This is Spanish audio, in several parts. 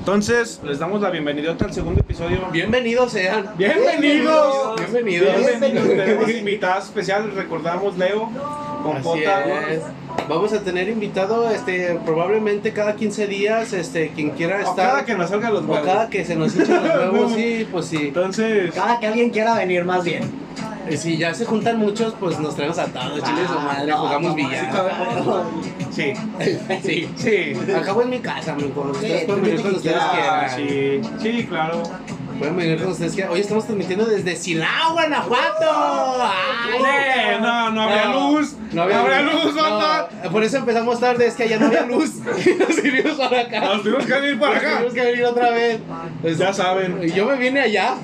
Entonces, les damos la bienvenida al segundo episodio. Bienvenidos sean. Bienvenidos. Bienvenidos. Bienvenidos. Tenemos invitados especial, recordamos Leo, con Así es. Vamos a tener invitado este probablemente cada 15 días, este quien quiera O estar cada que nos salgan los o huevos. cada que se nos hinchen los huevos, sí, pues sí. Entonces, Cada que alguien quiera venir, más bien. Y Si ya se juntan muchos, pues nos traemos atados, chiles o madre, Ah, no, jugamos no, pues, billar. sí, Sí. sí. Acabo en mi casa, amigo, con ustedes Sí, pueden venir tú cuando ustedes quieras, Ah, sí, quieran. sí, claro. Pueden venir cuando ustedes quieran. Hoy estamos transmitiendo desde Silao, Guanajuato. Ay, Eh, no, no había luz. No había luz, banda. no. Por eso empezamos tarde, es que allá no había luz. Y nos vinimos para acá. Nos tuvimos que ir para Nos acá. Tuvimos que venir otra vez. Pues, Ya saben. Yo me vine allá,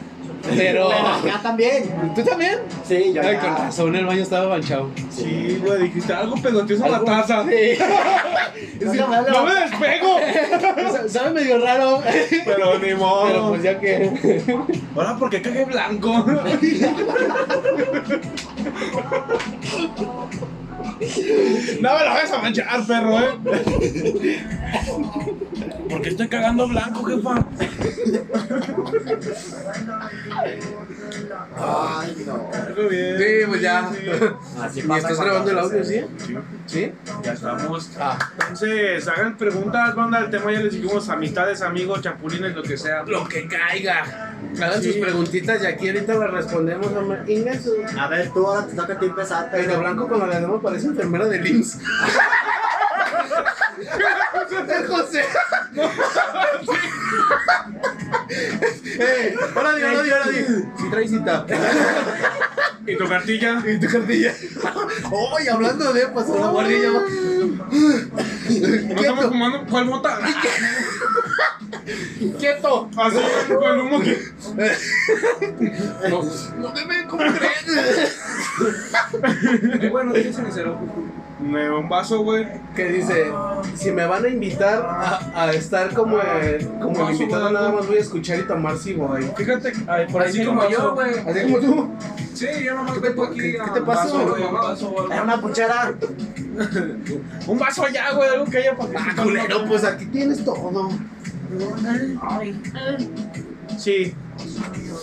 pero. Pero acá también. ¿Tú también? Sí, yo Ay, ya. con razón, el baño estaba manchado. Sí, güey, dijiste algo peloteoso en la Algo- taza. Sí. Yo Sí, ya me ¡No me despego! sa- Sabe medio raro. Pero ni Pero modo. pues ya que. Ahora, ¿por qué cagué blanco? No me lo vas a manchar, perro, ¿eh? ¿Por qué estoy cagando blanco, jefa? Ay, no. Algo bien. Sí, pues ya. Sí, Así ¿Y pasa estás cuando grabando el se- audio, sí? sí. ¿Sí? Ya estamos. Ah. Entonces, hagan preguntas, banda. El tema ya les dijimos: amistades, amigos, chapulines, lo que sea. Lo que caiga. Hagan Sí. sus preguntitas y aquí ahorita las respondemos. hombre. Inga su- A ver, tú ahora te toca a ti empezar, El de Pedro. blanco con la de demo parece enfermera de IMSS. ¡Es José! ¡Ey! ¡Hola, Eh, di, hola, di, hola, di! Sí, trae cita. ¿Y tu cartilla? ¿Y tu cartilla? ¡Ay, hablando de! Pasó la guardia y ya ¿No va. estamos ¡Quieto! fumando? ¿Cuál mota? ¡Quieto! Así, con el humo que. No, no me ven como crees. Bueno, dice sincero. Me un vaso, güey. Que dice: Si me van a invitar a, a estar como el, como el invitado, nada más voy a escuchar y tomar güey. Fíjate, por ahí así me como pasó. yo, güey. Así como tú. Sí, yo nomás ¿Qué te vengo pa- aquí. qué- a qué te un pasa, vaso, güey? a un vaso, güey. Era una puchera. Un vaso allá, güey, algo que haya para Ah, culero, pues aquí tienes todo. Sí.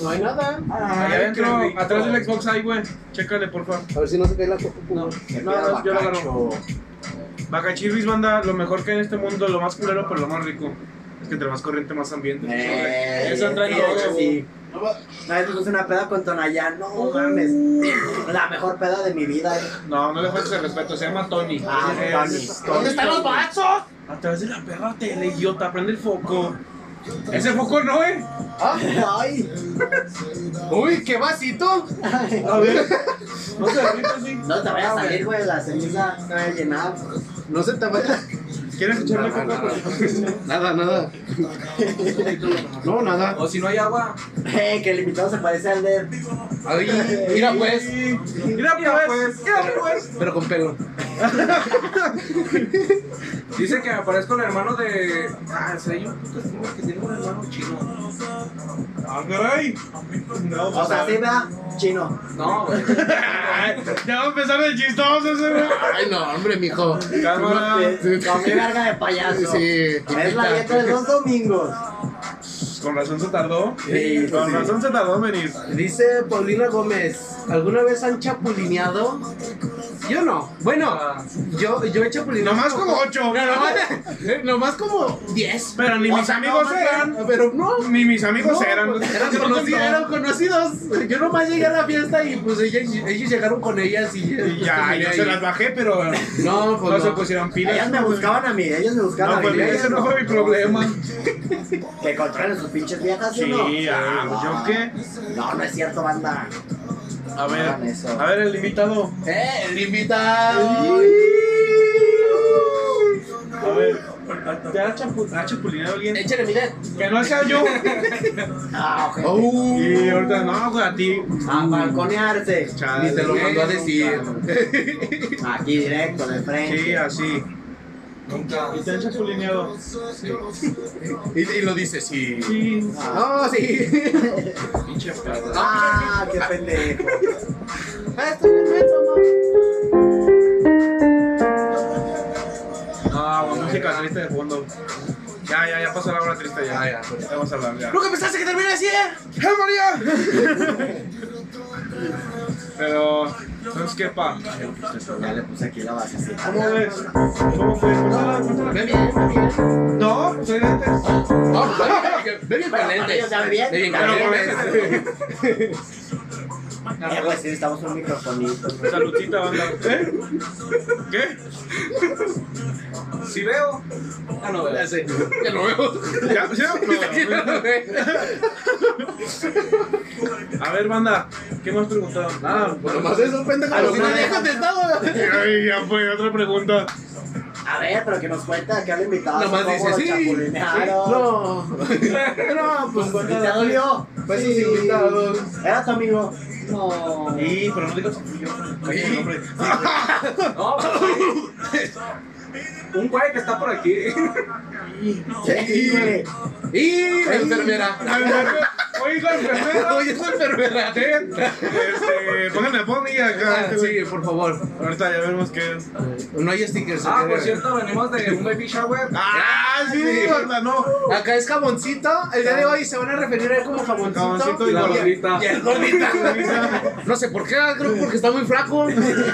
No hay nada. Allá qué adentro, rico. atrás del Xbox hay, güey. Chécale, por favor. A ver si no se cae la copa. No. No, no, yo lo agarro. Bacachirris, banda, lo mejor que hay en este mundo, lo más culero, pero lo más rico. Es que entre más corriente, más ambiente. Eh, Eso trae sí, todo. sí. Una vez me puse una peda con Tonayán. No mames. La mejor peda de mi vida. eh. No, no le faltes el respeto, se llama Tony. Ah, Ese Tony. es- ¿Dónde están los vasos? Atrás de la perra tele, idiota, prende el foco. Ese foco no, eh. Ay. Uy, qué vasito. A ver. No se Ah, derrite así. No te vayas a salir, güey. La ceniza está llenada. No se te vaya. ¿Quieres echarle Nada, coca? nada. Nada, nada. No, nada. O si no hay agua. Eh, que el invitado se parece al de. Ay, mira pues. Mira pues, mira pues. Pero con pelo. Dice que me parezco el hermano de. Ah, sí, hay un puto streamer que tiene un hermano chino. ¡Ah, caray! No, O sea, sí, ¿verdad? Chino. No, güey. Ya va a empezar el chistoso ese, güey. Ay, no, hombre, mijo. Cámara. Comí verga de payaso. Sí, Es la dieta de los domingos. Con razón se tardó. Sí, Con sí. razón se tardó en venir. Dice Paulina Gómez, ¿alguna vez han chapulineado? Yo no. Bueno, Ah. yo, yo he chapulineado. Nomás como ocho. No, nomás, eh, nomás como 10. Pero ni O mis sea, amigos no, no, eran. Pero no. Ni mis amigos No, eran. pues, eran, conocidos, eran conocidos. Yo nomás llegué a la fiesta y pues ellas- ellos llegaron con ellas y, Y ya, yo se las bajé, pero no No, pues se no. pusieron pilas. Ellas me buscaban a mí, ellos me buscaban No, a pues mí. ese no fue mi problema. Que controlen sus pinches viejas, ¿sí o no? Sí, ah, pues, ¿yo qué? No, no es cierto, banda. A Hagan ver, eso. a ver, el invitado. Eh, el invitado. A ver, ¿te ha chapu- ha chapulineado alguien? Échale, mira. Que no sea yo. Ah, ok. Oh, Y ahorita, no, güey, a ti. A balconearse. Chale. Ni te lo mandó a decir. Aquí directo, de Sí, frente. así. Nunca. ¿Y te han chapulineado? Y, y lo dice, sí. Sí. Ah, No, sí. Pinche perro. ah, qué pendejo. Ah, No, güey, música triste de fondo. Ya, ya, ya pasó la hora triste ya. Ah, ya, pues. Vamos a hablar ya. Nunca pensaste que terminara así, eh. ¡Eh, María! Pero, entonces, ¿qué pa? Ya le puse aquí la base. ¿Cómo ves? ¿Cómo fue? ¿Cuánta la- cuánta la- Ve bien, ve bien. No, soy de antes. No, pues, ve bien, ve bien Bueno, con lentes. ellos ya bien. Ve bien con Pero con lentes. este. Ya, pues sí, estamos un microfonito. güey. Saludcita, banda. ¿Eh? ¿Qué? Si veo. Ah, no, Ya ¿verdad? sé, ya lo veo. ¿Ya? ¿Sí? Ya lo veo. No. A ver, banda, ¿qué más preguntaron? Ah, bueno, más de esos pendejos. A lo los que no que- dejan de- Ay, ya fue, otra pregunta. A ver, pero que nos cuente acá el invitado. Nada más cómo dice, lo sí, chapulinearon. No. No, pues ¿Te dolió? Pues Sí. esos invitados. Era tu amigo. No. Sí, pero no digas que yo. cállate el nombre. No, pues, Un güey que está por aquí. Sí, güey. Y la enfermera. La enfermera. Oye, la enfermera. Oye, es la enfermera. Este, pónganle a Pony acá. Ah, este, güey. Sí, por favor. Ahorita ya vemos qué es. No hay stickers. eh. Ah, ok, por ve. cierto, venimos de un baby shower. ¡Ah, sí, sí. gorda, no! Acá es jamoncito. El día de hoy se van a referir a él como jamoncito. Jamoncito y Y- La gordita. Y el gordita. No sé por qué, creo porque está muy flaco.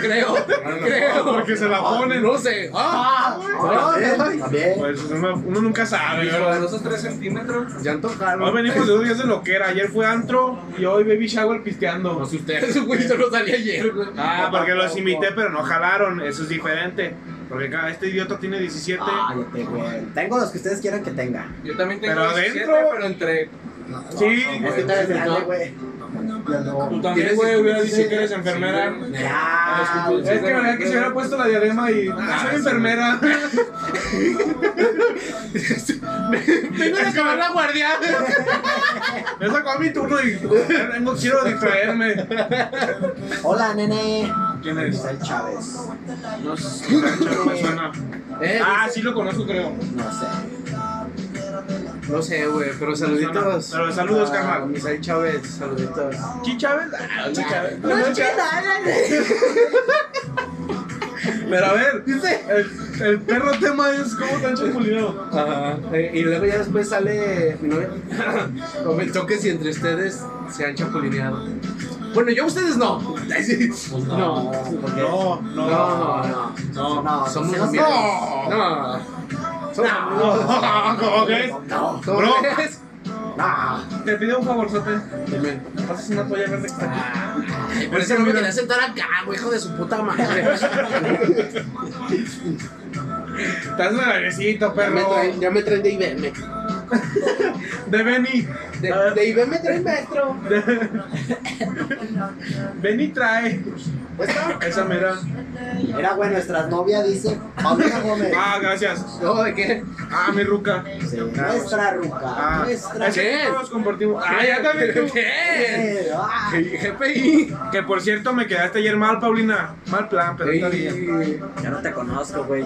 Creo. Creo. Porque se la ponen. No sé. Ah, También, también. Pues uno, uno nunca sabe, Con ¿verdad? esos 3 centímetros. ya han tocado. Hoy venimos de dos días de lo que era. Ayer fue antro y hoy baby shower No pisteando. sé ustedes, güey, yo no salí ayer. güey. Ah, porque los imité, pero no jalaron. Eso es diferente. Porque cada este idiota tiene 17. Ah, yo te güey. Tengo los que ustedes quieran que tengan. Yo también tengo Pero 17, adentro. pero entre. sí, Es que tal vez grande, güey. Ya tú no. también, güey, hubiera dicho que eres enfermera. Ya, güey. Es que verdad que se hubiera puesto la diadema y. Ah, soy enfermera. Vengo de acabar la guardia. Me sacó a mi turno y. Vengo, quiero distraerme. Hola, nene. ¿Quién es? Soy Chávez. No sé. me suena. Eh, Ah, sí lo conozco, creo. No sé. No sé, güey, pero Pero saluditos. saludos, Ah, carnal. Misael Chávez, saluditos. ¿Chi Chávez? Ah, Chi Chávez. No, Chi- Pero a ver, el, el perro tema es cómo tan chapulineo. Ajá. Eh, y luego ya después sale mi novia. Comentó que si entre ustedes se han chapulineado. Bueno, yo a ustedes no. Ay, sí. No. porque- No, no. No, no, no. No, no, Somos no. amigos. No. No. Somos amigos. No, ¿Cómo que? No, ¿Cómo Bro. crees? no. Te pido un favorzote. ¿Me pasas una toalla verde que está aquí? Ay, Ah, Por eso no me quería sentar acá, güey, hijo de su puta madre. Estás nerviosito, Ya me perro. traen, ya me traen de IBM. De Ah, Benny. De, A ver, de IBM traen metro. Benny trae. Esa mera. Era, güey, nuestra novia dice Paulina Gómez. Ah, gracias. No, ¿de qué? Ah, mi ruca. Sí, nuestra ruca. Ah, Nuestra. es que ¿Qué? todos compartimos. Ah, ya también tú. ¿Qué? Eh, ah. Ey, GPI. Que por cierto, me quedaste ayer mal, Paulina. Mal plan, pero está bien. Ey. Ya no te conozco, güey.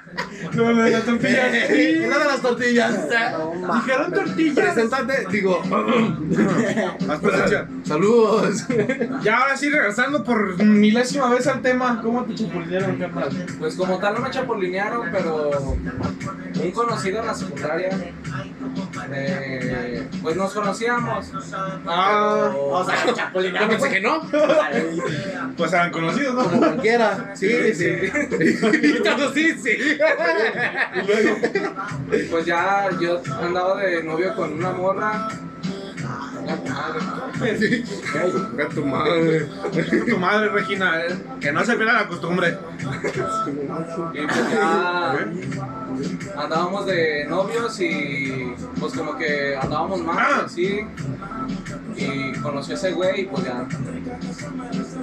No, la de las tortillas. Ey, la de las tortillas. No, ma. Dijeron tortillas. Presentate, digo, Más presencia. saludos. Y ahora sí, regresando por milésima vez al tema. ¿Cómo te chapulinearon, carnal? Pues como tal no me chapulinearon, pero un conocido en la secundaria, eh, pues nos conocíamos. Ah, pero- O sea, chapulina. Yo pensé que no. Pues eran conocidos, ¿no? Como cualquiera. Sí, Sí, sí. sí. Todos sí, sí. Y luego. Pues ya yo andaba de novio con una morra. La madre. Venga tu madre. Tu madre, Regina, eh, que no se pierda la costumbre. Y pues ya andábamos de novios y pues como que andábamos Ah. más así. Y conocí a ese güey y pues ya.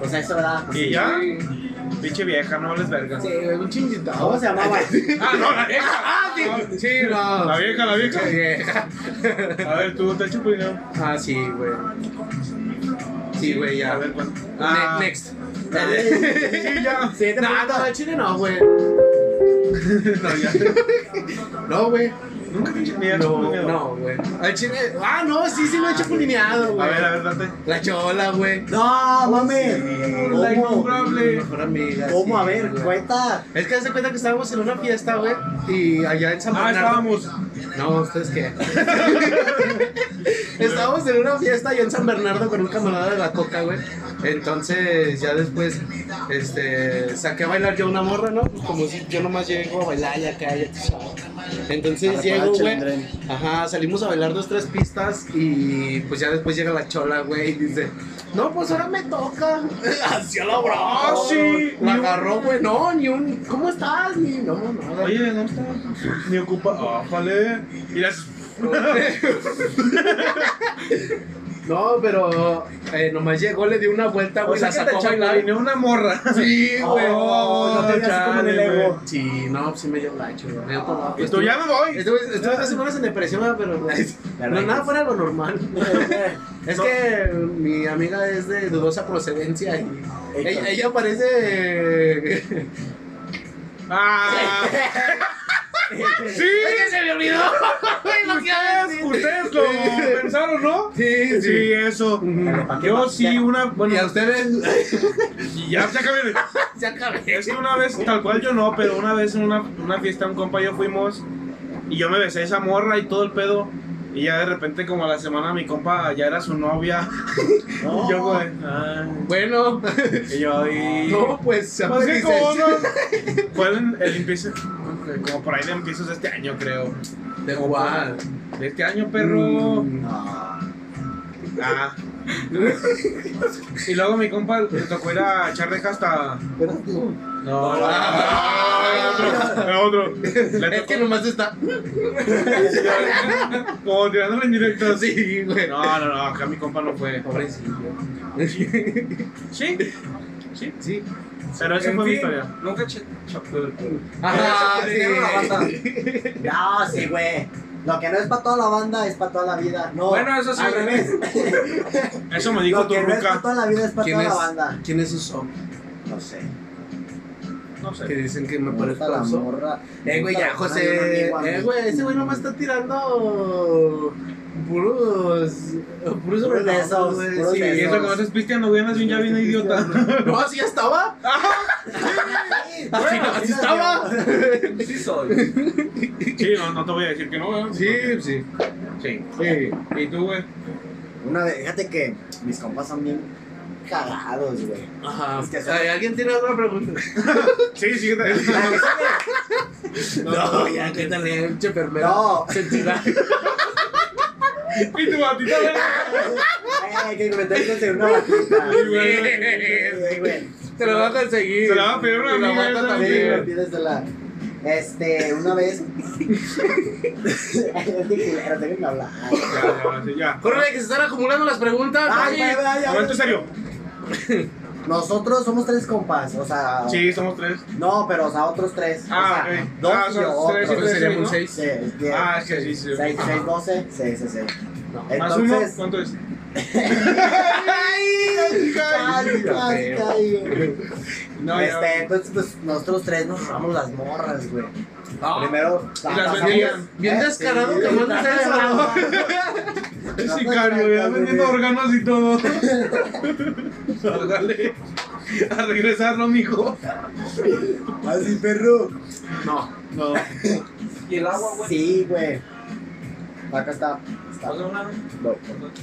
Pues eso, ¿verdad? Pues Y sí. ya, Sí. pinche vieja, no les verga. Sí, un chingitado. ¿Cómo se llamaba? Ah, no, la vieja. Ah, sí. Sí, no. La vieja, la vieja. La vieja. A ver, tú te chapulinearon. Ah, sí, güey. Sí, güey, A ya. ver, ¿cuál? Ne- Ah, Next. Sí, ya. Sí, te No, pregunto. no, al chile no, güey. No, ya. No, güey. Nunca te he hecho- ni he hecho No, culineado. no, güey. Al chile. Ah, no, sí, sí lo he hecho culineado, A güey. ver, a ver, date. La chola, güey. No, mames. La ¿Cómo? incomparable. Mejor amiga. ¿Cómo? sí, A ver, güey. cuenta. Es que hace cuenta que estábamos en una fiesta, güey. Y allá en San Ah, Bernardo. estábamos. No, ¿ustedes qué? Estábamos en una fiesta allá en San Bernardo con un camarada de la coca, güey. Entonces, ya después, este, saqué a bailar yo una morra, ¿no? Pues como si yo nomás llego a bailar ya acá, ya tú sabes. Entonces Arrapado, llego, güey. chilindrén. Ajá, salimos a bailar dos, tres pistas y pues ya después llega la chola, güey, y dice, no, pues ahora me toca. Hacia la brava. Ah, sí. La agarró, güey, no, ni un, ¿cómo estás? Ni, no, nada. Oye, ¿dónde está? Ni ocupa. Ah, vale. Y las. No, pero eh, nomás llegó, le dio una vuelta, güey, la sacó a bailar. chapulineó una morra. Sí, güey. Oh, no te veas así como en el chale, ego. Sí, no, pues sí me dio lacho, güey. Me dio todo. Y tú ya me voy. Estuve, estuve dos semanas en depresión, güey, pero no, verdad. nada fuera de lo normal. Es No. que mi amiga es de dudosa procedencia y ella, ella parece... Ah. Sí. se me olvidó! lo que Ustedes, ustedes lo pensaron, ¿no? Sí, sí. Sí, eso. ¿Para qué Yo más? sí, Ya. una. Bueno, Y a ustedes... ya se acabé. de- ya acabé. Es que una vez, tal cual yo no, pero una vez en una, una fiesta, un compa y yo fuimos y yo me besé a esa morra y todo el pedo. Y ya de repente, como a la semana, mi compa ya era su novia. Y yo, "Ah, güey. ay. Bueno, Y yo ahí. no, pues... se Pues que apetece. como no. Fue el, el empiezo. Como por ahí de empiezos de este año, creo. De igual. De este año, perro. Mm. No. Ah. Y luego mi compa le tocó ir a echar reja hasta. No, no, no, Ah, otro. Le Ah. Es tocó- que nomás está. Como tirándole en directo así. Sí, güey. No, no, no, acá mi compa no fue. Sí, sí. Sí. Pero esa En fue mi fin, historia. Nunca che- chapul- Ajá, Eh, chapulinearon a la banda. No, sí, güey. Lo que no es para toda la banda es para toda la vida. No. Bueno, eso sí, Al güey. revés. Eso me dijo Lo tu que no es para ruca. toda la vida es para ¿Quién toda es? la banda. ¿Quién es Usopp? No sé. No sé. Que dicen que me Para parece la a Usopp. morra. Eh, güey, ya, José. Ay, un amigo a mí. Eh, güey, ese güey nomás está tirando. Puros. Puros sobre de la esos, güey. puros sí. de Y eso esos. que no estás pisteando, güey, andas bien, ya bien idiota. No, así ya estaba. Sí, Así, bueno, así sí, estaba. Sí soy. Sí, no, no te voy a decir que no, güey. Sí, sí. Sí. Sí. ¿Y tú, güey? Una vez, fíjate que mis compas son bien cagados, güey. Ajá. Es que son- Ay, ¿Alguien tiene otra pregunta? Sí, sí. La que sigue. No, ya, ¿qué tal? Che, No. Sentirá. Y tu batita, Ay, que meterse en una vaquita. Sí, güey. Sí, güey. Te lo va a conseguir. Se la va a pedir una Y la amiga aguanta esa, Sí, güey, también. pídesela. Este, una vez. es que culero, déjenme hablar. Ya, ya, sí, ya. Córrele, que se están acumulando las preguntas. Ay, Ay, güey, güey, ya, Momento güey. serio. Nosotros somos tres compas, o sea. Sí, somos tres. No, pero, o sea, otros tres. Ah, o sea, ok. dos Ah, y son yo tres y otro. tres. seríamos ¿no? seis. Sí, es diez. Ah, sí, sí, sí. Seis, seis, doce. Sí, sí, sí. Más uno, Entonces. ¿cuánto es? Casi, casi, casi, güey. No, este, ya. entonces, pues nosotros tres nos robamos las morras, güey. Primero, Y las vendían. Bien descarado que no mandas eso, ¿no? Es sicario, ya vendiendo órganos y todo. Órale. A regresarlo, mijo. Así, perro. No. No. Y el agua, güey. Sí, güey. Acá está. está. Pásame una, güey. Voy.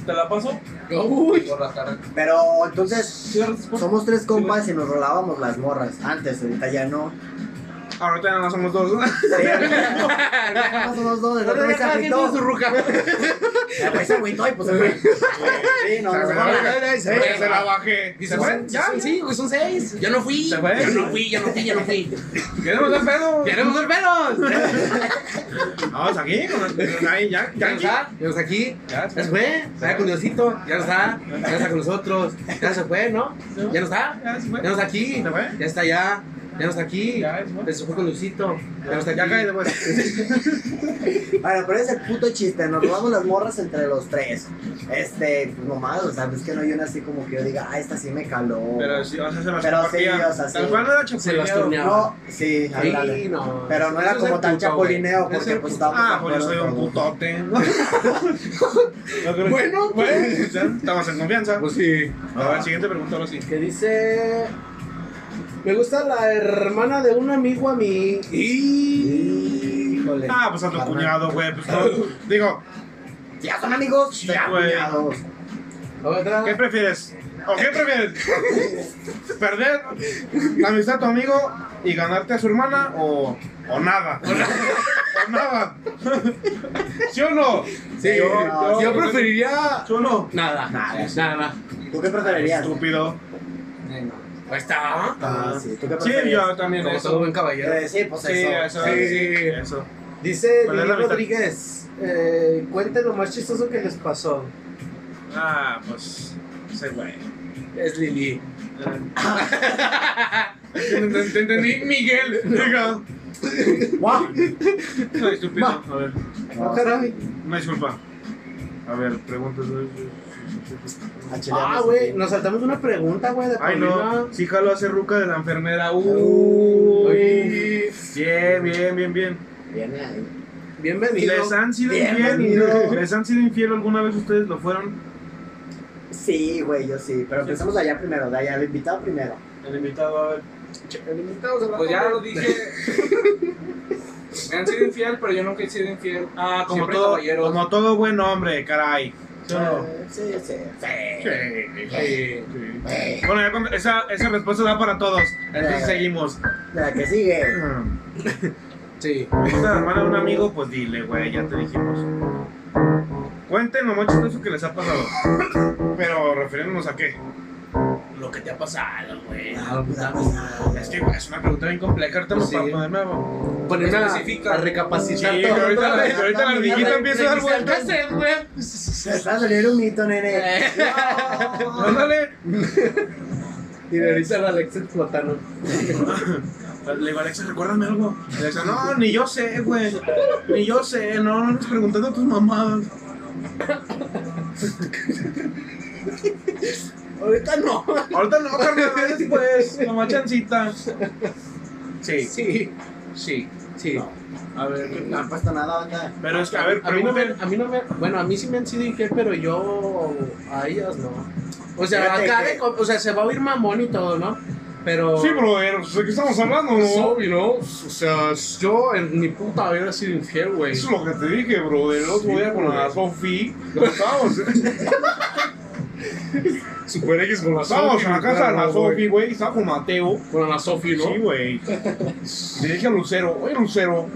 ¿Te la paso? Uy. Por la cara. Pero entonces, Cierras, por- somos tres compas y nos rolábamos las morras. Antes, ahorita ya no. Ahorita nada más somos dos. Sí, ahorita somos dos, el No le otro güey se deja a alguien con su agüitó. ruca. El güey se agüitó y pues se fue. Sí, no, no se fue. eh, Se la bajé. ¿Se fue? ¿Ya? Sí, güey, son seis. Yo no fui. ¿Se fue? Yo no fui, yo no fui, yo no fui. ¿Queremos dar pedo? ¡Queremos ver pelos! Vamos aquí con con ahí, ya. ya, Ya está, ya está aquí. Ya Ya se fue, está con Diosito, ya no está, ya está con nosotros, ya se fue, ¿no? Ya no está, Ya se fue. ya no está aquí, ¿Se fue? ya está allá, ya no está aquí, Ya ves, güey. se fue con Lucito, ya no está Ya aquí. cállate, pues. Bueno, pero es el puto chiste, nos robamos las morras entre los tres. Este, pues nomás, o sea, es que no hay una así como que yo diga, ah, esta sí me caló. Pero sí, o sea, se las Pero sí, compartía. o sea, sí. Tal cual no era Se las chapulineado. tuneaba. no, sí, Sí, ándale. no. Pero no era Eso es como el tan puto, chapulineo, güey. Eso porque es el pues puto. estábamos. Ah, pues yo soy un acuerdos, ¿no? putote. bueno, pues. Estamos en confianza. Pues sí. A ver, siguiente pregunta ahora sí. Que dice. Me gusta la hermana de un amigo a mí. Híjole. Ah, pues a tu Carnal. cuñado, güey. Pues no. Digo, Ya son amigos, Sí, ya güey. cuñados. Otra. ¿qué prefieres? ¿O qué prefieres? ¿Perder la amistad de tu amigo y ganarte a su hermana o, o nada? ¿O nada? ¿Sí o no? Sí, Yo- yo, yo- preferiría ¿Sí o no? nada, Nada. nada, nada. ¿Tú qué preferirías? Estúpido. Ahí está. Ah, sí, ¿tú qué Sí, preferirías? yo también Como eso. todo buen caballero. Eh, sí, pues Sí, eso. eso. Sí, Sí, sí. eso. Dice ¿Cuál es la Lili amistad? Rodríguez. Eh, cuente lo más chistoso que les pasó. Ah, pues. Ese güey. Es Lili. Te entendí, Miguel. Digo, Guau. soy estúpido. A ver, No, caray. una disculpa. A ver, preguntas. a Chile, pues, Ah, no sé güey, qué. nos saltamos una pregunta, güey, de Ay, Paulina. no. Sí, jalo a ruca de la enfermera. Uy. Uy. Bien, bien, bien, bien. Viene ahí. Bienvenido. ¿Les han sido infiel? Bienvenido. ¿Les han sido infiel alguna vez ustedes lo fueron? Sí, güey, yo sí. Pero empezamos de allá primero, de allá, el invitado primero. El invitado, a ver. Pues ya lo dije. Me han sido infiel, pero yo nunca he sido infiel. Ah, como Siempre todo, caballeros. como todo buen hombre, caray. ¿Sí o no? Eh, Sí, sí, sí. Sí. Eh, Bueno, ya con- esa, esa respuesta da para todos. Entonces Eh. seguimos. La que sigue. Sí. Esta hermana de un amigo, pues dile, güey, ya te dijimos. Cuenten lo más chistoso que les ha pasado. Pero refiriéndonos a qué. Lo que te ha pasado, güey. Ah, Es que güey, es una pregunta bien compleja. Ahorita Pues nos sí. vamos de nuevo. Ponerme a, Especifica. a recapacitar Sí, todo. que ahorita, otra la- vez. que ahorita la ardillita empieza a dar Revisa el vueltas. cassette, güey. Se está a salir un mito, nene. Ándale. Y le dice al Alex explotando. Le digo, Alexa, recuérdame algo. Alexa, no, ni yo sé, güey. Ni yo sé, no, no andes preguntando a tus mamadas. Ahorita no. Ahorita no, carnal, después. Nomás chancita. Sí, Sí. sí. Sí. A ver. No han puesto nada, banda. Pero es que, a ver, A mí, no me, pregúntame. a mí no me. Bueno, a mí sí me han sido infiel, pero yo. A ellas no. O sea, Fíjate acá que- de co- O sea, se va a oír mamón y todo, ¿no? Pero. Sí, brother, pues, ¿de qué estamos hablando? no? Es obvio, ¿no? O sea, yo en mi puta vida he sido infiel, güey. Eso es lo que te dije, brother. El otro día con la Sofi, estábamos, Super X con la estábamos en la casa de la claro, Sofi, güey. güey, y estaba con Mateo. Con la Sofi, ¿no? Sí, güey. Le dije a Lucero, oye, Lucero,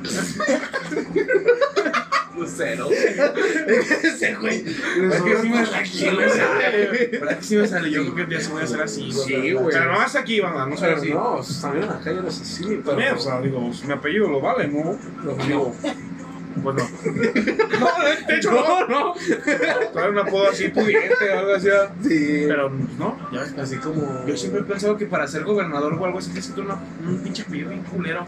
Lucero. Ese güey. Es que sí me Sí me sale. ¿Verdad que sí me sale? Yo creo que un día se voy a hacer así, güey. Sí, güey. Pero no es aquí, banda, no será Pero así. no, también en la calle no es así, pero. También, o sea, digo, pues, mi apellido lo vale, ¿no? Lo digo. Pues no. No, de hecho, no. No, no. Todavía un apodo así pudiente o algo así. Sí. Pero, pues, no. Ya ves, así como. Yo siempre he pensado que para ser gobernador o algo así, que siento una- un pinche apellido bien culero.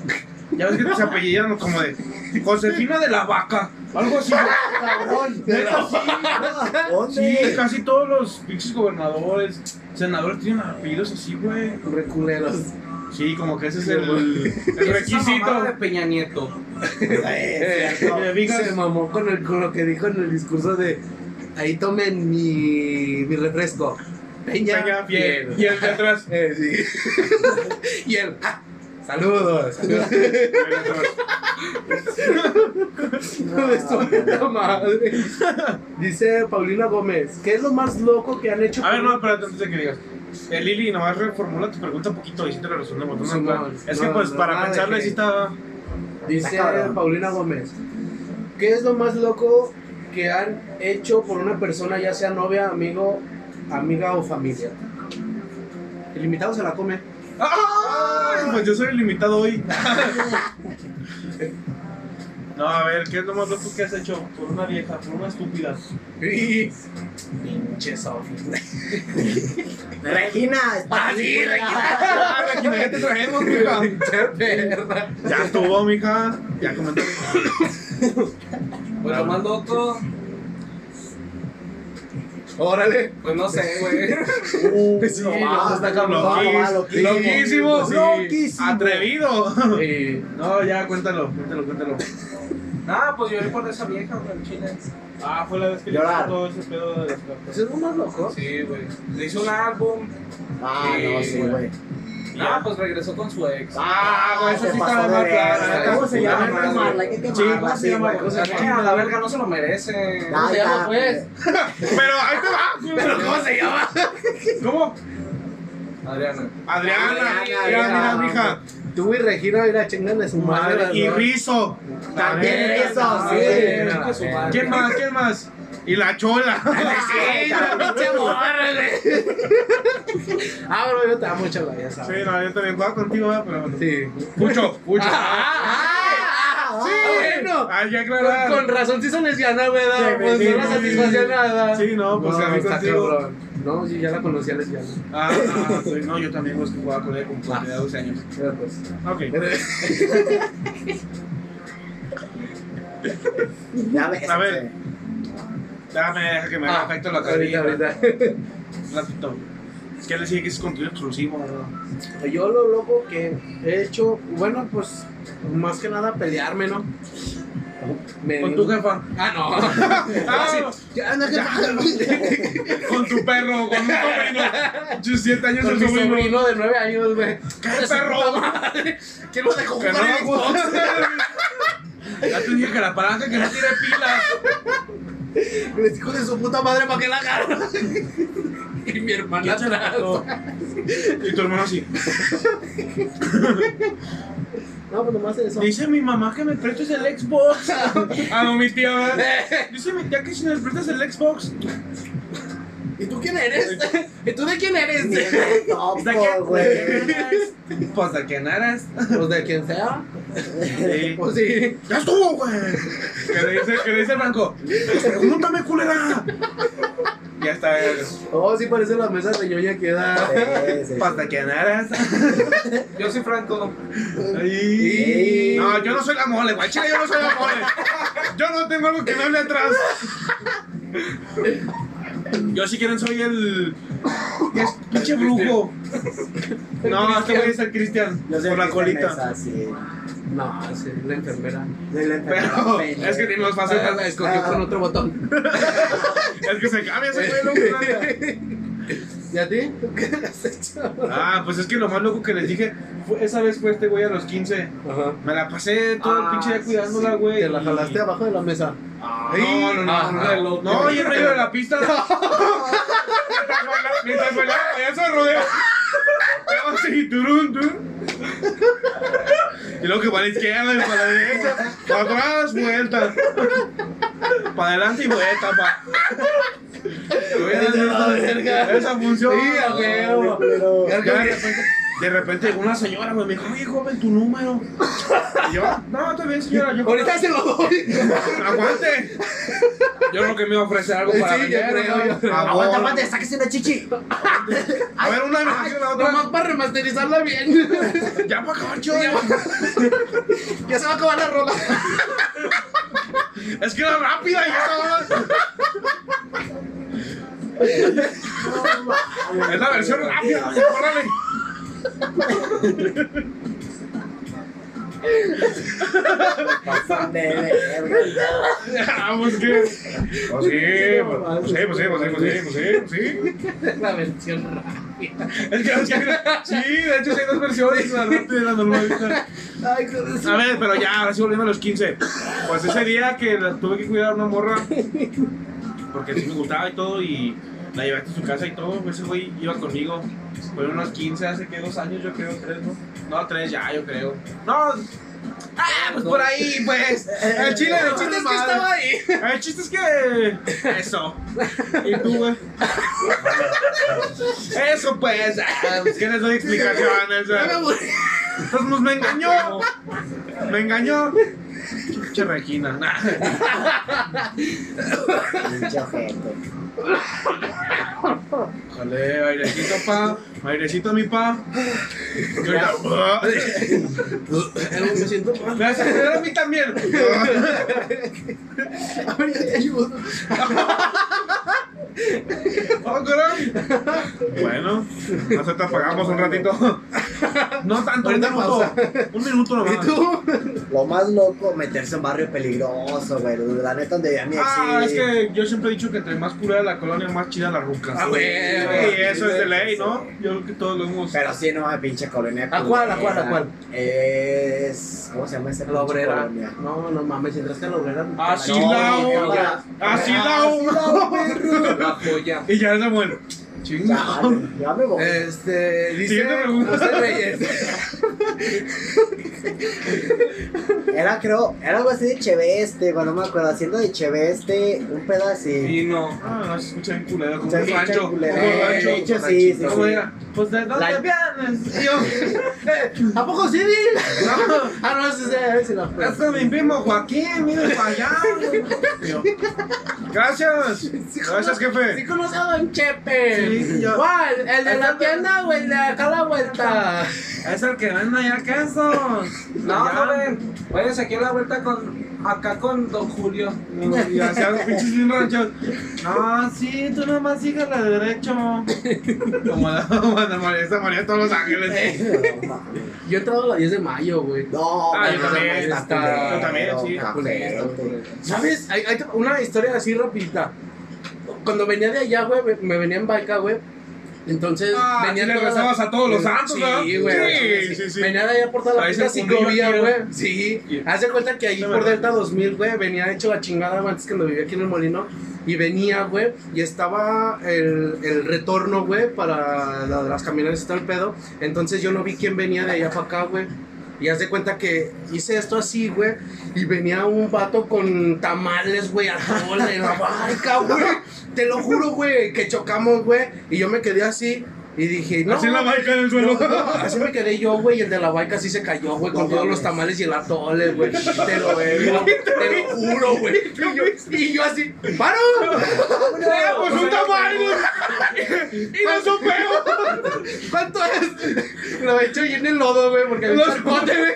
Ya ves que tus apellidos como de Josefina de la Vaca, algo así. Cabrón. Neta, Sí, ¿Dónde? casi todos los pinches gobernadores, senadores tienen apellidos así, güey. Reculeros. Sí, como que ese es el, el Requisito. de requisito. Peña Nieto. Eh, cierto. Eh, digas- Ah, Se mamó con, el, con lo que dijo en el discurso de. Ahí tomen mi, mi refresco. Peña, Peña Fiel. Y el de atrás. Eh, sí. y él. ah, Saludos. Saludos. de su puta madre. Dice Paulina Gómez, ¿qué es lo más loco que han hecho? A ver, con- no, espérate antes de que digas. Eh, Lili, nomás reformula tu pregunta un poquito y si te la respondemos. No, Sí, no, no, es que no, pues no, para nada de pensarle que- sí estaba. Dice Ah, cabrón. Paulina Gómez, ¿qué es lo más loco que han hecho por una persona, ya sea novia, amigo, amiga o familia? El invitado se la come. ¡Ay! Pues yo soy el limitado hoy. No, a ver, ¿qué es lo más loco que has hecho? Por una vieja, por una estúpida. Pinche Sofi. Ah, Regina, es para ti, güey. ¿Qué te traemos, mija? Pinche perra. Ya estuvo, mija. Ya comentó. Pues lo más loco, Órale. pues no sé, güey. Sí, no, no, está cabrón. no, no, Loquis- loquísimo. Ah, Loquísimo. Sí. Loquísimo. Atrevido. Sí. No, ya, cuéntalo, cuéntalo, cuéntalo. Ah, pues lloré por esa vieja, güey, al chile. Ah, fue la vez que le hizo Llorar. todo ese pedo de las Pues es lo más loco. Sí, güey. Le hizo un álbum. Ah, no, sí, güey. Ah, pues regresó con su ex. Ah, güey, Se esa sí pasó está de más verga. clara. ¿Cómo se llama? Hay que Puta madre. quemarla, hay que Sí, quemarla, ¿cómo se sí, llama? güey. ¿Cómo se O sea, que a la verga no se lo merece. Ah, se llama, ya. pues? Pero ahí te va, güey. Pero ¿cómo se llama? ¿Cómo? Adriana. Adriana. Adriana, Mira, mira, Adriana. mija. Tú y Regina ir a chingar de su madre. Madre. Y ¿no? Rizo. También. También eso, sí. sí. Chingue su madre. ¿Quién más? ¿Quién más? Y la chola. Sí, la pinche morra, güey. Ah, bro, yo te amo, chaval, ya Sí, sabes. no, yo también jugaba contigo, ¿verdad? pero bueno. Sí. Mucho, mucho. Ah, Sí. bueno. Ah, ya aclarar. Con, con razón sí se lesbiana, güey. da, Sí, Pues sí, no la sí. satisfacción nada. Sí, no, pues a mí está contigo. cabrón. No, sí, ya la conocía lesbiana. Ah, ah, pues, no, yo también pues, que jugaba con ella Ah. con cuando tenía 12 años. Pero pues. Ok. Ya ves. A ver. Dame, deja que me haga Ah, efecto la ahorita, carita. ahorita. Platito. Es que él decía que es contenido exclusivo. ¿no? Yo lo loco que he hecho, bueno, pues más que nada pelearme, ¿no? Me Con tu jefa. Ah, no. Ah, ya, no, ya. con tu perro, con un sobrino. Yo siete años Con el mi sobrino. sobrino de nueve años, güey. ¡Qué perro! ¿Quién lo dejó Que no jugar en Xbox? Ya te dije que la palanca que no tiene pilas. Les hijo de su puta madre para que la agarra. y mi hermana atrás. No. Y tu hermano así. No, pues nomás eso. Dice mi mamá que me prestes el Xbox. Ah, no, mi tía, ¿verdad? Dice mi tía que si me prestas el Xbox. ¿Y tú quién eres? ¿Y tú de quién Ni eres? el topo, güey. Pues de quién eres. Pues de quien sea. Sí. Pues sí. ¡Ya estuvo, güey! Que le dice, que le dice el banco. ¡Pregúntame, culera! Ya está. Oh, sí parece la mesa de ñoña que da. Sí, sí, sí. ¿Pasta quién eres? Yo soy Franco. Ay. No, yo no soy la mole, güey. Chile, yo no soy la mole. Yo no tengo algo que me hable atrás. Yo, si quieren, soy el. ¿Qué es? Pinche brujo. No, este güey es el Cristian. Yo sé Por la que colita. esa, sí. No, sí, la enfermera. De la Pero enfermedad, es que tiene más fácil. Ah, la escogió con otro botón. pues, Es que se cambia ese güey, loco. ¿Y a ti? ¿Tú qué has hecho? Ah, pues es que lo más loco que les dije, fue- esa vez fue este güey a los 15. Ajá. Me la pasé todo el Ah, pinche día sí, cuidándola, sí. güey. Te la y- jalaste abajo de la mesa. Ah, No, no, no. Ajá. No, no y en medio de la pista. Mientras bailaba- Mientras bailaba payaso de rodeo. Estaba así, turun, turun. Y luego que para la izquierda y para la derecha. Para atrás, vuelta. Para adelante y vuelta, pa. Esa función. Sí, a huevo. pero- Ya de repente, de repente llegó una señora, güey, me dijo, oye, joven, tu número. Y yo, no, está bien, señora, yo Ahorita se lo doy. aguante. Yo creo que me iba a ofrecer algo para Sí, yo vender, creo, ¿no? yo creo. Favor. Aguanta, aguanta, sáquese una chichi. A ver, una de la otra. Nomás para remasterizarla bien. Ya para acabar, chido. Ya Ya se va a acabar la rola. Es que era rápida, ya estaba. Es la versión rápida, oye, córrale. Pasan de verga. Ah, pues que. Pues sí, pues sí, pues sí, pues sí, pues sí, pues sí, pues sí. La versión rápida. Es que, es que- sí, de hecho sí hay dos versiones, la rápida y la normal. Ay, qué des- A ver, pero ya, ahora sí volviendo a los 15. Pues ese día que la tuve que cuidar a una morra, porque sí me gustaba y todo, y la llevé hasta su casa y todo, pues ese güey iba conmigo. Fueron unos 15, hace que dos años, yo creo, tres, ¿no? No, tres ya, yo creo. No, ah, pues por ahí, pues. El chile, el chiste es que estaba ahí. el chiste es que. Eso. ¿Y tú, güey? Eso, pues. Ah, pues, ¿Qué les doy explicaciones? Ya me güey? aburrí. Entonces, pues, me engañó. Me engañó. Che, Regina. Nah. Pinche ojete. Jale, airecito, pa. Airecito, mi pa. Y ahorita, Me siento mal. Me vas a joder a mí también. Oh, caray. Bueno, nosotros apagamos un ratito. No tanto, un Ahorita minuto. Un minuto nomás. ¿Y tú? Lo más loco, meterse en barrio peligroso, güey. La neta donde ya ni Ah, es existe. que yo siempre he dicho que entre más curada la colonia, más chida la ruca. Ah, güey, Sí, eso es de ley, ¿no? Yo creo que todos lo hemos. Pero sí, no, pinche colonia. ¿A cuál, a culera. cuál, a cuál? Es. ¿Cómo se llama ese La obrera. colonia? No, no mames, entraste a la obrera. Así No, la mi o- cámara. Así Ah, sí, la o- perro. La polla. Y ya es bueno. Chingado. Chale, Ya me Eh, voy. Este, dice Siguiente pregunta. José Reyes. Era, creo, era algo así de Cheveste, güey, no me acuerdo. Haciendo de Cheveste un pedacito. Y no. Ah, no, se escucha bien culero, como Se un escucha rancho. Como un culero. Eh, rancho. De hecho, sí, sí, ¿Cómo sí. era? Pues de dónde La- vienes. Y yo, ¿A poco sí? no, Ah, no, ese es- ese es la es con mi primo Joaquín, mire para allá. Y yo, Gracias. Gracias, Sí jefe. conozco a Don Chepe. Sí, yo- ¿Cuál? ¿El de la Ese- tienda o el de acá a la vuelta? Es el que vende allá quesos. No, Allá. joven. Váyanse aquí a la vuelta con. Acá con Don Julio. Y hacía los pinches bien ranchos. No, sí, tú nomás sigue la derecho. Como la, como la María, esa María de todos los ángeles. No, mames. Yo he entrado la 10 de mayo, güey. No, Ah, yo güey, también, está está- culero, yo también, sí, está culero, culero. ¿Sabes? Hay, hay una historia así rapidita. Cuando venía de allá, güey, me- me venía en baica, güey. Entonces, Ah, venía sí le toda- rezabas a todos los santos, ¿verdad? Sí, güey. Sí, sí, sí. Venía de allá por toda la Ahí puta se fundió ciclovía, aquí, güey. ¿no? Sí. Sí. Haz de cuenta que ahí Sí, por verdad. Delta 2000, güey, venía hecho la chingada güey, antes cuando vivía aquí en el Molino. Y venía, güey, y estaba el, el retorno, güey, para la de las camionetas y todo el pedo. Entonces yo no vi quién venía de allá para acá, güey. Y haz de cuenta que hice esto así, güey, y venía un vato con tamales, güey, a todo en la barca, güey. Te lo juro, güey, que chocamos, güey. Y yo me quedé así y dije, no. Así en la baica en el No, suelo. no, así me quedé yo, güey, y el de la baica así se cayó, güey, con todos los tamales y el atole, güey. Te lo, te lo juro, güey. Y yo, y yo así, ¡paro! Pues un tamal. Y no supeo. ¿Cuánto es? Lo he hecho bien en el lodo, güey, porque había un Los- charcote, güey.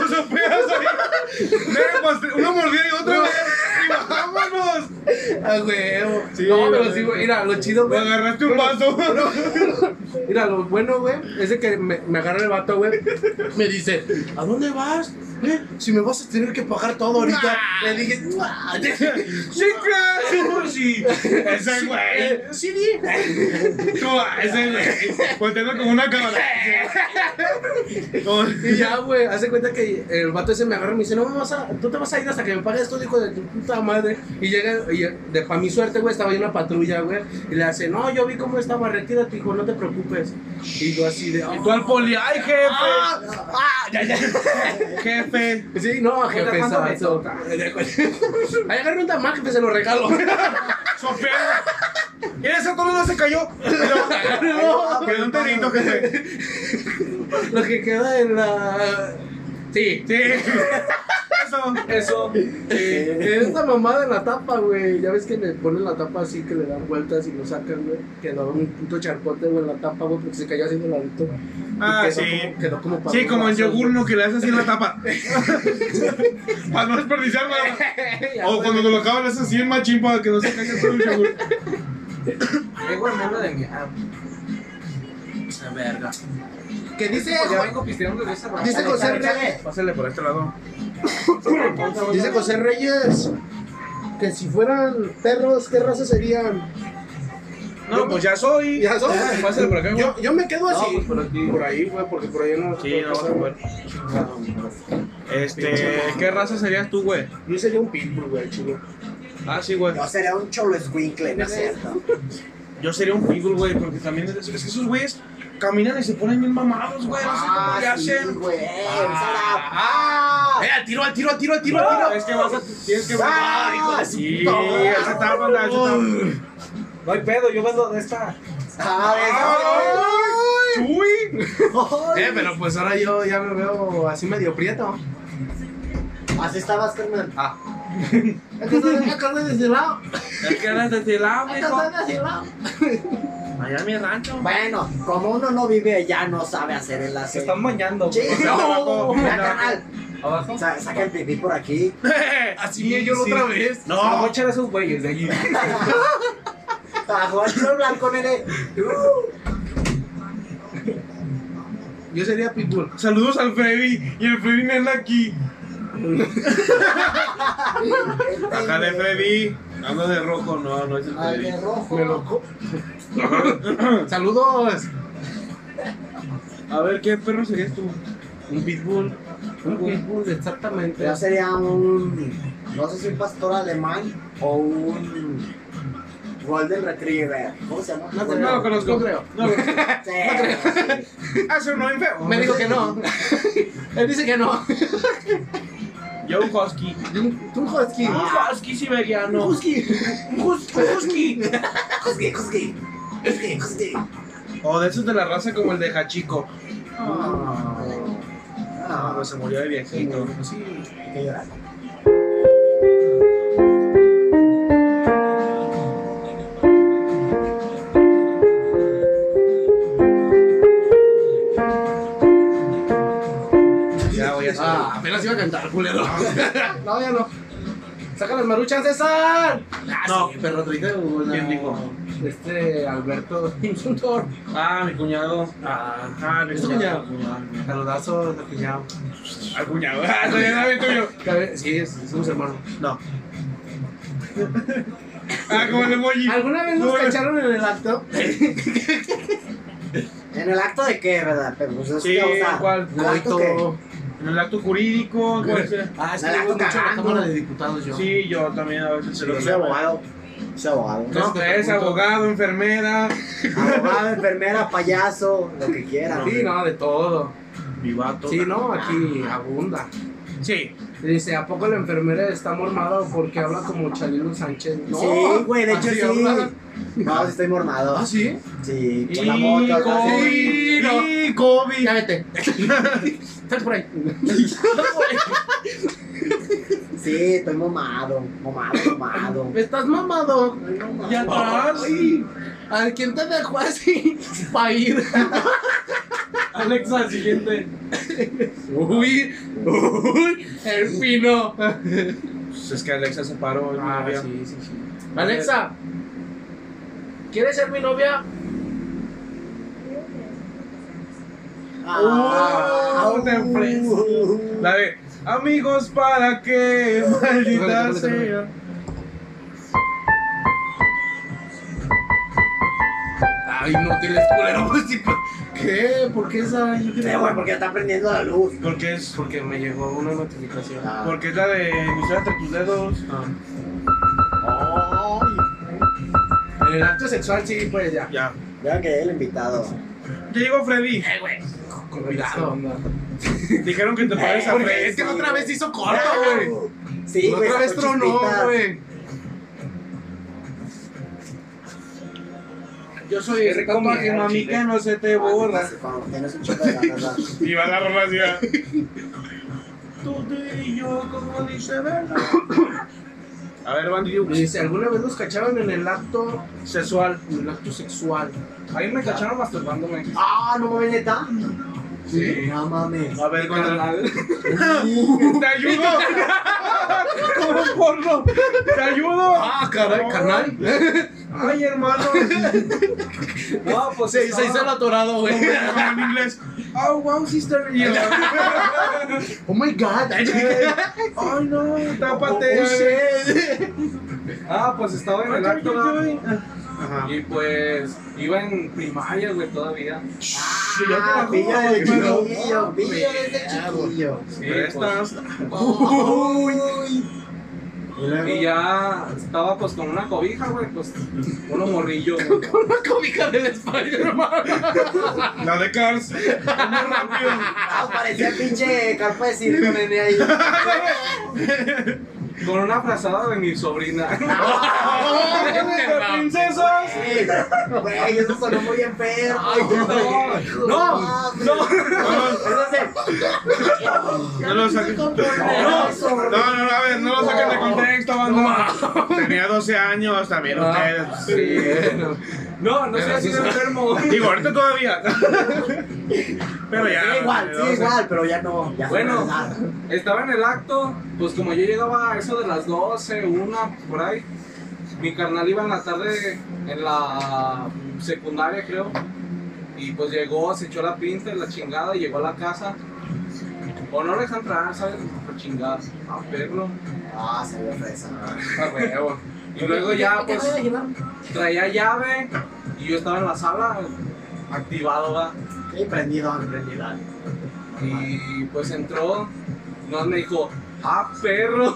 No supeas ahí. Ve, pues una mordida y otra vez. Y vámonos. Ah, güey. Sí, no, pero güey. sí, güey. Mira, lo chido, Me güey. agarraste un vaso. Mira, lo bueno, güey, es de que me, me agarra el vato, güey. Me dice, ¿a dónde vas? Eh, Si me vas a tener que pagar todo ahorita. Ah. Le dije, "Ah, "Mua". Sí, claro. Sí. Ese güey. Eh, Sí, di. Como ese güey. Volteando como una cámara. Como- Y ya, güey, hace cuenta que el vato ese me agarra y me dice, no me vas a, tú te vas a ir hasta que me pagues todo, hijo de tu puta madre. Y llega, y de pa' mi suerte, güey, estaba ahí una patrulla, güey, y le hace, no, yo vi cómo estaba, retírate, hijo, no te preocupes. Y yo así de, "Oh". ¿Y cuál poli? ¡Ay, jefe! Ah, ah, ya, ya. Jefe. Sí, no, jefe, ¿cuándo me sazo. toca? Ahí agarré un tamal, jefe, se lo regalo. Sopea. Y ese tono no se cayó. Pero- Quedó un tonito, jefe. Lo que queda en la... Sí. Sí. Eso. Eso. eh, Es esta mamada en la tapa, güey. Ya ves que le ponen la tapa así, que le dan vueltas y lo sacan, güey. Quedó un puto charcote, güey, en la tapa, güey, porque se cayó así de ladito. Y Ah, quedó sí. Como, quedó como para Sí, dos como el vasos, yogur güey. no que le haces así en la tapa. para no desperdiciar nada. O Oh, cuando te lo acabas, le haces así en machín para que no se caiga todo el yogur. Vengo al mundo de mi. Ah, la verga. Que dice, Pues ya vengo pisteando desde esa rato. dice José Reyes, Pásale por este lado. dice José Reyes que si fueran perros, ¿qué raza serían? No, pues ya soy. Ya son. Pásale por acá, güey. Yo, yo me quedo No, así. pues por aquí. por ahí, güey, porque por ahí no. Sí, no vas a poder. Este, ¿qué raza serías tú, güey? Yo sería un pitbull, güey, chulo. Ah, sí, güey. Yo sería un cholo escuincle, ¿no es cierto? Yo sería un pitbull, güey, porque también es, es que esos güeyes caminan y se ponen bien mamados, güey. No sé cómo le Ah, sí, hacen. güey. Sara. ¡Ah! ¡Eh, al tiro, al tiro, al tiro, al tiro, al tiro! Ah, es que vas a. Tienes que. Ah, hijo de su sí, puta madre. esa etapa, la esa etapa. No hay pedo, yo vendo de esta. Ah, ¡Chuy! esa- Eh, pero pues ahora yo ya me veo así medio prieto. Ay, Así estabas, carnal. Ah, Es que eres de Silao, mijo. Allá en mi rancho. Bueno, como uno no vive allá, no sabe hacer el Se aseo. están bañando. Sí. güey. No. Ya, carnal, Abajo. sa- saca el pipí por aquí. así me yo otra vez. No. voy a echar a esos güeyes de allí. Bajo el tiro blanco, nene. Yo sería Pitbull. Saludos al Freddy. Y el Freddy no anda aquí. Acá de Freddy. Ando de rojo. No, no es el Al de Freddy. rojo. Me loco. Saludos. A ver, ¿qué perro serías tú? Un Pitbull. Un Pitbull, exactamente. Yo sería un. No sé si un pastor alemán o un. Golden Retriever. ¿Cómo se llama? No lo conozco. creo. No lo conozco. Sí, sí. Ah, eso no es feo. Me dijo que no. Él dice que no. Yo un husky. Y un- Un husky. Un Ah. husky siberiano. husky. Un hus- un husky. Cusqui, cusqui. Cusqui, cusqui. O de esos de la raza como el de Hachiko. Ah, Ah, pues se murió de viejito. hay que llorar. Pues Ya voy a hacer. Ah, apenas iba a cantar, culero. no, ya no. Saca las maruchas, César. Ah, No. sí, perro triste. ¿Quién dijo? Este Alberto Insultor. Ah, mi cuñado. Ah, Ah, mi ¿Es tu cuñado. saludazos al cuñado. Al cuñado. Ah, soy el amigo tuyo. Cabe- Sí, es- somos hermanos. No. Ah, como el emoji. ¿Alguna vez nos Como el- cacharon en el acto? ¿En el acto de qué, verdad? Pero, pues, es Sí, que, o sea, ¿cuál? ¿En el acto qué? En el acto jurídico. ¿cómo se- Ah, es que En el llevo mucho acto a la cagando. Cámara de Diputados yo. Sí, yo también a veces se lo Yo soy llevo. abogado. Soy abogado. No, Entonces, te es pregunto- abogado, enfermera. Abogado, enfermera, payaso, lo que quiera. Sí, no, de todo. Vivato. Sí, no, aquí abunda. Sí. Y Dice, ¿a poco la enfermera está mormada porque habla como Chalino Sánchez? No, Sí, güey, de hecho así sí. habla. No, sí estoy mormado. ¿Ah, sí? Sí, Y con la moto. algo COVID. así. no. Y COVID. Ya vete. Estás por ahí. Sí, estoy momado. Momado, momado. Estás mamado. Estoy momado. Ya atrás. Ay, ¿A quién te dejó así? Pa' ir. Alexa, siguiente. Uy, uy, el pino. Pues es que Alexa se paró. Ah, novia. sí, sí, sí. Alexa, ¿quieres ser mi novia? Ah, Uh, te ofrezco. La de amigos para que maldita Tócale, tócale, sea. Ay, no tienes culero. pues, sí, pa- ¿Qué? ¿Por qué esa? Yo Sí, quería- eh, güey, porque está prendiendo la luz. Porque es, Porque me llegó una notificación. Ah. porque es la de ilusión entre tus dedos. En el acto sexual, sí, pues ya. Ya. Ya que el invitado. Ya llegó Freddy. Cuidado. Dijeron que te pareces a Porque Freddy. es que la otra vez hizo corto, güey. Sí, La güey. otra vez sacó tronó, chispitas. güey. Yo soy el rico compa mi- que mami chile. que no se te borra. Ah, Cuando tienes un chico de ganas, ¿no? Y va la relación. Tú tú y yo como dice verdad. A ver, bandido. Me dice, ¿alguna vez los cacharon en el acto, Sexual. en el acto sexual? Ahí me cacharon masturbándome. Ah, no mames, neta. Sí. No mames. A ver, cuando Carnal. Uh, ¡Te ayudo! ¡Como un porno! ¡Te ayudo! Ah, caray, carnal. ¡Ay, hermano! No, pues Se, se hizo el estaba- atorado, güey. en inglés. ¡Oh, wow, sister! Y el- Oh my god. ¡Ay, no! Oh, ¡Tápate! shit. Ah, pues estaba en el Ay, acto. ¿no? ay, ay. Ajá. Y pues iba en primaria, güey, todavía. Ah, pillo desde Pero- chiquillo. Pillo desde chiquillo. Sí, Pero estas. Uy. pues, y ya estaba pues con una cobija, güey, pues uno morrillo. güey. Una cómica del Spider-Man. La de Cars. Más rápido. Ah, parecía pinche carpa de circo, nene, ahí. Con una frazada de mi sobrina. ¡Ay, Ah, de princesas! Güey, eso sonó muy enfermo. Ay, no. No, no. Eso se... No lo saquen. No, no, no, a ver, no lo saquen de contexto, banda. Tenía 12 años también ustedes. pues, Ah, sí, bueno. No, no soy así de enfermo. Digo, ahorita todavía. Pero ya. Sí, igual, sí, o sea, igual, pero ya no. Ya Bueno. nada. Estaba en el acto, pues como yo llegaba a eso de las 12, una, por ahí, mi carnal iba en la tarde en la secundaria, creo, y pues llegó, se echó la pinta y la chingada, y llegó a la casa. O no le dejan entrar, ¿sabes? Por chingada, a verlo, Ah, se ve fresa. a huevo. Y luego ya, pues, traía llave, y yo estaba en la sala, activado, va. Y prendido, prendido. Y pues entró, nos me dijo, ah, perro.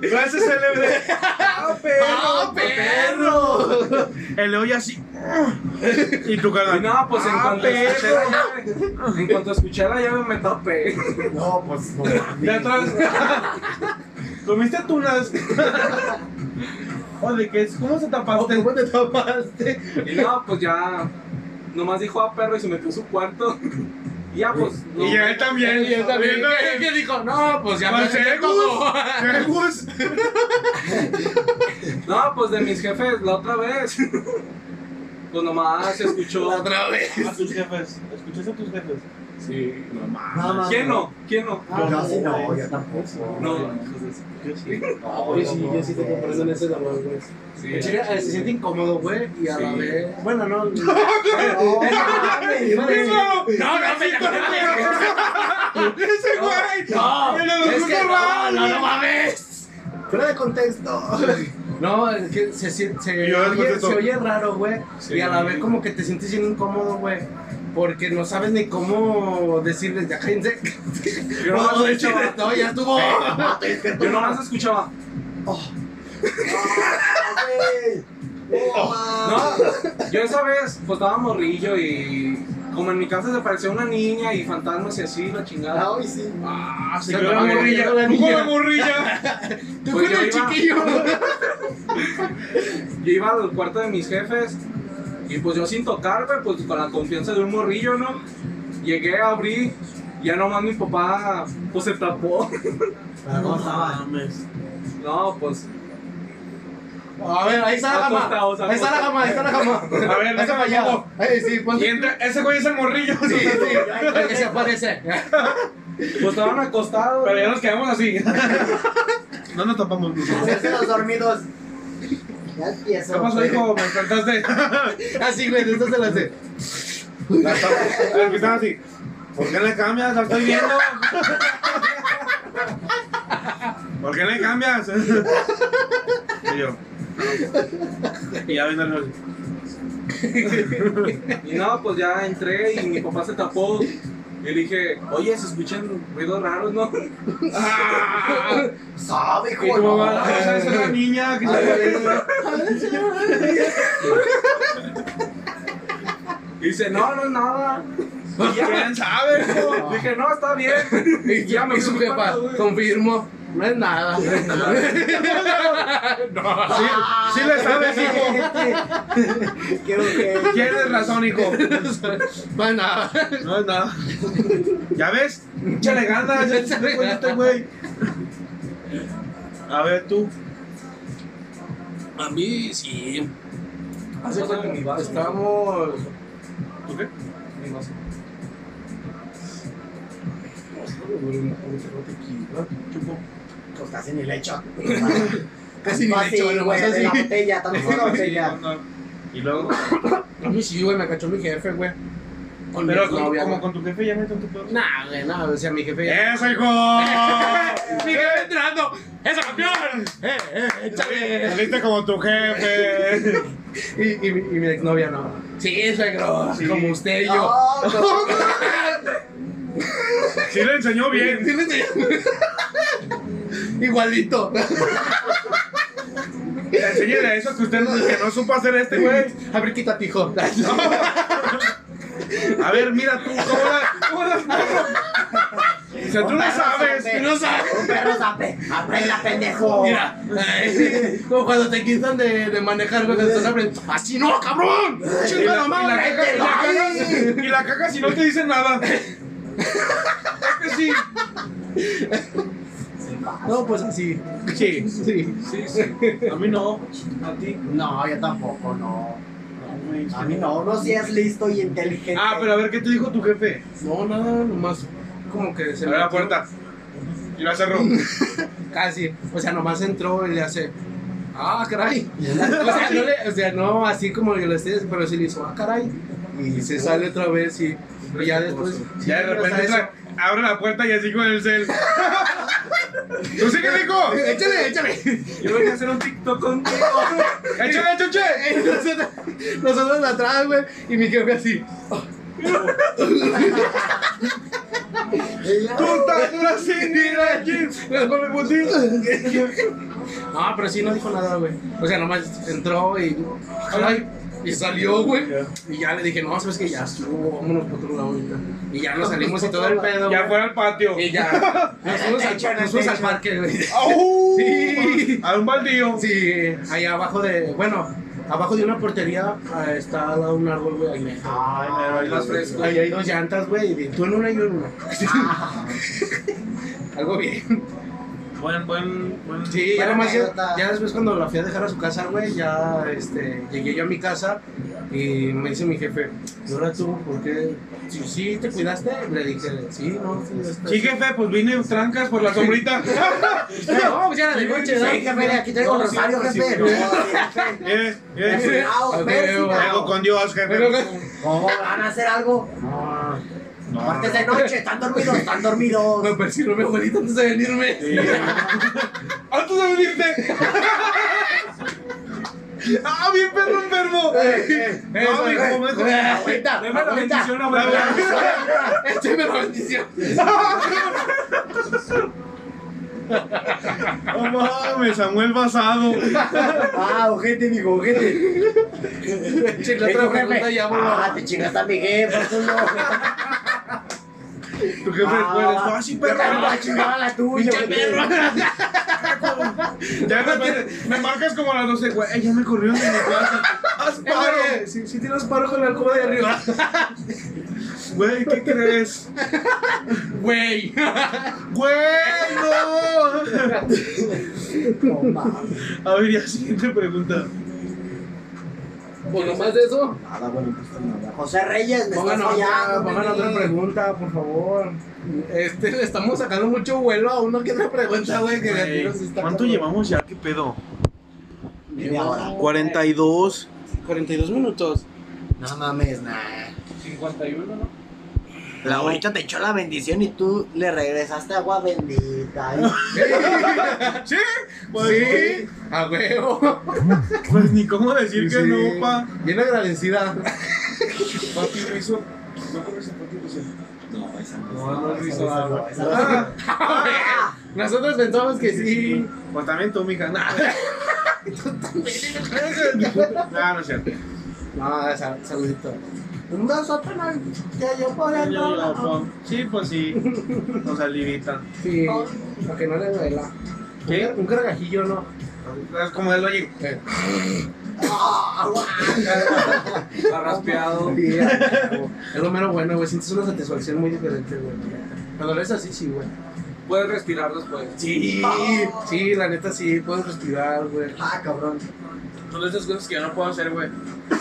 Gracias, célebre. ¡Ah, perro! ¡Ah, perro! El Leo ya así. Y tu Y canal. no, pues en Ah, cuanto escuché la llave, en cuanto escuché la llave me tapé. No, pues no. Ya atrás. Comiste tunas. Joder, ¿qué es? ¿Cómo se tapaste? ¿Cómo te tapaste? Y no, pues ya nomás dijo a perro y se metió a su cuarto. Y ya pues. no- Y él también, y él también. ¿Qué, qué dijo? No, pues ya Pues, presenté Segus, todo. Segus. No, pues de mis jefes, la otra vez. Pues nomás se escuchó. Otra vez. A tus jefes. ¿Escuchaste a tus jefes? Sí, nomás. Nada más. ¿Quién no? ¿Quién no? Ah, yo sí no, yo tampoco. No, hijos de su- Oye, sí, yo sí te comprendo en ese dolor, güey. sí. En Chile, eh, se siente incómodo, güey, y a la Sí. vez... Bueno, no... No, mames, iba a decir- No, Ah, no, me ¡Ese güey! No, ¡Me lo es que puso no, mal! no, no mames. Fuera de contexto. No, es que se, siente- Y se, yo después de oye, todo. se oye raro, güey. Sí. Y a la vez como que te sientes bien incómodo, güey. Porque no sabes ni cómo decirles, ya cállense. Yo nomás No, decirles, escuchaba. no, ya estuvo. Yo nomás escuchaba. No, No, mames. yo esa vez pues estaba morrillo y como en mi casa se apareció una niña y fantasmas y así, la chingada. Ay, sí. Ah, Se quedó la morrilla. Tú con la morrilla. Tú Pues con yo el iba- chiquillo. Yo iba al cuarto de mis jefes y pues yo sin tocarme, pues con la confianza de un morrillo, ¿no? Llegué, abrí, ya nomás mi papá pues se tapó. No mames. No, pues A ver, ahí está la Acostados, gama. Ahí está la acostados. gama, ahí está la gama. A ver, Ahí está déjame para allá. como. Ahí sí, ponte- Y entra, ese güey es el morrillo. Sí, sí, el que se aparece. pues estaban acostados. Pero ya nos quedamos así. No nos tapamos. Hacerse los dormidos. Ya empiezo. ¿Qué pasó, hijo? Me despertaste. Así, güey, entonces se las de. La tapa- la que estaba así. ¿Por qué le cambias? La estoy viendo. ¿Por qué le cambias? Y yo. Y ya vino el rollo. Y no, pues ya entré y mi papá se tapó. Y dije, oye, se escuchan ruidos raros, ¿no? ¡Ah! Sabe, hijo. Y tu no. mamá, no, esa "Ah, es una niña que está Y dice, no, no es nada. ¿Quién sabe? hijo? Dije, no, está bien. Y ya me su fui jefa, para- confirmo. No es nada. Sí, "Ah, sí le sabes, hijo. Quiero que. Tienes razón, hijo. No es nada. No es nada. ¿Ya ves? Échale ganas, ya se le este güey. A ver, tú. A mí sí. Hace cuenta que mi vaso. Estamos. ¿Tú qué? Mi vaso. Pues casi ni lecho. Casi ni Así, lecho, nomás güey, de la así. botella, tan solo la botella. No, no. Y luego. A mí sí, güey, me cachó mi jefe, güey. Con Pero mi con- novia, como con güey. tu jefe ya no hay tanto pedo. Nah, güey, nada, o sea, mi jefe. ya- ¡Eso, hijo! Mi jefe entrando. ¡Eso, campeón! ¡Eh, eh, échale! Saliste como tu jefe. Y, y, mi- y mi exnovia no. Sí, Ah. suegro. Sí. Como usted y yo. No, no. Sí le enseñó bien. Sí, le enseñé. Igualito. Enseñale eso que usted no- que no supo hacer este güey. pues. A ver, quítate, hijo. A ver, mira tú, ¿cómo la, cómo la- O sea, tú no sabes. No sabes. Un perro sape. Aprenda, pendejo. Mira, ay, como cuando te quitan de, de manejar, güey, cuando estás aprendiendo. ¡Así no, cabrón! Y la, ¡Chinga la y la madre! caga, y la caga- y la caga si no te dice nada. que sí. No, pues así. Sí, sí. Sí, sí. A mí no. A ti. No, yo tampoco, no. A mí no, no seas listo y inteligente. Ah, pero a ver, ¿qué te dijo tu jefe? No, nada, nomás como que se Abre la metió. puerta. Y la cerró. Casi. O sea, nomás entró y le hace. Ah, caray. O sea, no, le- o sea, no así como que lo estés, pero sí le hizo, ah, caray. Y se sale otra vez y, y ya después. Ya de repente pasa entra, abre la puerta y así con el cel. ¿Tú sí que dijo? eso. Échale, échale. Yo voy a hacer un TikTok contigo. ¡Échale, chuche! Nosotros, nosotros atrás, güey. Y mi jefe así. Y ya- ¡Puta, sin ir aquí! Con el puntito. No, pero sí no dijo nada, güey. O sea, nomás entró y. Caray. Y salió, güey. Y ya le dije, no, sabes que ya estuvo, vámonos por otro lado ahorita. Y ya nos salimos y todo el pedo. Ya güey. fuera al patio. Y ya. Nos fuimos Te echan, al, nos te fuimos al echan. parque, güey. ¡Au! Sí. A un baldío. Sí, ahí abajo de. Bueno, abajo de una portería ah, está al lado un árbol, güey. Ahí, me- Ay, mero, Ah, ahí las frescas. ahí hay dos llantas, güey. Y tú en una y yo en una. Algo bien. Buen, buen, buen. Sí, ya Buena nomás ya, anécdota. ya después cuando la fui a dejar a su casa, güey, ya este, llegué yo a mi casa y me dice mi jefe, ¿y ahora tú por qué? Si sí te cuidaste, le dije, sí, no, sí, está- Sí, jefe, pues vine trancas por la sombrita. No, pues ya era de noche, Sí, ¿no? jefe, mira, aquí traigo No, el rosario, sí, jefe. sí, No, sí. jefe. Eh, eh. Mercinao, Ok, Luego mercinao. con Dios, jefe. ¿Cómo van a hacer algo? No, Martes de noche, están dormidos, están dormidos. me persiguió mi abuelita antes de venirme. Sí. Antes de venirte. ¡Ah, bien perro enfermo! eso, No, mi eh. hijo, me- Ahorita, Deme la ahorita. bendición, abuela. Écheme la bendición. No mames, Samuel Basado. Ah, ojete, mijo, ojete. Écheme la otra Dijo, pregunta jefe, y ya, Ah, bueno. te chingaste a mi jefe, tú no. Tu jefe después de Ah, ¡Ah, sí, yo perro! también voy a chingar a la tuya, Pinche ojete. perro. Ya de repente me marcas como a las 12, güey. Ay, ya me corrió de mi casa. Ah, ¡Haz Eh, paro! güey, Si si tienes paro con la alcoba de arriba. Güey, ¿qué crees? Güey. ¡Güey, no! No mames. A ver, ya siguiente pregunta. Por lo más Pues de eso. Nada, bueno, pues, nada. José Reyes, me estás Pongan otra, fallando. pongan baby. otra pregunta, por favor. Este, le estamos sacando mucho vuelo a uno que otra pregunta, güey, que de a tiro sí está ¿Cuánto cabrón. llevamos ya? ¿Qué pedo? Media hora. 42. 42 minutos. No mames, nah. 51, ¿no? La abuelita te echó la bendición y tú le regresaste agua bendita. Ay, ¿Sí? Pues, Sí, a huevo. pues ni cómo decir que Sí. no, pa. Bien agradecida. Papi lo hizo. No conoces a Papi Rizzo. No, esa No, no, esa hizo esa nada, no, esa no. Ah, Nosotros pensamos que sí. pues también tú, mija. Nah. Nah, no es cierto. No, sal- saludito. Nosotros no, que yo por el Yo no, digo, no. pon. Sí, pues sí. Nos alivita. Sí, para que no le duela. ¿Qué? Un cargajillo, ¿no? Es como el oye. Eh, Ha raspeado. sí, a huevo. es lo menos bueno, güey. Sientes una satisfacción muy diferente, güey. Cuando lo es así, sí, güey. Puedes respirar después. Sí, sí, la neta sí, puedes respirar, güey. Ah, cabrón. Son de esas cosas que yo no puedo hacer, güey.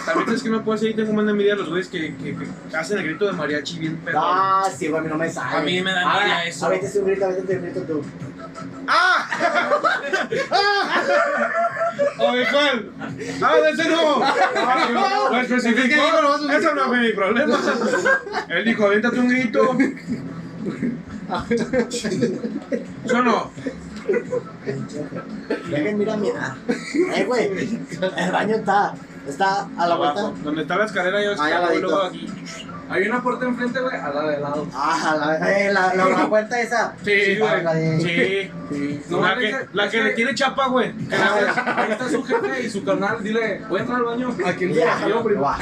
También es que no puedo hacer y tengo más envidia a los güeyes que, que, que hacen el grito de mariachi bien pedo. Ah, sí, güey, a mí no me sale. A mí me da Ah, envidia eso. A ver, te un grito, a ver, te un grito tú. ¡Ah! Oye, ¿cuál? ¡Ah, de ese no! Lo especificó. Eso no fue mi problema. Él dijo, aviéntate un grito. Yo no. Dejen, mira mi edad. Eh, güey, el baño está, está a la vuelta. Abajo. Donde está la escalera yo Ahí al escalo y luego aquí. Hay una puerta enfrente, güey, a la de lado. Ah, la, eh, la, la, la puerta esa. Sí, Ah, la de- Sí. No, la es que, la es que le tiene chapa, güey. Que la ves. Ahí está su jefe y su canal. Dile, voy a entrar al baño. ¿A quién Ya, se lo güey, primero? va.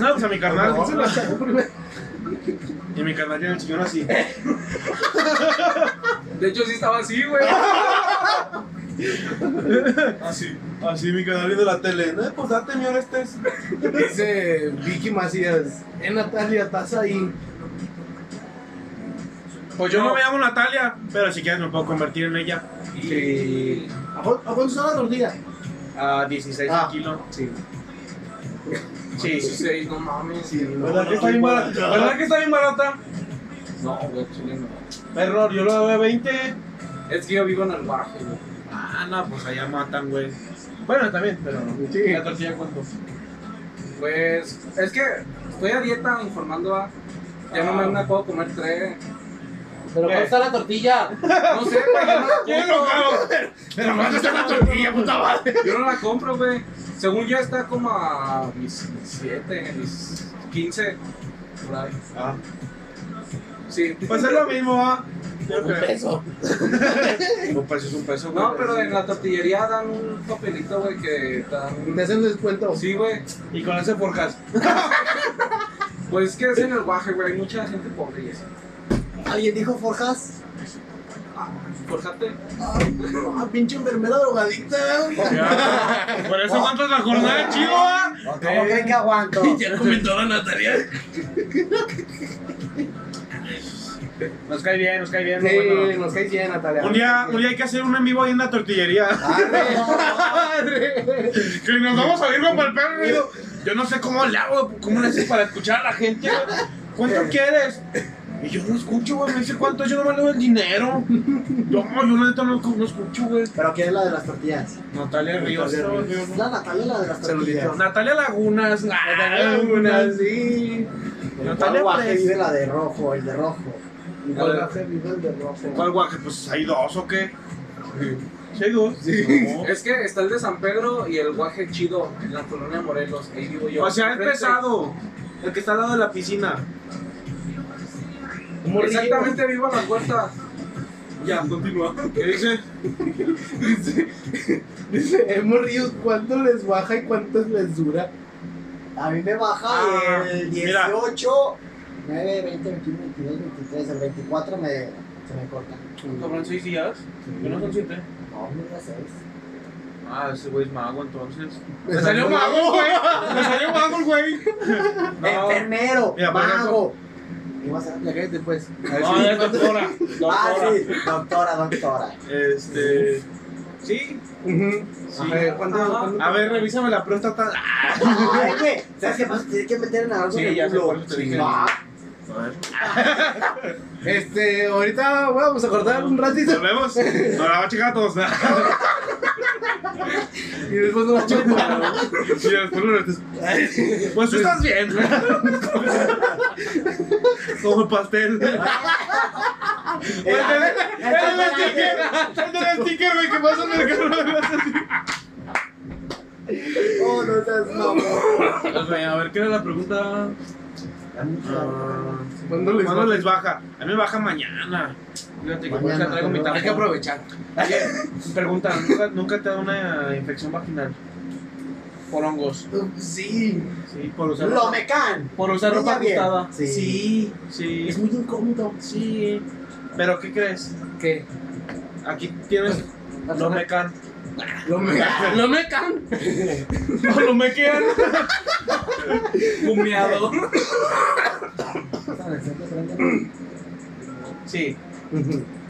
No, pues a mi carnal. ¿Quién se lo sacó primero? Y mi carnal tiene el señor así. De hecho, sí estaba así, güey. Así. Así mi carnal viendo la tele. No, pues date, mi hora este es. Dice Vicky Macías, eh Natalia, estás ahí. Pues yo no me llamo Natalia, pero si quieres me puedo convertir en ella. Sí. ¿A cu- a cuánto está la tortilla? A 16 Ah. kilos. Sí. Sí. 16, no mames. ¿Verdad que está bien barata? ¿Verdad que está bien barata? No, güey, chile no. Error, yo lo doy 20. Es que yo vivo en el bajo, güey. Ah, no, pues allá matan, güey. Bueno, también, pero. Sí. ¿La tortilla cuánto? Pues, es que estoy a dieta informando a. Ya no me puedo comer tres. Pero ¿Qué? ¿cuánto está la tortilla? No sé, güey, yo no la ¡Qué compro. enojado! Pero ¿cuánto está la tortilla, puta madre? Yo no la compro, güey. Según ya está como a mis 7, mis 15. Por ahí. Ah. Sí. Pues es lo mismo, ¿ah? Yo Un creo. peso. Un peso es un peso, güey. No, pero en la tortillería dan un papelito, güey, que dan... ¿Te hacen descuento? Sí, güey. Y con ese forjas. Pues es que es en el baje, güey. Hay mucha gente pobre y eso. ¿Alguien dijo forjas? Ah, forjate. Ah, pinche enfermera drogadicta. Ya. Por eso aguantas la jornada, chido, ¿ah? ¿Cómo creen que aguanto? Ya comentó la Natalia. Nos cae bien, nos cae bien. Sí, muy bueno. nos caes bien, Natalia. Ah, Un día, un día hay que hacer un en vivo ahí en la tortillería. Que nos vamos a ir como el perro. y Yo, yo no sé cómo le hago, cómo le haces para escuchar a la gente. güey. ¿Cuánto quieres? Y yo no escucho, güey. Me dice cuánto, yo nomás le doy el dinero. Yo, no, yo neta no, no escucho, güey. ¿Pero quién es la de las tortillas? Natalia Ríos. Natalia no, yo Ríos. no. La Natalia, la de las tortillas. Natalia Lagunas. Natalia Lagunas, sí. Natalia Natalia Guaje Pérez. vive la de rojo, el de rojo. Igual la hace viva el de rojo. ¿Cuál guaje? Pues hay dos o qué. Sí, hay dos. No. Es que está el de San Pedro y el guaje chido en la colonia Morelos. Ahí vivo yo. O sea, es Frente- pesado. El que está al lado de la piscina. Un morrillo. Exactamente, vivo en las huertas. Ya, continúa. ¿Qué dice? Dice, eh, morrillos, ¿cuánto les baja y cuántos les dura? A mí me baja Ah, el mira. 18, 9, 20, 21, 22, 23, el 24 me, se me corta. Cobran seis días. Que no son siete. No, me da seis. Ah, ese güey es mago entonces. ¡Me salió mago, güey! ¡Me salió mago el güey! No, Enfermero, Mira, por mago. ¿Qué vas a hacer? La caes después. no, es doctora. Ah, Doctora. sí, doctora, doctora. Este. Sí. Ujú. A ver, ¿cuánto? Ajá. cuánto- A ver, revísame la próstata. Ah, Ay, güey, ¿sabes qué pasa? Tienes que meter en algo Sí, en el ya sé, culo. por eso te dije. Ah, A ver. Este, ahorita bueno, vamos a cortar un ratito Volvemos. No la va a checar a todos. y después nos vamos a Sí, después lo metes. Pues tú estás bien. Como pastel. eh, Era ya el sticker, era el sticker, güey, que pasa en el carro. Oh, no seas mamón. A ver, ¿qué era la pregunta? ¿Cuándo les ¿Cuándo baja? les baja? A mí me baja mañana. Fíjate que Mañana, mañana traigo mi ¿no? Hay que tapón. aprovechar. Oye, pregunta, ¿nunca, nunca te da una infección vaginal? Por hongos. pues Sí, Sí, por usar lo mecan. Por usar ropa Brilla bien. ajustada. Sí. Sí. Es muy incómodo. Sí. ¿Pero qué crees? ¿Qué? Aquí tienes lo mecan. Lo me No me can. No, lo mequean. Fumeado. Sí,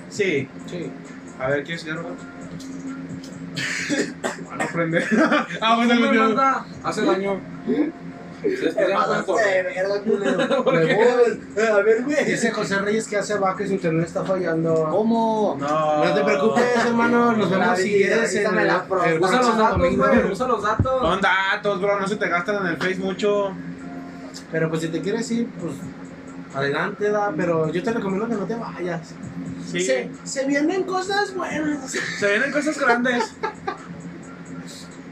sí. A ver, ¿quieres cigarro? Van a prender. ah, bueno, me metió. manda? Hace daño. Les Te pelean con pasaste de verga, culero. ¿Por Me qué? voy. A ver, güey. Dice José Reyes que hace vaca y su internet está fallando. Ah. ¿Cómo? No. No te preocupes, hermano, nos La vemos si vida, quieres en quítame el, la pro- el Usa próximo los datos, domingo. güey. Usa los datos. Son datos, bro. No se te gastan en el Face mucho. Pero pues si te quieres ir, pues adelante, da. Pero yo te recomiendo que no te vayas. Sí. se vienen cosas buenas. Se vienen cosas grandes.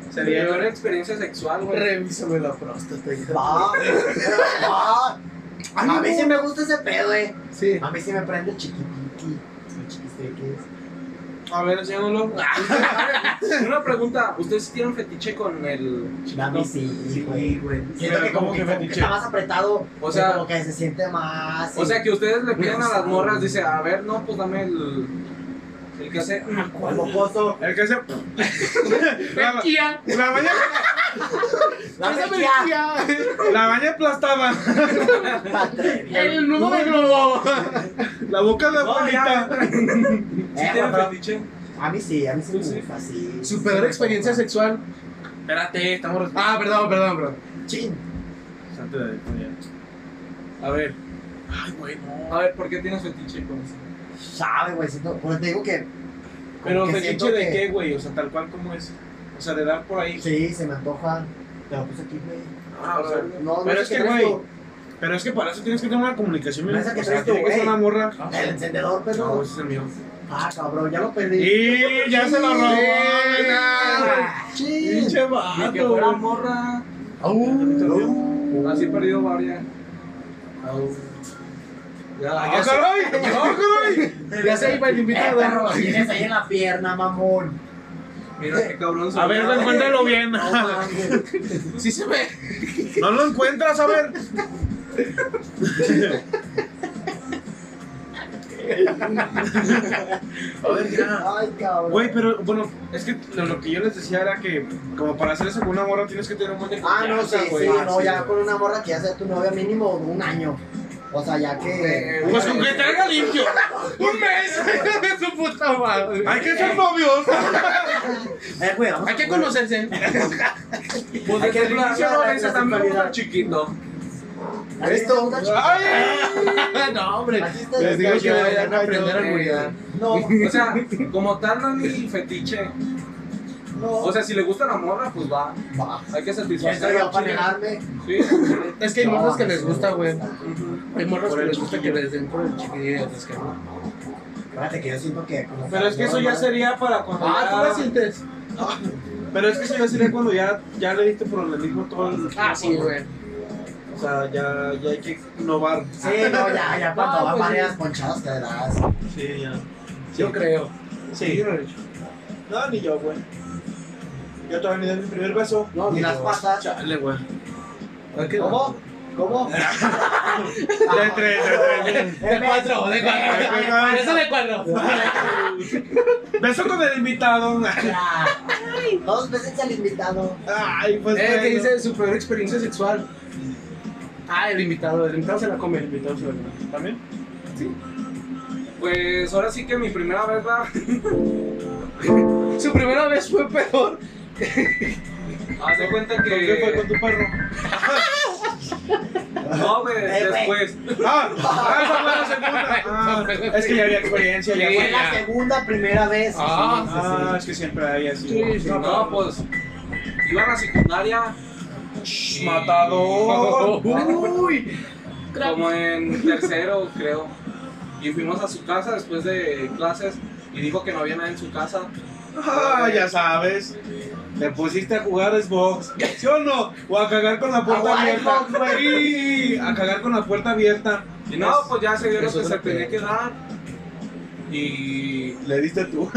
Se Sería vienen. una experiencia sexual, güey. Revísame la próstata. hija. Va. Va. A mí no. sí me gusta ese pedo, eh. Sí. A mí sí me prende chiquitiki. Chiquisteques. A ver, enséñalo. Ah, Una pregunta. ¿Ustedes tienen fetiche con el A chiquito? mí sí, güey. güey. Siento Pero que como ¿cómo que, que como que fetiche? está más apretado. O O sea- sea, como que se siente más. O sea, que ustedes le piden a las Sí. morras, dice, a ver, no, pues dame el... El que hace... Eh, como pozo. El que se. la, la mañana. La ¡Esa vecchia. vecchia! La baña aplastaba. Patria. El nudo de globo. La boca de No, ya. abuelita. ¿Sí Eh, tiene pero fetiche? A mí sí, a mí sí me Sí. gusta, sí. Su peor experiencia sexual. Espérate, estamos respondiendo. Ah, perdón, perdón, perdón. Chin. Salte de ahí, coño. A ver, Ay, güey, no. a ver, ¿por qué tienes fetiche con eso? Sabe, güey, siento- Pues te digo que. como Pero que fetiche siento de que- qué, güey, o sea, tal cual como es. O sea, de dar por ahí. Sí, se me antoja. Te lo puse aquí, güey. Ah, o sea, No, no Pero sé es qué que, traes güey, tú. Pero es que para eso tienes que tener una comunicación. No, bien- esa que o sea, traes tiene tú, que ser güey. una morra. El encendedor, No, pero. ese es el mío. Ah, cabrón, ya lo perdí. Y ya se lo robó. güey, nada. Chin. Pinche Ni que vato, fuera güey. morra. Uh, Así he perdido varias. ya, ¡Ah, ya, se, caray! ¡Ah, caray! ya se iba el Eh, invitado. perro, lo tienes ahí en la pierna, mamón. Mira qué cabrón A ver, güey. encuéntralo bien. No mames. Sí se ve. No lo encuentras, a ver. A ver, ya. Ay, cabrón. Güey, pero bueno, es que lo, lo que yo les decía era que, como para hacer eso con una morra, tienes que tener un buen de Ah, no, sí, confianza, sí, güey. no, ya con una morra que ya sea tu novia mínimo un año. O sea, ya que. Pues con que traiga limpio. ¡Un mes! ¡Su puta madre! Hay que ser novios. Eh, güey, vamos Hay que a- conocerse. Pues Hay que desde el hablar, inicio hablar, no hablar, ves a hablar, tan hablar. morra chiquito. Aquí Esto. está- ¡Ay! no, hombre. aquí está- Les digo que cayó, deberían cayó. aprender a cuidar. No, O sea, como tal no es mi fetiche. no. O sea, si le gusta la morra, pues va. Va. Hay que Ya estoy satisfacer yo para negarme. Sí. Es que hay morros que les no, gusta, no, güey. no. Hay morros que les gusta que les den por el chiquillo. es que no. Espérate que yo siento que. como Pero es que eso ya se. sería para cuando. Ah, ya- ¿tú la sientes? Pero es que eso ya sería cuando ya, ya le diste problemismo todo el. Ah, sí, güey. O sea, ya, ya hay que innovar. Sí, no, ya, ya cuando No, van pues, varias ponchadas te das. Sí, ya. Yo creo. Sí. No, ni yo, güey. Yo todavía ni doy mi primer beso. No, Y ni las yo. patas. Dale, güey. ¿Cómo? ¿Cómo? De tres, de tres. De cuatro, de cuatro. Eso de cuatro. Pues, Beso con el invitado. Ya. Dos veces al invitado. Ay, pues. Eh, ¿qué bueno. dice su peor experiencia sexual? Ah, el invitado. El invitado se la come. El invitado se la come. ¿También? Pues ahora sí que mi primera vez va. Su primera vez fue peor. Haz de cuenta ¿Con qué fue con que. tu perro? No, güey, Eh, güey. después. Ah, ah, esa fue la segunda. Ah, es que ya había experiencia, ya Sí. fue. Fue la segunda primera vez. Ah. Sí, sí, sí. Ah, es que siempre había Sí, así. sí. No, pues. Iba a la secundaria Matador. Uy. como en tercero, creo. Y fuimos a su casa después de clases y dijo que no había nadie en su casa. Ah, ya sabes. Te pusiste a jugar Xbox, ¿sí o no? O a cagar con la puerta Ah, guay, abierta. Xbox, güey. Sí, a cagar con la puerta abierta. Y no, pues ya se dio lo Eso que es se lo que- tenía que dar. Y Le diste tú.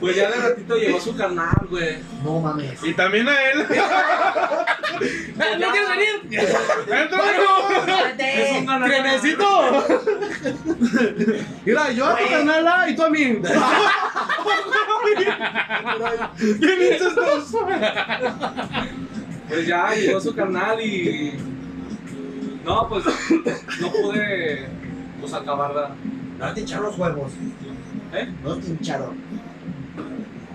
pues ya de ratito llegó su canal, güey. No mames. Y también a él. Ah, ¿No quieres venir? ¡Entra, Es un canal. ¡Trenecito! Mira, yo a tu canal y tú a mí. ¿Quién hizo esto? Pues ya llegó su canal y. No, pues no pude pues, acabarla. No te hincharon los huevos. ¿Eh? No te hincharon.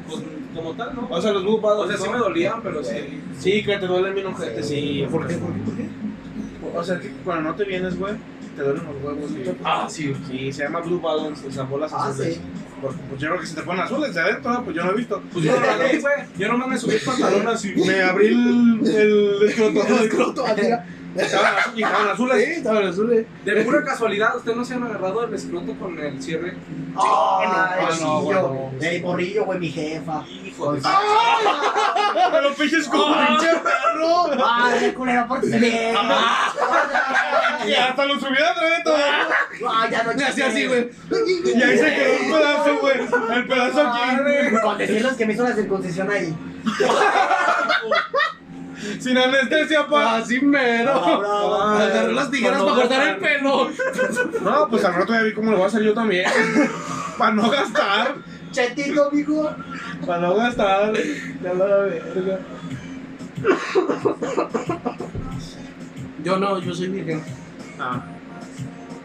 Pues como tal, ¿no? O sea, los bupados. O sea, sí me dolían, pero sí. Sí, que te duele mi ojete, sí. ¿Por qué? ¿Por qué? ¿Por qué? O sea, que cuando no te vienes, güey, te duelen los huevos. Sí, Ah, sí. Sí, se llama Blue Balance, o sea, bolas Ah, azules. sí. Porque, pues yo creo que si te ponen azules de adentro, pues yo no he visto. Pues yo no la vi, güey. Yo nomás me subí el pantalón así. Me abrí el, el escroto. El escroto, ah, mira. Estaban azu- y estaban azules. Sí, estaba en el azul, eh. De pura casualidad, ¿ustedes no se han agarrado el escroto con el cierre? Ay, no, no, sí, yo. bueno. El morrillo, güey, mi jefa. Hijo de- Pero los pinches como Ah. pinche perro. Madre culero, por ti. Y Ay, hasta lo subieron otra vez todo. ya no Le Ah. hacía así, güey. Y ahí se quedó un pedazo, güey. El pedazo aquí. Con decirles que me hizo la circuncisión ahí. Sin anestesia, pa. Así mero. Ah, Cabrón. Agarró las tijeras para Cuando cortar el botan. pelo. No, pues al rato ya vi cómo lo voy a hacer yo también. Para no gastar. Chatito, mijo. Para no gastar. Ya la verga. Yo no, yo soy virgen. Ah.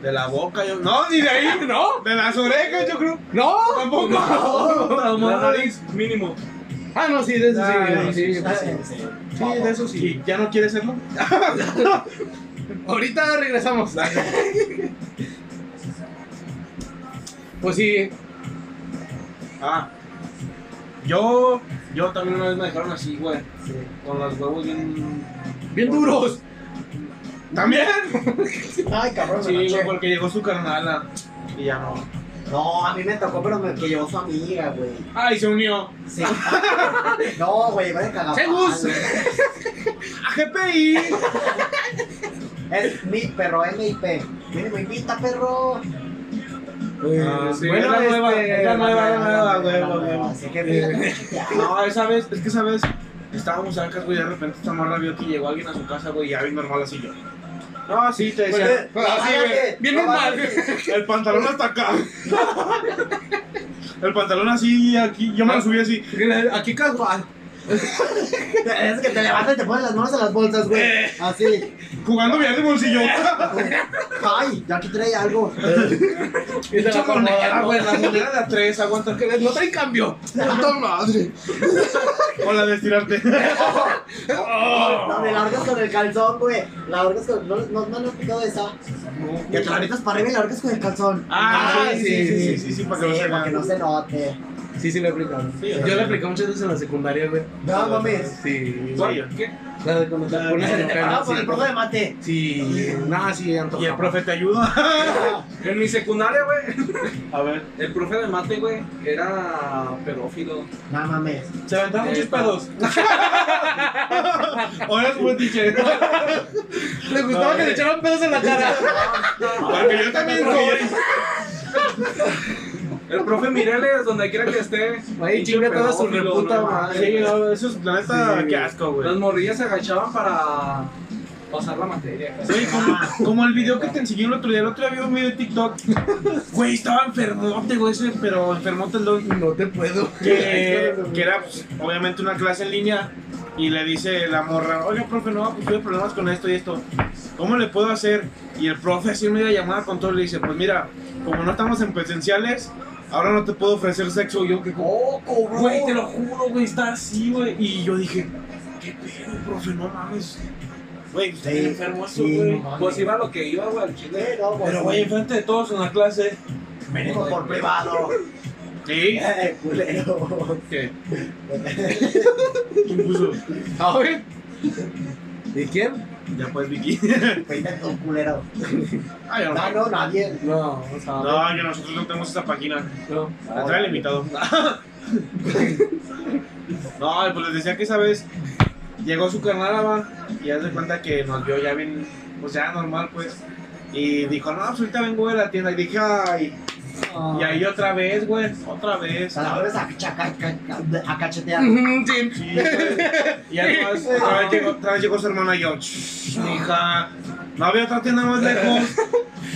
De la boca, yo. No, ni de ahí, no. De las orejas, yo creo. ¡No! Tampoco. No, La no, nariz, mínimo. Ah, no, sí, de eso sí. Ah, de eso sí. Sí, de eso sí. ¿Ya no quieres serlo? Ahorita regresamos. Pues sí, Ah. Yo. Yo también una vez me dejaron así, güey. Con los huevos bien. bien duros. ¡También! Ah, Ay, cabrón, me Sí, güey, manché. porque llegó su carnala. Y ya no. No, a mí me tocó, pero me que llevó su amiga, güey. ¡Ay, se unió! Sí. no, güey, va de Ah, cagapalo. Segus. ¡A GPI! Es mi perro, M.I.P. Mínimo, invita, perro. Pues, Ah, sí, bueno, es la nueva, este, es la nueva, la nueva, güey, La la nueva. Así que mira. No, esa vez, es que esa vez estábamos acá, güey, de repente esta morra vio que llegó alguien a su casa, güey, y ya bien normal así yo. No, sí, te decía, así, güey, bien normal. el pantalón hasta acá. El pantalón así, aquí, yo me lo subí así. Aquí Ah, casual. Es que te levantas y te pones las manos en las bolsas, güey. Eh. Así. Jugando bien de bolsillo. Ay, ya aquí trae algo. Eh. Y te la moneda, pongo, güey, la moneda de a tres, aguanta que No trae cambio. Puta madre. Con la de estirarte. No, me largas con el calzón, güey. La largas con. No, no, no, no he explicado esa. Que te la metas para arriba y la largas con el calzón. Ah, sí, sí, sí, sí, sí, para que no se para que no vean. se note. Sí, sí, lo he aplicado. Yo lo apliqué muchas veces en la secundaria, güey. No mames. Sí. Sí. La de cuando te pones en Ah, por el el profe de mate. Sí, nada, sí, antoja. Y el profe te ayuda. En mi secundaria, güey, A ver, el profe de mate, güey, era pedófilo. No mames. se aventaron muchos pedos. Ahora es buen teacher. Le gustaba que le echaran pedos en la cara. Porque yo también soy. El profe Mireles, donde quiera que esté. Ahí chinga toda su pedófilo, reputa no madre. Ah, Sí, no, eso es, la neta, Sí. qué asco, Las güey. morrillas se agachaban para pasar la materia. güey. Oye, como, como el video que te enseñé el otro día, el otro día vi un video de TikTok. Güey, estaba enfermote, güey, ese, pero enfermote el don. No te puedo. Que, que era, pues, obviamente, una clase en línea. Y le dice la morra, oiga, profe, no, pues tuve problemas con esto y esto. ¿Cómo le puedo hacer? Y el profe, así en media llamada con todo, le dice, pues mira, como no estamos en presenciales, ahora no te puedo ofrecer sexo. Y yo, que como, ¡Oh, cobrón! Güey, te lo juro, güey, está así, güey. Y yo dije, ¿qué pedo, profe? No mames. Güey, está bien Sí, enfermo eso, sí, güey. no Pues iba lo que iba, güey, al chile. Pero, Pero, güey, enfrente de todos en la clase. Venimos por privado. Sí. Eh, culero. ¿Qué? ¿Quién puso? A ver. ¿Y quién? Ya pues, Vicky. Fuiste tú, culero. Ah, yo No, no. no, nadie. No, o sea, No, yo nosotros no tenemos esta página. no. La trae el invitado. No, pues les decía que esa vez llegó su carnal va, y haz de cuenta que nos vio ya bien, pues ya normal, pues. Y dijo, no, pues ahorita vengo de la tienda. Y dije, ay. Y ahí otra vez, güey, otra O vez. sea, la vuelves a, chaca- ca- ca- a cachetear. Ujú, Sí. Sí, güey. y además, otra vez llegó, otra vez llegó su hermana y yo, "Shh, hija, no había otra tienda más lejos.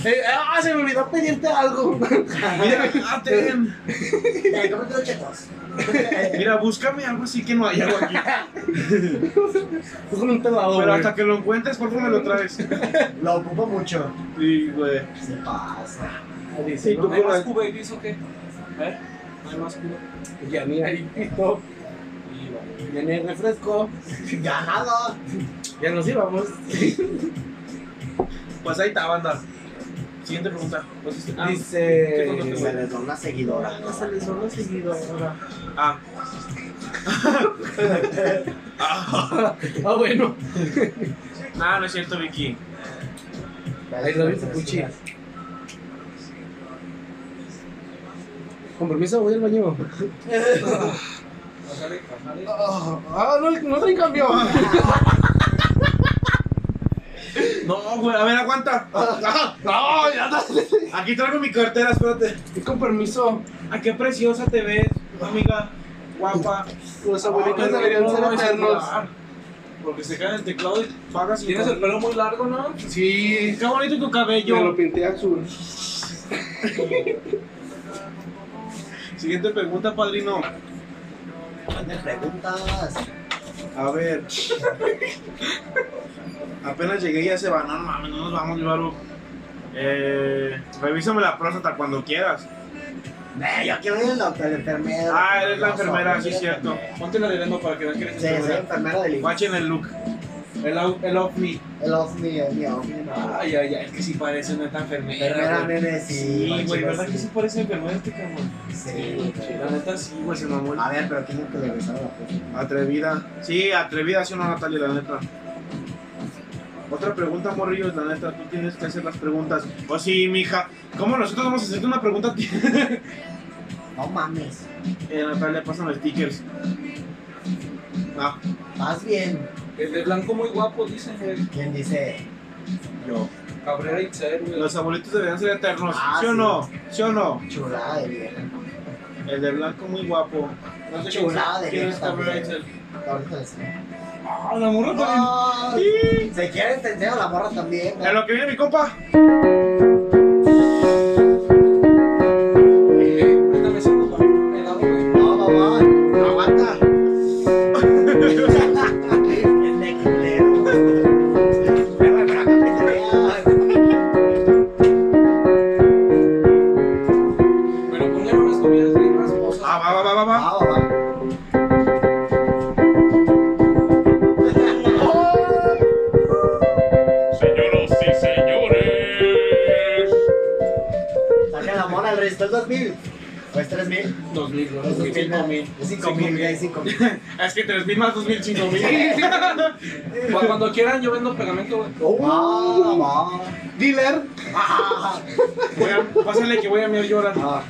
Eh, ah, se me olvidó pedirte algo. Mira, ah, ten. Eh, cómete los chetos. Mira, búscame algo así que no hay algo aquí. Fue con un pedado, Pero güey. hasta que lo encuentres, por favor, me lo traes. Lo ocupo mucho. Sí, güey. Se pasa. Sí, tú ¿No hay con más la- cuba y o qué? ¿Eh? ¿No hay más cuba? Ya ni hay pito, Y vale. ya ni hay refresco. Ya nada. Ya nos íbamos. Pues ahí está, banda. Siguiente pregunta. Pues, este- ah, ¿qué Dice. contestó, Se güey? les da una seguidora. Ya se les solo seguido ahora. Ah, Ah, bueno. Ah, no, no es cierto, Vicky. Ahí lo viste, Puchi. Con permiso, voy al baño. Bájale, bájale. Ah, no, no traen cambio. No, güey, a ver, aguanta. Ah. Ah. No, ya no. Aquí traigo mi cartera, espérate. Con permiso. Ah, qué preciosa te ves, amiga. Guapa. Los abuelitos deberían ser No, es eternos. celular. Porque se cae en el teclado y pagas y Tienes el pelo muy largo, ¿no? Sí. Qué bonito tu Yo cabello. lo pinté azul. Siguiente pregunta, padrino. Te preguntas. A ver. Apenas llegué y ya se va. No, no mames, no nos vamos, Álvaro. Eh, revísame la próstata cuando quieras. Ve, yo quiero ir al doctor, el enfermero. Ah, eres la Yo soy, enfermera, yo sí, soy cierto. enfermera. Ponte la de Lendo para que veas que eres Sí, soy enfermera. enfermera del IMSS. Guachen el look. El, au- el ovni. El ovni, el mi ovni. no. Ay, ay, ay, es que sí parece una tan enfermera. Enfermera, güey. nene, sí. Sí, güey, guacho, ¿verdad que sí parece enfermera este cabrón? Sí, güey. La neta sí, güey, se mamó el A ver, pero ¿quién es el que le besaron la puta? Atrevida. Sí, atrevida, sí, no, Natalia, la neta. Otra pregunta, morrillos, la neta, tú tienes que hacer las preguntas. O sí, mija. ¿Cómo nosotros vamos a hacerte una pregunta? a ti? No mames. eh, Natalia, pásame stickers. Ah, Más bien, El de blanco muy guapo, dicen, güey. ¿quién dice? yo. Cabrera y Tzer, güey. Los abuelitos deberían ser eternos. Ah, ¿Sí o sí. no? ¿Sí o no? Chulada de vieja. El de blanco muy guapo. No sé Chulada de quién vieja es Cabrera también. Itzel. Ahorita les digo. Ah, la morra también. No, Se quieren te enseño la morra también. ¿no? A lo que viene mi compa. Eh, ahorita me siento con el helado, güey. No, mamá. Aguanta. Es de culero. Pero, pero, acá que te veas. Pero pongan unas comidas bien rasposas. Ah, va, va, va, va, va. Ah, mamá. Señoras y señores, Saca la morra al resto. ¿Es 2000? ¿O es 3000? Dos mil, güey. ¿Es 5000? Es 5000, ya es 5000. Es que 3.000 más 2.000, 5.000. Cu- Cuando quieran, yo vendo pegamento, güey. Ah, mamá. Dealer. Ah, Voy a- Pásale que voy a mirar yo ahora. ah.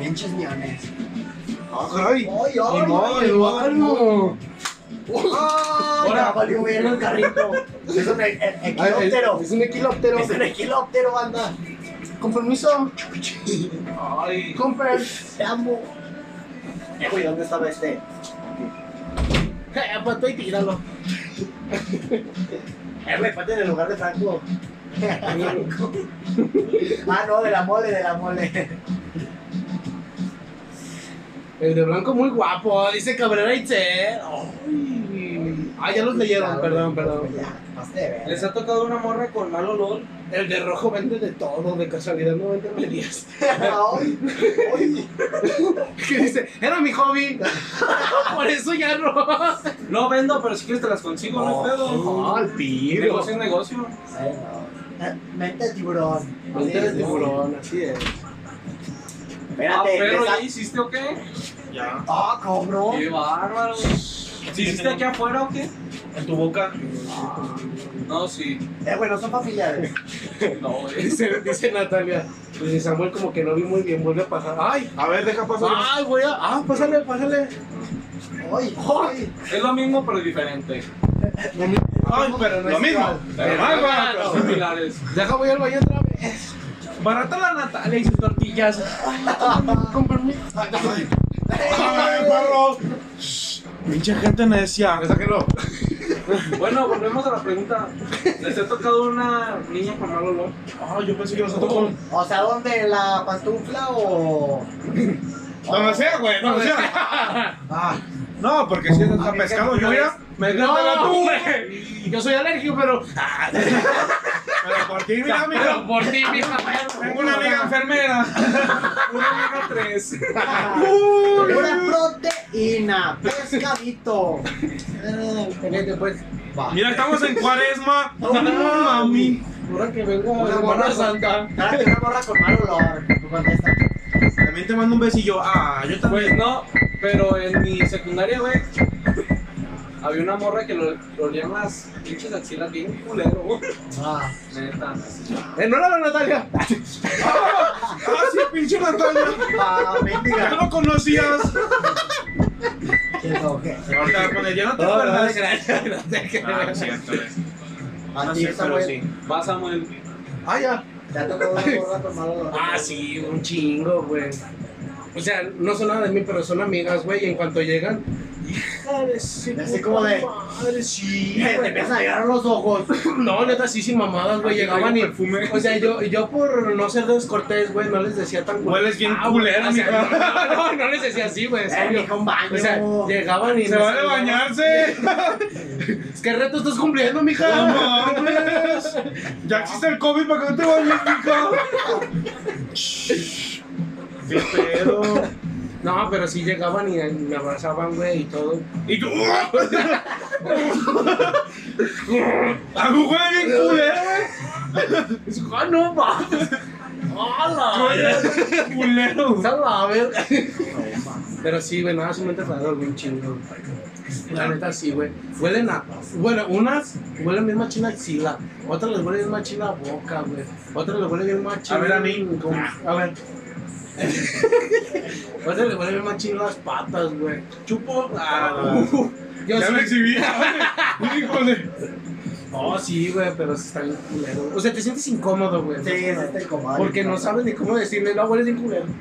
Pinches ñones. Ah, Ay, ni ¡Ay, modo, ni modo. ¡Ay, ya valió bien el carrito! Es un e- e- Ay, es- equilóptero. Es un equilóptero. Es un equilóptero, banda. Con permiso. Ay, Compren. Te amo. Eh, güey, ¿dónde estaba este? Eh, pues y tíralo. Eh, güey, ponte en el lugar de Franco. Franco. ah, no, de la mole, de la mole. El de blanco muy guapo, dice Cabrera Itzel. Ay. Ah, ya los leyeron, perdón, perdón. Ya, pasaste de verga. les ha tocado una morra con mal olor. El de rojo vende de todo, de casualidad no vende medias. Ay, ay. Que dice, era mi hobby. Por eso ya no. No vendo, pero si quieres te las consigo, no es pedo. Oh, al piro. Negocio es negocio. Ay, no. Eh, Mente de tiburón. Mente de tiburón, así es. Ah, Espérate, perro, les ha- ¿ya hiciste o qué? Ya. Ah, cabrón. Qué bárbaro. ¿Sí hiciste aquí afuera o qué? En tu boca. No, sí. Eh, güey, no son familiares. No, güey. Dice, dice Natalia. Dice Samuel como que no vi muy bien, vuelve a pasar. Ay, A ver, deja pasar. ay, voy a. Ah, pásale, pásale. Ay, ay. Es lo mismo, pero diferente. Ay, pero no es lo mismo. igual. Pero más Los barato. similares. Deja, voy al baño otra vez. Barata la Natalia y sus tortillas. Ay, perro. Pinche gente necia. Sáquelo. Bueno, volvemos a la pregunta. ¿Les ha tocado una niña con mal olor? Ay, Ah, yo pensé que nosotros con. O sea, ¿dónde? ¿La pantufla o...? Donde sea, güey, donde sea. Ah, No, porque si es hasta A mí pescado, que- yo ya. Me No, encanta la tuve. güey. Yo soy alérgico, pero. Pero por ti, mira, Pero mira. por ti, mija. Tengo una amiga enfermera. Una amiga tres. pura proteína, pescadito. Vete, pues. Va. Mira, estamos en cuaresma. No, No, mami. Ahora que venga Una la buena Semana Santa. Ahora que una morra con mal olor. Tú contesta. También te mando un besillo. Ah, yo Pues también. no, pero en mi secundaria, güey, había una morra que lo, lo olían las pinches axilas bien culero, güey. Ah, Neta. Eh, no la veo, Natalia. Ah, sí, pinche Natalia. ah, Ya mendiga. lo conocías. Qué ojete. Ahorita, con el ya no te No, no acuerdas. te creas, no te Ah, no creas. es cierto, eh. A No ti, sé, pero Samuel, sí. Va Samuel. Ah, ya. ¿Te ha tocado una morra con mal olor? Ah, sí, un chingo, güey. O sea, no son nada de mí, pero son amigas, güey. Y en cuanto llegan, dejar Y así como de- Madre, sí. Te güey. empiezan a llorar los ojos. No, neta, sí, sin mamadas, güey. Llegaban y. perfume. O sea, yo, yo por no ser descortés, güey, no les decía tan güey. Hueles bien Ah, güey, culero, o sea, mija. no, no, no les decía así, güey. es Eh, obvio. mija, un baño. O sea, llegaban y. Se nos vale saludaban. bañarse. ¿Qué reto estás cumpliendo, No mija? mames. Ya existe el COVID para que no te bañes, mija. Qué pedo. No, pero sí llegaban y me abrazaban, güey, y todo. Y tú. Algo juega bien culero, Es, ¡Ah, no, va! ¡Hala! güey. Culero. güey. ¡Sala, a ver! Pero sí, güey, nada, se me ha enterrado bien chingo. La neta, sí, güey. Huelen a. Bueno, unas huelen bien machina a axila. Otras les huelen bien machina a boca, güey. Otras les huelen bien machina. A ver, a mí. como- A ver. Otras les huelen bien machina las patas, güey. Chupo. Ah, uh, yo Ya sí. me exhibí. Híjole. Oh, sí, güey, pero sí está bien culero. güey. O sea, te sientes incómodo, güey. Sí, es este incomodo. Porque no sabes ni cómo decirle, no, hueles bien culero.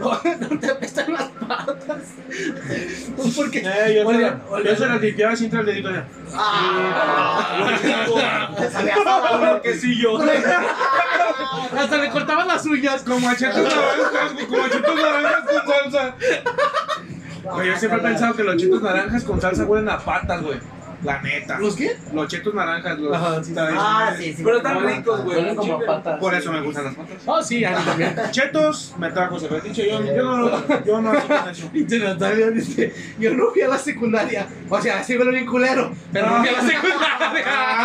No, no te apestan las patas. Porque. Eh, yo se Olía- la- olía- Yo se las limpiaba sin el dedito ya. Ah, Te sabía asado, que sí yo. Hasta le cortaban las uñas. Con machetes naranjas, güey, con machetes naranjas con salsa. Güey, yo siempre he pensado que los chetos naranjas con salsa huelen a patas, güey. La neta. ¿Los qué? Los chetos naranjas, los. Ajá, sí, sí. Ah, sí, sí. Pero están Ahora, ricos, güey. Huelen como a Chile. patas. Por eso me gustan las patas. Oh, sí, a mí también. Chetos me trajo ese fetiche. Yo, yo no yo no hacía con eso. Pinche Natalia dice: Yo no fui a la secundaria. O sea, sí, huele bien culero. Pero no fui a la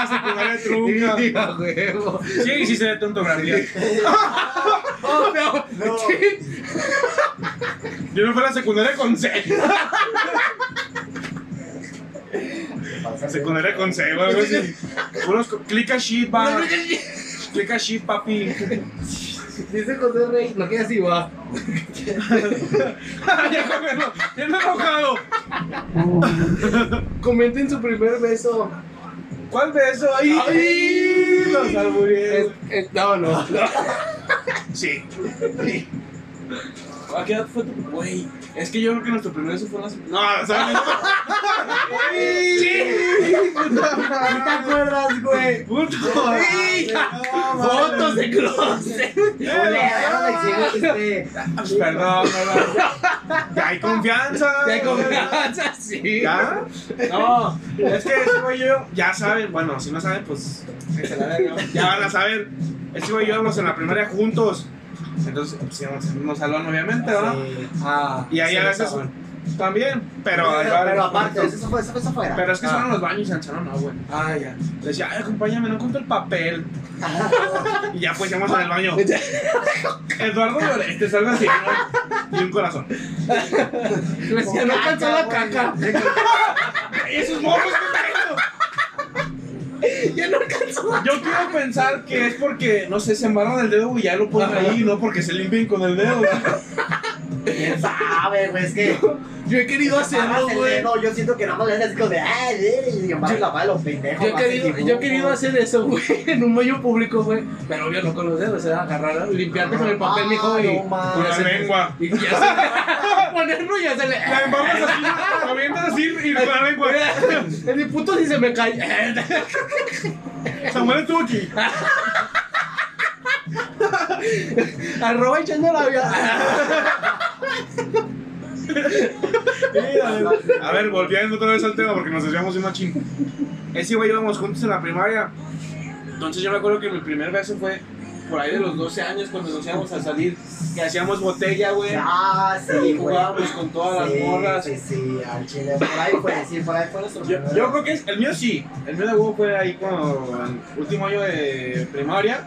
Ah, secundaria. secundaria trunca. Sí, a huevo. Sí, sí se ve tonto García. Oh, no. Sí. Yo me fui a la secundaria con C. Secundaria con C, güey. algo así. Unos co- click a shit, va. Click a shit, papi. Dice José Rey, no queda así, va. ya comiendo, ya me he mojado. Comenten su primer beso. ¿Cuál beso? ¡Ay! Los albureos. Es- es- no, no. Sí. Ah, ¿A qué edad fue tu güey? Es que yo creo que nuestro primer beso fue en la secundaria. No, ¿sabes? ¡Ay! ¿Sí te acuerdas, güey? ¡Puto! Ay, no, mames. de closet. Eh, Culero, exhibiste. Perdón, perdón. Ya hay confianza. Ya hay confianza, sí. ¿Ya? No, es que ese güey y yo ya saben, bueno, si no saben, pues que se la den, ¿no? ya van a saber. Ese güey y yo íbamos en la primaria juntos. Entonces, pues íbamos en el mismo salón, obviamente, ¿verdad? Sí. Ah, Y ahí sí, a veces cabrón. también, pero, Pero aparte, eso fue, eso fue fuera. Pero es que son en los baños y en el salón, no, güey. Ah, ya. Le decía, ay, acompáñame, no encuentro el papel. y ya pues íbamos al baño. Eduardo Llorente, algo así, ¿no? Y un corazón. Le decía, no alcanzó la caca. ¡Ay, esos morros qué Ya no alcanzó pedo! la Yo quiero pensar que es porque, no sé, se embarran el dedo y ya lo ponen ahí, no porque se limpien con el dedo. ¿Quién sabe, güey? Es que. Yo he querido Nada hacerlo, más el güey. dedo, Yo siento que nada más le haces como de. ¡Ah, y embarras la mano, pendejo. Yo he, más el querido, dibujo. yo he querido hacer eso, güey, en un baño público, güey. Pero obvio, no con los dedos, era agarrar, limpiarte con el papel, mijo, y. Ah, no mames. Con la hacer- lengua. Y ya se- Ponerlo y hacerle. La embarras así, la avientas así y con la lengua. Es mi puto si se me cae. Samuel estuvo aquí. Arroba echando la vida. A ver, volviendo otra vez al tema porque nos desviamos de machín. Ese güey íbamos juntos en la primaria. Entonces yo me acuerdo que mi primer beso fue por ahí de los 12 años cuando nos íbamos a salir, que hacíamos botella, güey. Ah, sí, Y güey. jugábamos con todas Sí, las morras. Sí, sí, al chile. Por ahí fue, sí, por ahí fue nuestro Yo, primer- yo creo que es, el mío sí, el mío de huevo fue ahí cuando en último año de primaria,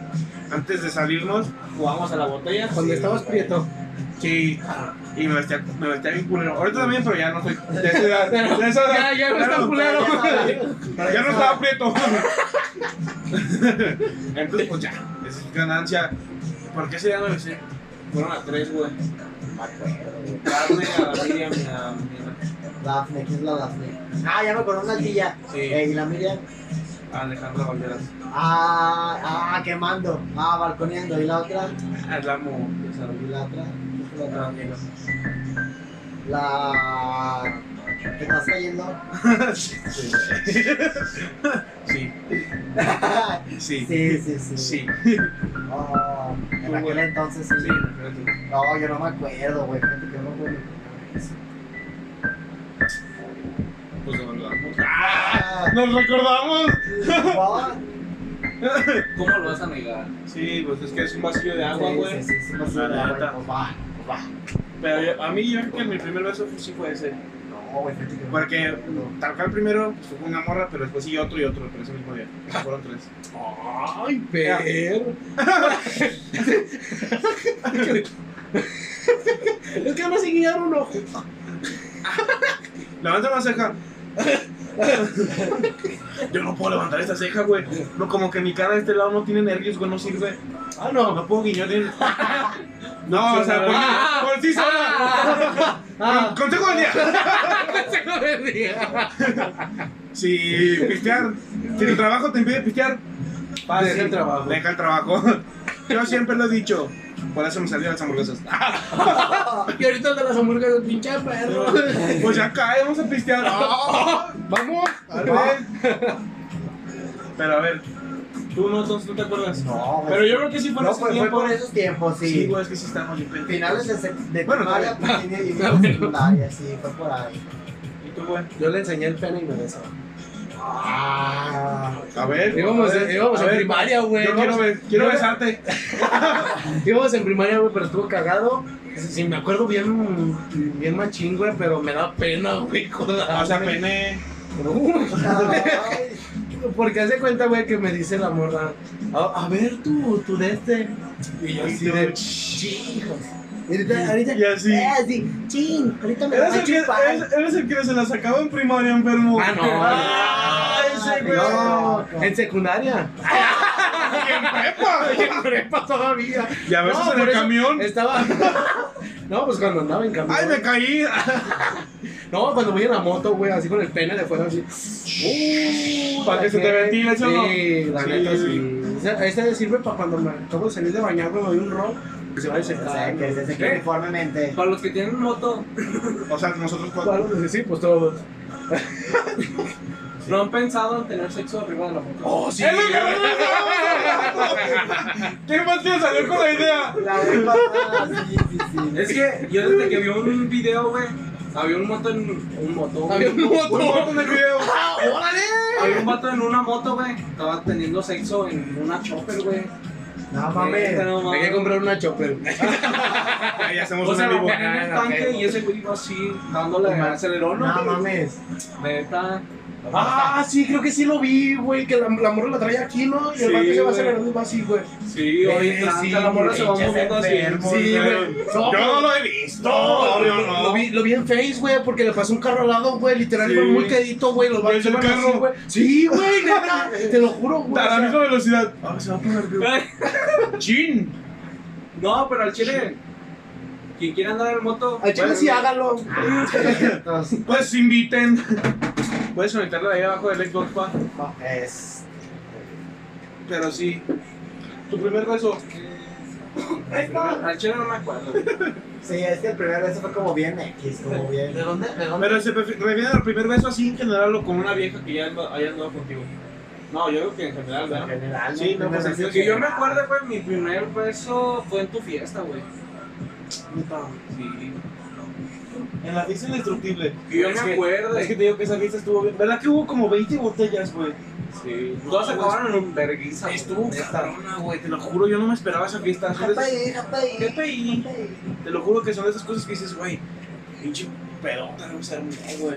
antes de salirnos, jugamos a la botella. Cuando estabas prieto. Sí, y me vestía, me vestía bien culero. Ahorita también, pero ya no soy de esa edad. Pero de esa edad. ya- ya no está no- culero. Ya, no estaba prieto. Entonces, pues ya, esa es ganancia. ¿Por qué ese día no lo sé? Fueron a tres, güey. Me acuerdo, güey. Carne, a Miriam y a Miriam. Dafne, ¿quién es la Dafne? Ah, ya me acordé una tía. Sí. Eh, ¿Y la Miriam? a Alejandra Valderas. Ah, ah, quemando. Ah, balconeando. ¿Y la otra? El Ah, amo. ¿Y la otra? La. ¿Te estás cayendo? Sí, Ah, sí, sí, sí, sí. sí. Oh, en aquel entonces sí. No, yo no me acuerdo, güey. fíjate que no me acuerdo. Pues nos recordamos. ¡Nos recordamos! Ah, ¿Cómo lo vas a negar? Sí, pues es que es un vacío de agua, sí, güey. sí, sí, sí, me suena, La güey, neta. pues va, pues va. Pero yo- a mí yo creo que mi primer beso fue- sí fue ese. No, güey, fíjate que no me Porque acuerdo. tal cual primero pues, fue una morra, pero después sí otro y otro, pero ese mismo día. Fueron tres. Ay, perro. es que no se guiaron un ojo. Levanta una ceja. Yo no puedo levantar esta ceja, güey. No, como que mi cara de este lado no tiene nervios, güey, no sirve. Ah, no. No puedo guiñar bien. No, o sea, Ah, por, por sí Ah. sola. Consejo del día. Si pistear, si tu trabajo te impide pistear, Deja el trabajo. deja el trabajo. Yo siempre lo he dicho. Por eso me salieron las hamburguesas. Y ahorita el de las hamburguesas, pinche perro. Pues ya cae, vamos a pistear. Vamos. Pero a ver, tú no, entonces no te acuerdas. No, güey. Pero yo creo que sí fue en No, ese pues, fue, fue tiempo. por esos tiempos, Sí, sí. güey, es que sí estamos bien pendejos. Finales de, sec- de Bueno, primaria, primaria y secundaria, sí, fue por ahí. ¿Y tú, güey? Yo le enseñé el pene y me besó. Ah, A ver. Íbamos, a ver, íbamos a en ver, primaria, güey. Yo quiero, be- quiero yo- besarte. Íbamos en primaria, güey, pero estuvo cagado. Sí, sí, me acuerdo bien, bien machín, güey, pero me da pena, Ah, güey, joder. O sea, pene. ay, Porque hace cuenta, güey, que me dice la morra, a, a ver tú, tú de este. Y yo así de chicos. Ahorita, ahorita. Y así. eh, así, chin, ahorita me va Eres a el, que, chupar. eres, eres el que se la sacaba en primaria, enfermo. Ah, no. Ah, ese güey. No, en secundaria. Y en prepa. Y en prepa todavía. Y a veces No, en el por eso camión. Estaba. No, pues cuando andaba en camión. Ay, me caí. No, cuando voy en la moto, güey, así con el pene de fuera, así. Uh, Para la que se te ventile eso, ¿no? Sí, la Sí. neta, sí. Esa- Esa sirve para cuando me acabo de salir de bañar, me doy un rol y se va a O sea, desencadenar. que se seque uniformemente. Para los que tienen moto, O sea, nosotros cuatro. ¿Cuál? Sí, pues todos. ¿no han pensado en tener sexo arriba de la moto? Oh, sí. ¡Es lo que ¿Qué más te salió con la idea? La vez pasada, sí, sí, sí. Es que yo desde que vi un video, güey, había un moto en un moto. Había un Un moto. montón de video. Había un vato en una moto, güey. Estaba teniendo sexo en una chopper, güey. No Neta, mames. no Hay que mames. comprar una chopper. Ahí hacemos O un sea, en lo vivo. ponen en el tanque y ese güey iba así, dándole al acelerón. No ¿no? mames. Neta. Ah, sí, creo que sí lo vi, güey, que la, la morra la traía aquí, ¿no? Y el Sí, vato se va güey. acelerando y va así, güey. Sí, Eh, oye, sí, la morra se va pinches moviendo así. enfermos, Sí, güey. No, Yo no pero- lo he visto. No, obvio lo, lo vi, lo vi en Face, güey, porque le pasó un carro al lado, güey, literal, iba Sí. muy quedito, güey, los vatos ¿Ves el iban así, carro? güey. Sí, güey, neta, te lo juro, güey. A o la sea, misma velocidad. Ah, se va a poner vivo. Chin. No, pero al chile, quien quiera andar en moto, Al chile bueno, sí, hágalo. Pues inviten. Puedes conectarla ahí abajo del Xbox, pa. Es. Pero sí. Tu primer beso. Al chile no me acuerdo. güey. Sí, es que el primer beso fue como bien X, como bien. ¿De dónde? ¿De dónde? Pero se prefi- refiere al primer beso así en general o con una vieja que ya ando- haya andado contigo. No, yo creo que en general, En ¿verdad? general, Sí, no, pues, beso es Que yo me acuerdo, güey, mi primer beso fue en tu fiesta, güey. Sí. En la fiesta indestructible. Que yo me acuerdo. Es que te digo que esa fiesta estuvo bien. ¿Verdad que hubo como 20 botellas, güey? Sí. Todos acabaron en un verguiza. Pues, Estuvo güey, neta. cabrona, güey. Te lo juro, yo no me esperaba esa fiesta. Son de esas- Japaí, japaí, ¿Qué pedí? japaí. Te lo juro que son de esas cosas que dices, güey, pinche pedota, no sé, güey.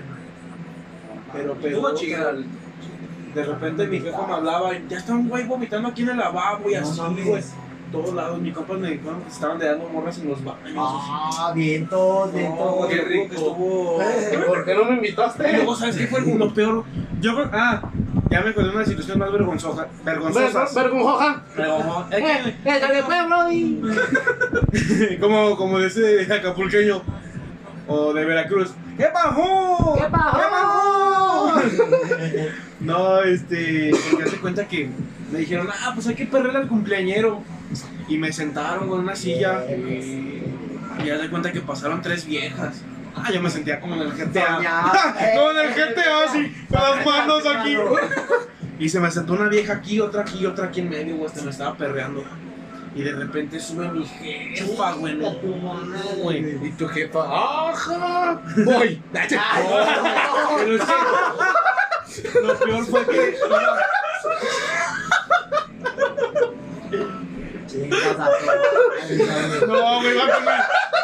Pero Estuvo pedota. chingada. De repente mi jefa me hablaba, ya está un güey vomitando aquí en el lavabo y No así, mames. güey. Todos lados, mis compas me dijeron que se estaban dando morras en los baños. Ah, vientos, No, vientos. güey, qué te lo juro que Estuvo... ¿Por qué no me Y invitaste? luego, ¿sabes qué fue lo peor? Yo creo... Ah, ya me acordé de una situación más vergonzosa. Vergonzosa. Vergonjoja. Vergonzosa. Eh, eh, dale, pues, Brody. como, como de ese acapulqueño o de Veracruz. ¡Qué bajó! ¿Qué pasó? No, este, porque hace cuenta que me dijeron, ah, pues hay que perderle al cumpleañero. eh, Y me sentaron con una silla. Y ya de cuenta que pasaron tres viejas. Ah, yo me sentía como en el Soñaba. GTA. como en el GTA, así, con las manos aquí. Y se me sentó una vieja aquí, otra aquí, otra aquí en medio, güey. Hasta me estaba perreando. Y de repente sube mi jefa, güey. No, güey. Y tu jefa, ¡ajá! ¡Voy! Pero es que lo peor fue que iba- Chingas a tu madre. No, güey, iba con mi,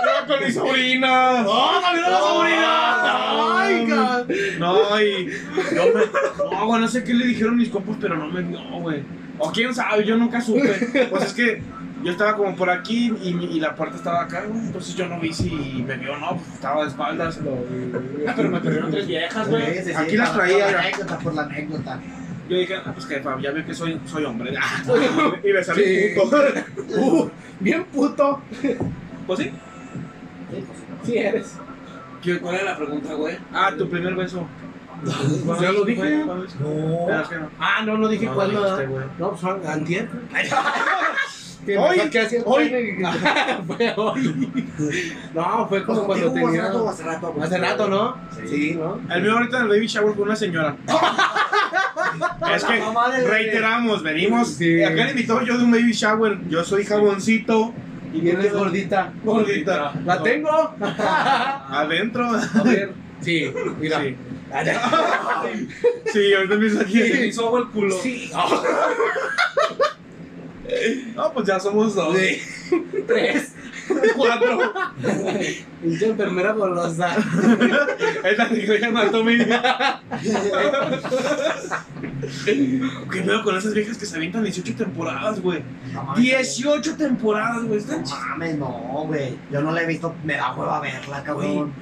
iba con mi sobrina. ¡No, también era sobrina! ¡Ay, God! No, y yo me... No, güey, no sé qué le dijeron mis compas, pero no me... No, güey. O quién sabe, yo nunca supe. Pues es que yo estaba como por aquí y, mi- y la puerta estaba acá, güey. Entonces yo no vi si me vio o no, pues estaba de espaldas. Ah, pero me perdieron tres viejas, güey. Sí, sí, sí, Aquí las por- traía. Por la anécdota, por la anécdota. Yo dije, ah, pues que ya veo que soy, soy hombre. y me salí Sí. puto. Uh, bien puto. Pues sí. Sí eres. ¿Qué- ¿Cuál era la pregunta, güey? Ah, tu primer beso. Ya lo dije. ¿Cuál es? No. Ah, es que no. Ah, no, no dije No, cuándo. no dijiste, ¿verdad? güey. No, pues fue antier. Hoy, ¿Qué hacía? hoy. Fue hoy. No, fue Pues, como cuando Contigo hubo tenía... hace rato, hace rato, güey. Hace rato, ¿no? Sí. ¿no? El mío ahorita en el baby shower con una señora. es que mamá del- reiteramos, venimos. Sí. Acá le invitó yo de un baby shower. Yo soy jaboncito. Y vienes gordita. Gordita. ¿La tengo? Adentro. A ver. Sí, mira. Sí. Ah, Sí, ahorita empiezo aquí. Sí. Se me hizo agua el culo. Sí. No, pues ya somos dos. Tres. Cuatro. Pinche enfermera pues, golosa. Es la que dejan a Tommy. ¿Qué pedo con esas viejas que se avientan 18 temporadas, güey? No mames, 18 temporadas, güey. No Están ch- mames, no, güey. Yo no la he visto, me da hueva verla, cabrón.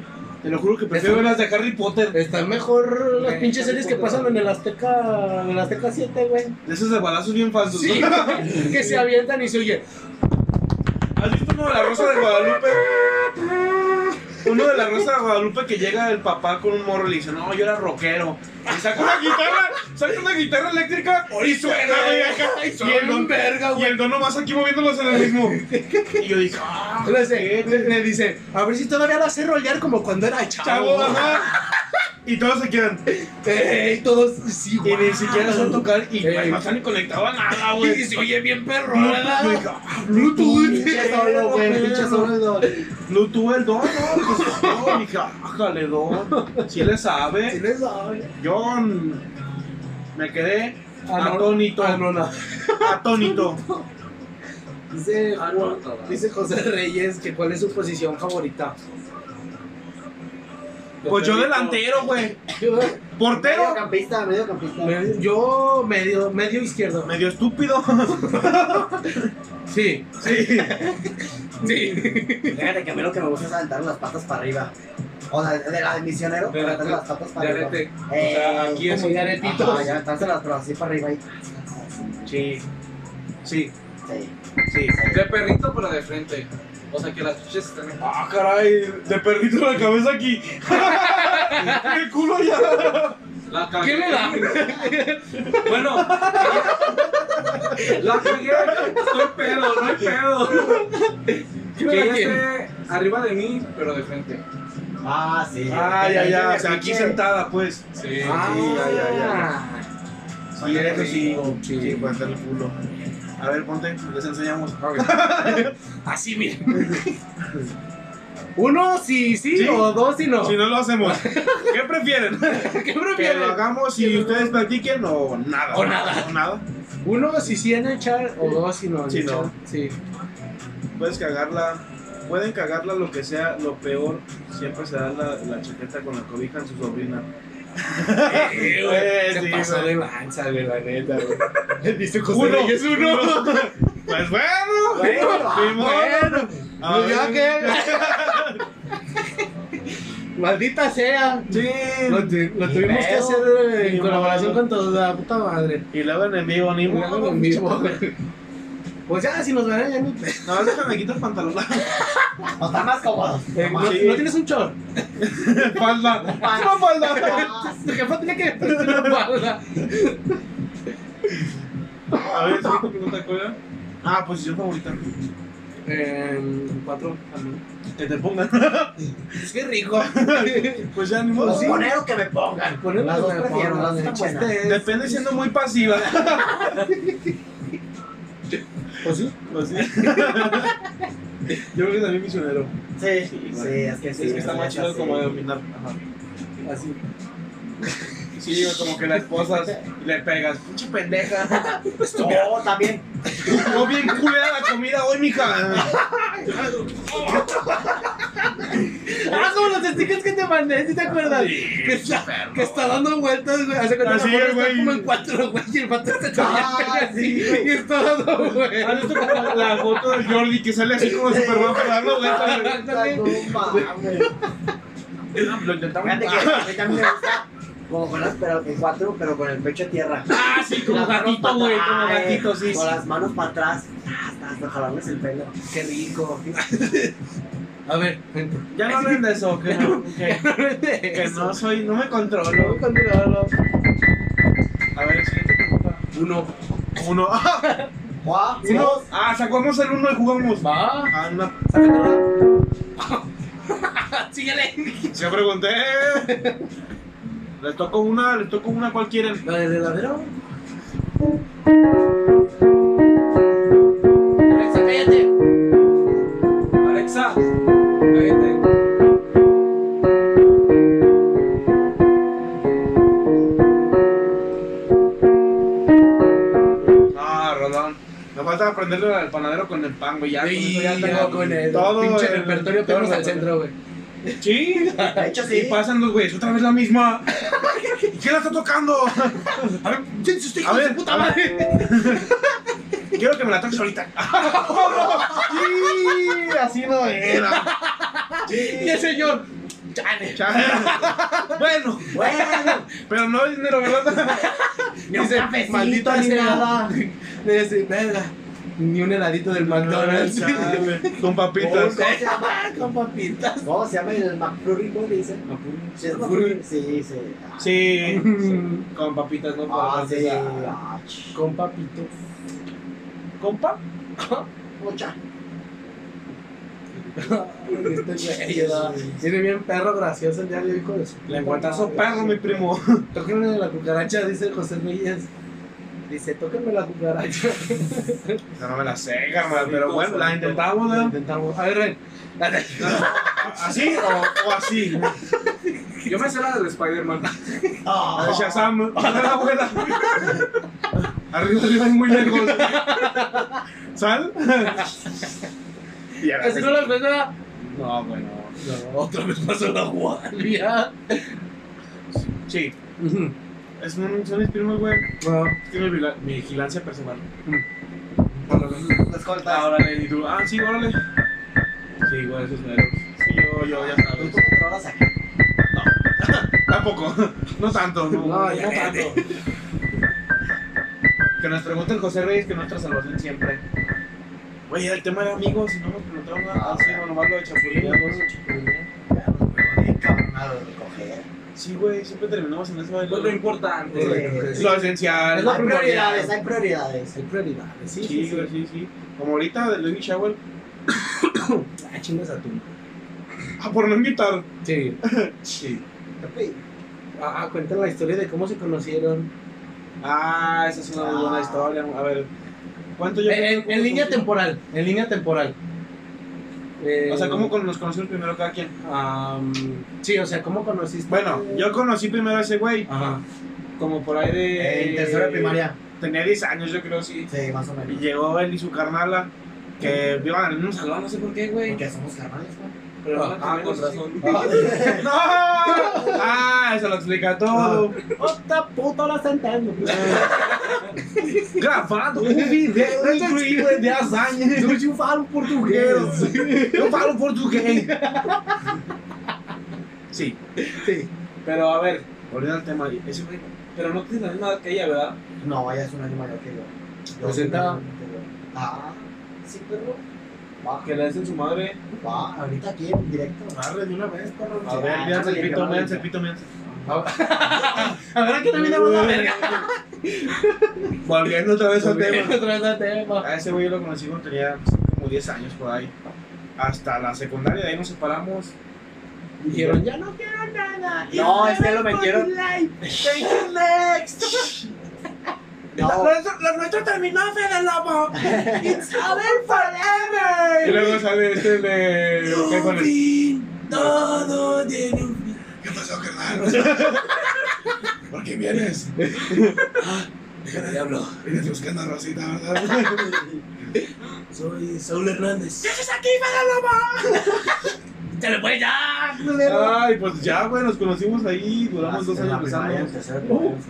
Te lo juro que prefiero las de Harry Potter. Están mejor las Güey, pinches series que pasan en el Azteca, en el Azteca 7, güey. De esos de balazos bien falsos. Sí, ¿no? que se avientan y se oye. ¿Has visto uno de la Rosa de Guadalupe? Uno de la Rosa de Guadalupe que llega el papá con un morro y le dice, no, yo era rockero. Y saca una guitarra, saca una guitarra eléctrica y suena, güey, acá. Y el don, verga, y el don nomás aquí moviéndolos en el mismo. Y yo dije, ah, Le dice, le- le dice, a ver si todavía la sé rolear como cuando era chavo. chavo, ajá. Y todos se quedan. Ey, todos, sí, Y güey. ni siquiera son tocar y Ey. no están ni conectado a nada, güey. oye, bien perro, Yo dije, ah, Bluetooth. Pinche solo, güey, pinche solo. Bluetooth el don, ¿no? Pues, no, dije, ájale, don. Si le sabe. Sí le sabe. Yo mm, me quedé Ah, no. atónito. Ah, no, no. Atónito. Dice, Ah, no, no, no. dice José Reyes que cuál es su posición favorita. Pues yo perrito. delantero, güey. Yo, Portero. Mediocampista, mediocampista. me- yo medio, medio izquierdo. Medio estúpido. Sí, Sí. sí. Fíjate que a mí lo que me gusta es aventar las patas para arriba. O sea, de la del misionero, De aventar arete. las patas para De arriba. arete. O Eh, sea, aquí es Como de Ajá, aretitos. y aventárselas, pero así para arriba. Y... Sí. Sí. Sí. Sí. de perrito, pero de frente. O sea, que las chuches estén en- Ah, caray. De perrito la cabeza aquí. El culo ya. La ¿Qué cagué. le da? Bueno, la cagué. Estoy pedo, no hay pedo. ¿Qué Que le ella da quién? esté arriba de mí, pero de frente. Ah, sí. Ah, ya, ya. O sea, aquí Pinche- Ah. sentada, pues. Sí. ya, ya, ya. Sí, eso sí. Sí. Sí, pues el culo. A ver, ponte. Les enseñamos. Así, mira. Uno sí, sí, Sí. o dos sí, no. Si no lo hacemos, ¿qué prefieren? ¿Qué que prefieren? lo hagamos y ustedes practiquen o nada. O nada. O nada. Uno sí sí en el chat o dos si no. en Sí, el no. chat. Sí. Puedes cagarla. Pueden cagarla lo que sea, lo peor siempre será la, la chaqueta con la cobija en su sobrina. Eh, Se sí, Eh, pasó güey. de lanza, güey, la neta, güey. Dice José Uno. Reyes uno. Pues bueno, Bueno, ni modo. Bueno, A pues ya ver. Maldita sea. Sí. Lo, tu- lo tuvimos que pedo. hacer eh, en Ni colaboración modo. con toda la puta madre. Y luego en en vivo, ni modo. En vivo, güey. Pues ya, si nos ganan, ya ni. No, déjame quitar el pantalón. O está más cómodo. Eh, no, Sí. no tienes un chor. Falda. No, falda. Ah, Tu jefa tenía que ponerse una falda. A ver, ¿sí pues tu pregunta cuál era? Ah, posición favorita. Eh, cuatro también. que te pongan. Es que rico. pues ya ni modo. Los poner o que me pongan. Poner Las dos me prefiero, pongo, las dos el están chiste buenas. es- Depende siendo muy pasiva. Pues sí. Pues sí. Yo creo que también misionero. Sí, sí, es que sí. es que está la más neta, chido sí. Oh, como de dominar. Ajá. Así. Sí, güey, como que la esposas y le pegas. Pinche pendeja. No, también. No bien culera la comida hoy, mija. Ah, como los stickers que te mandé, ¿sí te acuerdas? que, está, que está dando vueltas, güey. Hace cuenta Así que es, está güey. como en cuatro, güey. Y el vato se Ah, todavía sí, así. güey. Y está dando ¿Has vueltas. visto como la foto de Jordi que sale así como super guapo dando vueltas? güey? Ándale. No mames. Lo intentamos. Fíjate que a mí también me gusta. Como con las pero en cuatro, pero con el pecho a tierra. Ah, sí, como Las manos gatito, pa' güey. Como atrás, gatito, sí. sí. Con las manos para atrás. Ah, hasta- Hasta jalarles el pelo. Qué rico. A ver, gente. Ya no hablen de eso, que no, que, que no soy, no me controlo. A ver, siguiente pregunta. Uno. Uno. Guau, uno. Ah, sacamos el uno y jugamos. Va. Ah, una. Síguele. Se pregunté. Les toco una, les toco una cual quieren. ¿La del heladero? Alexa, cállate. Alexa, cállate. Ah, Rodón. Me falta aprenderle al panadero con el pan, güey. Ya, con Sí, eso ya tengo- con el todo pinche el- repertorio que todo el vamos repertorio. al centro, güey. Sí. De hecho, Y sí. pasan los güeyes, otra vez la misma. ¿Y ¿Quién la está tocando? A ver, usted A ver, a ver. Quiero que me la toques ahorita. Sí, así no era. Y el señor. Chale. Chale. Bueno, Bueno, pero no es dinero, ¿verdad? ni un Dice, cafecito maldita ni sea. nada. Le dice, verga. Ni un heladito del McDonald's. Chale, Con papitas. ¿Cómo se llama? Con papitas. ¿Cómo se llama el McFlurry? ¿Cómo le dicen? ¿Sí es McFlurry? Sí, sí. Ah, Sí, con papitas, ¿no? Para Ah, la sí. salsa. Ah, ch- Con papitos. ¿Con pap? mucha. Tiene bien perro gracioso el día de hoy, hijo de su puta Le encuentras madre. perro, mi primo. Tóquenme la cucaracha, dice José Reyes. Dice, tóquenme la cucaracha. No, no me la sé, carnal, pero bueno, la intentamos, Lo ¿no? intentamos. A ver, ven. ¿Así o, o así? Yo me sé la del Spider-Man. La Ah. de Shazam. Dale la vuelta. Arriba, arriba, es muy lejos. ¿Sal? Y ahora Así sí. no la pena. No, bueno. No, otra vez pasó la guardia. Sí, Ujú. es un, son mis primos, güey. Bueno, Tiene vila- mi vigilancia personal. Las coltas. Ah, órale, y tú, ah, sí, órale. Sí, güey, esos negros. Sí, yo, yo, ya ¿Tú sabes. cómo te lo vas a sacar? Tampoco, no tanto, no, No, no, ya tanto. Que nos pregunte el José Reyes que es nuestra salvación siempre. Oye, el tema era amigos, y no nos preguntaron nada. Ah, sí, no, nomás lo de Chapulín. Ya, pues, me voy encabronado de coger. Sí, güey, siempre terminamos en eso. Pues lo importante. Es Sí. lo esencial. Es la Hay prioridad. prioridades, hay prioridades. hay prioridades. Sí, sí, Sí, sí. güey, sí, sí. Como ahorita de Luis Shower. Ah, chingas a tu. Ah, por no invitar. Sí. Sí. Ah, cuentan la historia de cómo se conocieron. Ah, esa es una muy buena Ah. historia. A ver, ¿cuánto yo? En, Eh, en- en línea temporal. En línea temporal. Eh, O sea, ¿cómo con- nos conocimos primero cada quien? am, sí, o sea, ¿cómo conociste? Bueno, yo conocí primero a ese güey, Ajá. como por ahí de. En tercero de primaria. Tenía 10 años, yo creo, sí. Sí, más o Y menos. llegó él y su carnala, que vivan en el mismo salón, no sé por qué, güey. Porque somos carnales, ¿no? Pero ahora Ah, tenemos con razón. ¡No! Ah, eso lo explica todo. ¡Otra puta la sentando! Gravado um vídeo incrível de hazaña. Yo falo portugués. Eu falo português. Sí, Sí. pero a ver, volviendo al tema, ese güey, pero no tienes la misma edad que ella, ¿verdad? No, ella es un año mayor que é yo. Yo soy tá- Presenta. un año mayor que yo. Ah, sí, perro. Va, Que le dicen su madre. va, ahorita aquí en directo. de una vez, perro. A ver, mírense el pito, mírense el pito, mírense. A ver, aquí también hablamos la verga. Volviendo otra vez al tema. Otra vez al tema. A ese güey yo lo conocí cuando tenía como 10 años por ahí. hasta la secundaria, de ahí nos separamos. Dijeron, ya no quiero nada. No, es que lo metieron. é No. nuestro terminó, Fede Lobo. It's over Y forever. luego sale este de. ¿qué con el- Todo tiene un fin. ¿Qué pasó, carnal? ¿Por qué vienes? Ah, Déjame diablo. Vienes buscando a Rosita, ¿verdad? Soy Saúl Hernández. ¿Qué haces aquí, Fede Lobo? ¡Te lo voy dar! Ay, pues ya, güey, nos conocimos ahí, duramos dos Ah, En la años primaria, en besándonos.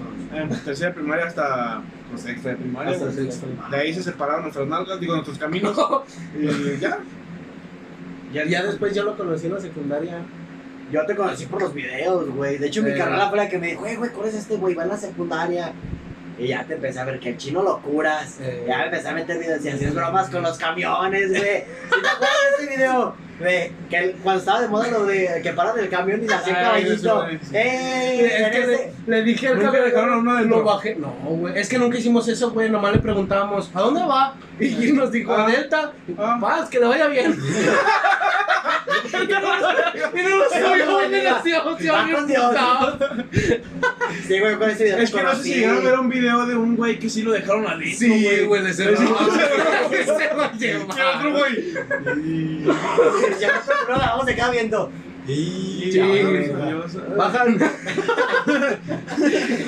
tercera primaria, En tercera primaria hasta pues, sexta de primaria. hasta güey. sexto. De ahí se separaron nuestras nalgas, digo, nuestros caminos. y ya. Ya, ya después yo lo conocí en la secundaria. Yo te conocí por los videos, güey. De hecho, mi Eh. carnal fue la que me dijo, güey, güey, ¿cuál es este güey? Va en la secundaria. Y ya te empecé a ver que el chino locuras. Eh. Ya me empecé a meter videos y hacías bromas con los camiones, güey. ¿Sí te acuerdas de ese video? De que el- cuando estaba de moda lo de que paran el camión y le hacían Ay, caballito. eso, Ah, sí. ¡Ey! Es en que ese- le, le dije al Nunca cabrón, dejaron a uno de lo los- bajé. No, güey. Es que nunca hicimos eso, güey. Nomás le preguntábamos, ¿a dónde va? Y nos dijo, Ah. a Delta. Ah. Paz, que le vaya bien. Y no lo subió, y no lo subió, se Va había con Dios. emputado. Sí, güey, con ese video. Es te que no sé conocí. si llegaron a ver un video de un güey que sí lo dejaron al hito, Sí, güey, le cerró. Se lo Que llevaron. otro güey. Ya nosotros no la vamos a quedar viendo. Sí, güey. Dios. Bajan.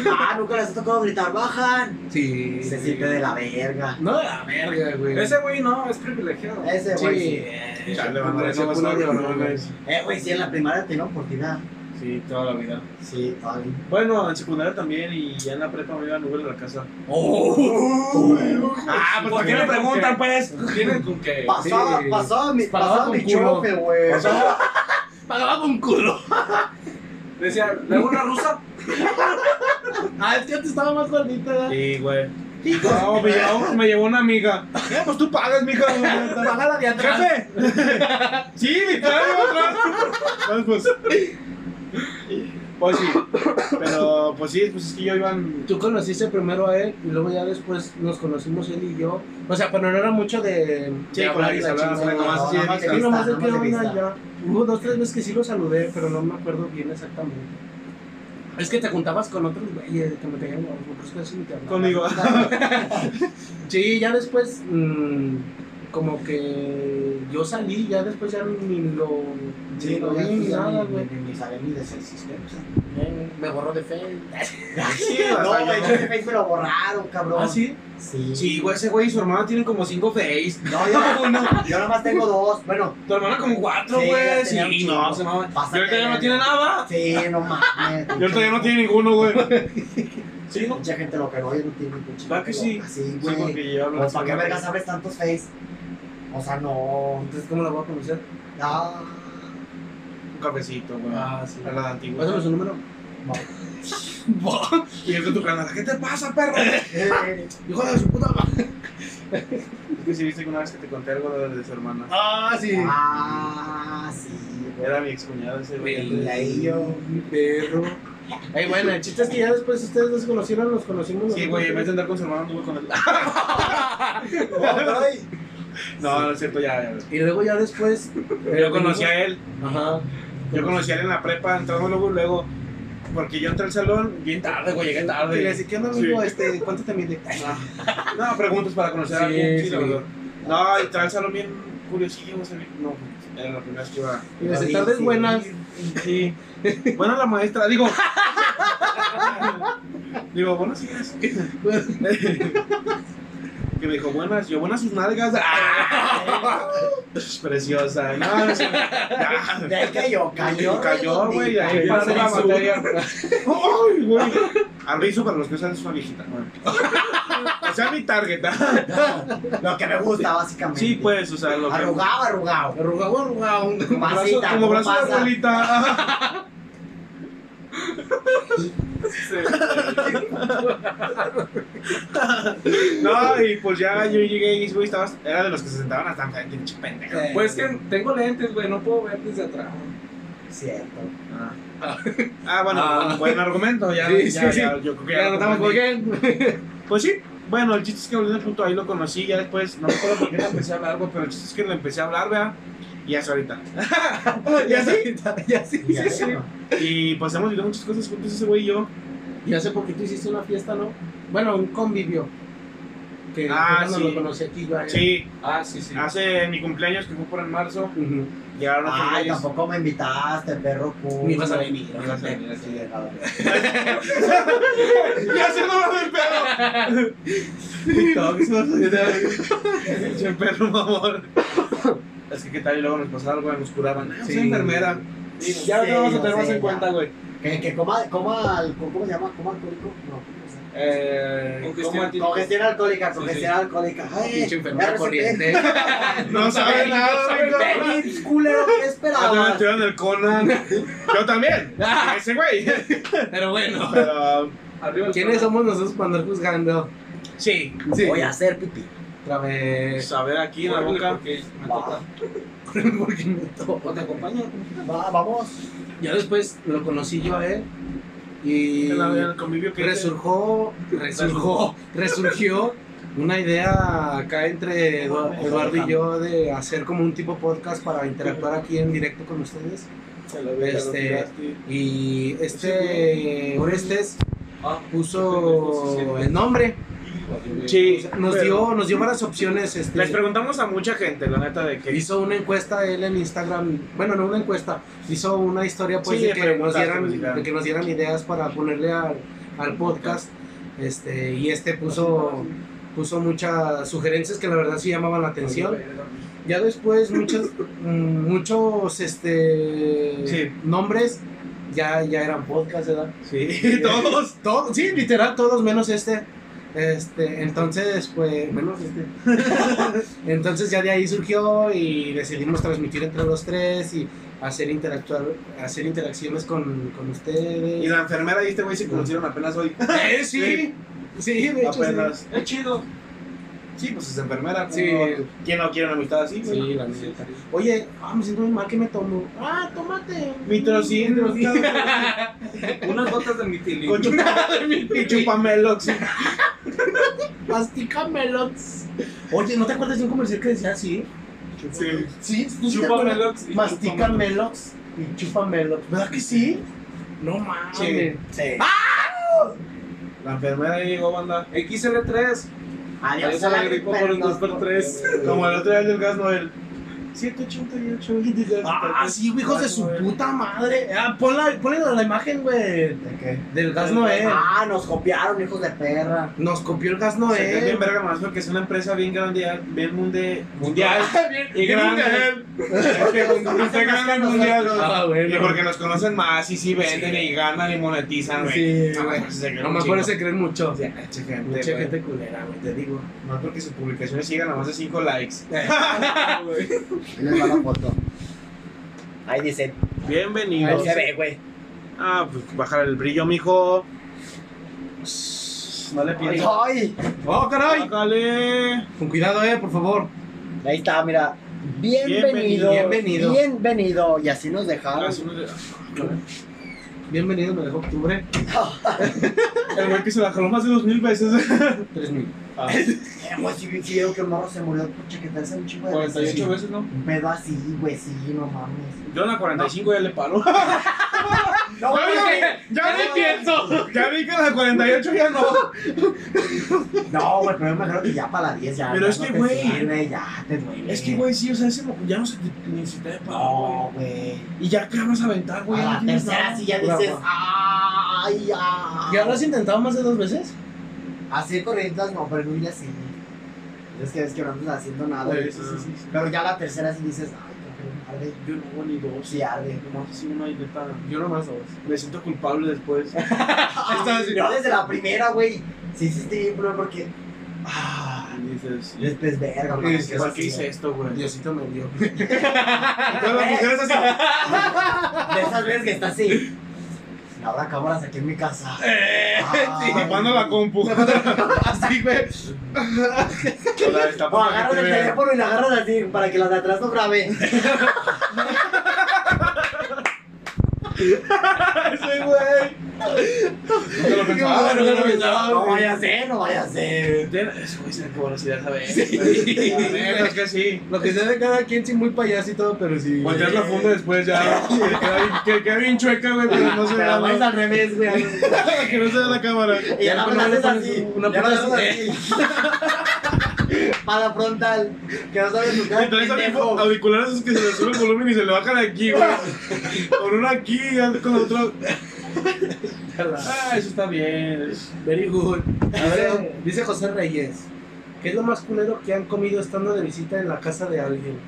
Ah, nunca les ha tocado gritar, bajan. Sí. Se siente de la verga. No de la verga, güey. Ese güey no, es privilegiado. Ese güey. Sí. Chale, bandera, Se no vas puso a ver, llorón, no, güey. güey. Eh, güey, sí, en la primaria tenía oportunidad. Sí, toda la vida. Sí, ay. Bueno, en secundaria también y ya en la prepa me iba a Uber de la casa. Oh. Ah, pues ¿por qué me preguntan, pues? Tienen con que. Pasaba, Sí. pasaba mi, Pasaba pasaba con mi culo. chofe, güey. Pagaba con culo. Decía, ¿le hago una rusa? Ah, es que antes estaba más gordita. ¿verdad? Sí, güey. No, me llevó, me llevó una amiga. Eh, pues tú pagas, mija. Paga la de atrás. ¡Jefe! sí, literal, iba atrás. Ah, Entonces, pues. Pues sí. Pero, pues sí, pues es que yo iba en. Tú conociste primero a él y luego ya después nos conocimos él y yo. O sea, pero no era mucho de. Sí, de con la hablar que y se hablaba, chingada. fue nomás así de Te vista, vi nomás de nomás qué de onda vista. ya. Hubo dos, tres veces que sí lo saludé, pero no me acuerdo bien exactamente. Es que te juntabas con otros güeyes que me caían gordos, otros que así ni te hablaban. Conmigo. Sí, ya después, mm, como que yo salí, ya después ya ni lo. ni lo vi pues ni nada, güey. Ni sabía ni de su existencia. Eh, Me borró de Facebook. Ah, Sí, No, hasta güey, yo. yo de Facebook me lo borraron, cabrón. ¿Ah, sí? Sí. Sí, güey, ese güey y su hermana tienen como cinco face. No, yo, yo nomás tengo dos. Bueno, Tu hermana como cuatro, Sí, güey. ya Sí, tenía un chingo. no, se maman. Pásate. Y ahorita ya no tiene nada. sí, no mames. Yo todavía no tiene ninguno, güey. Sí, no. Mucha gente lo que no, yo no tiene pinche. ¿Va que sí? Así, Sí, güey. porque yo hablo. Pues, ¿Para qué vergas abres tantos face? O sea, no. Entonces, ¿cómo la voy a conocer? Ah, Un cafecito, güey. Ah, sí. A la Pásame antigua. su número. pues, Y yo con tu canal. ¿Qué te pasa, perro? eh, Hijo de su puta madre. Es que si viste que una vez que te conté algo de, de su hermana. Ah, sí. ah, sí, güey. Era mi excuñado ese, güey. Y ahí yo. Perro. Ay, bueno, el chiste es que ya después ustedes nos conocieron, nos conocimos. Sí, güey, en vez de andar con su hermano, anduve con él. Ay, No, no es cierto, ya, ya. Y luego ya después. eh, Yo conocí a él. Ajá. Yo conocí a él en la prepa, entramos luego, luego. Porque yo entré al salón bien tarde, güey, llegué Y le tarde. decía, ¿qué onda, amigo? Sí. Este, ¿Cuánto te mide? No, preguntas para conocer a Sí, alguien. sí. Sí, la verdad. No, entré al salón bien curiosillo, o sea, No, era la primera vez que iba. Y las tardes buenas. Sí. Bueno, la maestra, digo. digo, buenas señoras. que me dijo, buenas, yo, buenas sus nalgas. ¡Ah! Preciosa. No, no sé. Ya. de ahí cayó, cayó. Cayó, güey, y ahí pasó la materia. ¡Ay, güey! Al rizo para los que usan es una viejita. bueno. O sea, mi target. ¿ah? Lo que me gusta, básicamente. Sí, pues, o sea, lo que. Arrugado, arrugado. Arrugado, arrugado. Como brazo, Masita, como ¿cómo brazo de pasa? abuelita. No, y pues ya yo llegué y güey, estabas. Era de los que se sentaban hasta enfrente, pinche pendejo. Pues que tengo lentes, güey, no puedo ver desde atrás. Cierto. Ah, bueno, Ah. buen argumento. Ya, Sí, ya, sí, ya, yo creo que ya Ya lo notamos por comprendí. qué. Pues sí, bueno, el chiste es que volviendo al punto ahí lo conocí, ya después, no me acuerdo por qué le empecé a hablar, güey, pero el chiste es que le empecé a hablar, vea. Y hasta ahorita. Y así, y así. Y, así. Y, pues hemos vivido muchas cosas juntos ese güey y yo. Y hace poquito hiciste una fiesta, ¿no? Bueno, un convivio. Que Ah, cuando sí. lo conocí aquí, yo allá. Sí, Ah, sí, sí. hace mi cumpleaños que fue por en marzo. Ujú. Llegaron otros Ay, güeyes. tampoco me invitaste, perro culo. Ni vas a venir, Ni vas a venir, sí, déjalo. Ya se no va el perro. TikToks, ¿no? Pinche perro, por favor. Es que qué tal y luego nos pasaba algo y nos curaban. Ah, Sí. Soy enfermera. Sí, Ya te vamos a yo tener más sé, en cuenta, ya. güey. Que, que coma, coma alcohol, ¿cómo se llama? ¿Coma alcohólico? No. Eh, Congestión ¿cómo- típica. Congestión alcohólica, congestión alcohólica. Ay, Pinche ya enfermera resulté. corriente. No sabe nada, güey. Feliz, culero, ¿qué Yo también esperabas? estuve en el Conan. Yo también. Ese güey. Pero bueno. Pero, Arriba el ¿Quiénes trono. somos nosotros para andar juzgando? sí. Sí. Voy a hacer pipí. Otra vez. Saber aquí en la Órale, boca. porque me toca. Porque me O te toca. acompaño. Va, vamos. Ya después lo conocí yo a él. Y En la- en el convivio que hice. resurjó, resurjó, resurgió una idea acá entre Edu- Eduardo y yo de hacer como un tipo podcast para interactuar aquí en directo con ustedes. Este, y este Orestes Ah, puso el nombre. Sí, Nos pero- dio, nos dio varias opciones. Este, Les preguntamos a mucha gente, la neta, de que. hizo una encuesta él en Instagram, bueno, no una encuesta, hizo una historia pues Sí, de, que preguntas nos que nos dieran, dijeran. de que nos dieran ideas para ponerle al, al podcast. Este, y este puso, puso muchas sugerencias que la verdad sí llamaban la atención. Ya después muchos, muchos este, Sí. nombres ya, ya eran podcast, ¿verdad? Sí, todos. Todos, sí, literal, todos menos este. Este, entonces, pues, menos este. entonces ya de ahí surgió y decidimos transmitir entre los tres y hacer interactuar, hacer interacciones con, con ustedes. Y la enfermera y este güey se conocieron apenas hoy. Eh, sí, sí, de hecho, sí. Apenas. Es chido. Sí, pues es enfermera. Sí. ¿cómo no? ¿Quién no quiere una amistad así? güey? Sí, la neta. Oye, ah, me siento muy mal que me tomo. Ah, tómate. Mitrocin, Unas gotas de mitilín. Con chup- y chupamelox. Masticamelox. Oye, ¿no te acuerdas de un comercial que decía así? Sí. Sí, tú sí te acuerdas. Chupamelox. y Mastica Melox y chupa Melox. ¿Verdad que sí? No mames. Sí. La enfermera ya llegó, banda. chupamelox. XL3. Adiós Adiós a a la la gripa por un 2x3. Como el otro día del gas Noel. 188. Ah, sí, hijos de su puta madre. Ah, ponla, ponle la imagen, güey. ¿De qué? Del gas Noé. Ah, nos copiaron, hijos de perra. Nos copió el gas Se ve bien Noé. verga más porque es una empresa bien grande, bien munde- mundial. Mundial. Y grande. Es que un- está grande el mundial. Ah, bueno. Y porque nos conocen más y sí venden y ganan y monetizan, güey. Sí, Ah, güey. pues, se creen No un me chingo. acuerdo, se creen mucho. Sí, ah, che, gente, Mucha güey. gente culera, güey, te digo. Más porque sus publicaciones llegan a más de 5 likes. Ahí les va la foto. Ahí dice, ahí Bienvenidos. se ve, güey. Ah, pues bajar el brillo, mijo. No le Ay, pienses. ay. ¡Oh, caray! Bájale. Con cuidado, eh, por favor. Ahí está, mira. Bienvenido. Bienvenido. Bienvenido. Bienvenido. Y así nos Ah. dejaron. Bienvenido, me dejó octubre. El güey que se la jaló más de dos mil veces. 3000. Eh, güey, sí, sí, vieron que el morro se murió por chaquetarse un chico de veces. Sí. 48 veces, ¿no? Un pedo así, güey, sí, no mames. Yo en la 45 ya le paro. No, güey, Ah, ¡Ya le pienso! Ya vi que en la 48 ya no. no, güey, pero yo me imagino que ya para las 10 ya. Pero ya es no que, te güey, sirve, Ya te duele. Es que, güey, sí, o sea, ese mo- ya no se te necesita de pago, No, güey. güey. Y ya que vas a aventar, güey. A ya la no tienes tercera nada. sí ya Bravo. dices, ay, ay. ¿Ya lo has intentado más de dos veces? Así corrientes no, pero Luis así. Es que es que no andas haciendo nada. Güey, sí, sí, sí. Pero ya la tercera sí dices, ay, creo que arde. Yo no hago ni dos. Sí, arde. Nomás así una y neta. Yo nomás dos. Me siento culpable después. Ay, yo desde la primera, güey. Sí, sí, sí, pero porque. Ah, Y dices. después verga, Y güey. dices, pues, ¿Para qué hice esto, güey? Diosito me dio. Todas las mujeres así. De esas veces que está así. No habrá cámaras aquí en mi casa. Ay. Tapando la compu. Así, güey. O la destapa para que O agarras te el vean. teléfono y la agarras así para que las de atrás no graben. Ese güey. Nunca lo pensaba, nunca lo pensaba. No vaya a ser, no vaya a ser. Ese güey se me curiosidad, ¿sabes? La neta, es que sí. Lo que sea de cada quien, sí, muy payaso y todo, pero sí. Voltear la funda después ya. Queda bien- Que queda bien chueca, Ah, güey, pero no se Te vea la pones ¿no? al revés, güey. Que no se vea la cámara. Y ya la Ya le haces pones así. una Ya la haces puta- así. Para frontal. Que no sabes tu Y cara. traes pendejo. auricu- auriculares esos que se le sube el volumen y se le bajan aquí, güey. Con uno aquí y con otro. Ah, eso está bien. Very good. A ver, dice José Reyes. ¿Qué es lo más culero que han comido estando de visita en la casa de alguien?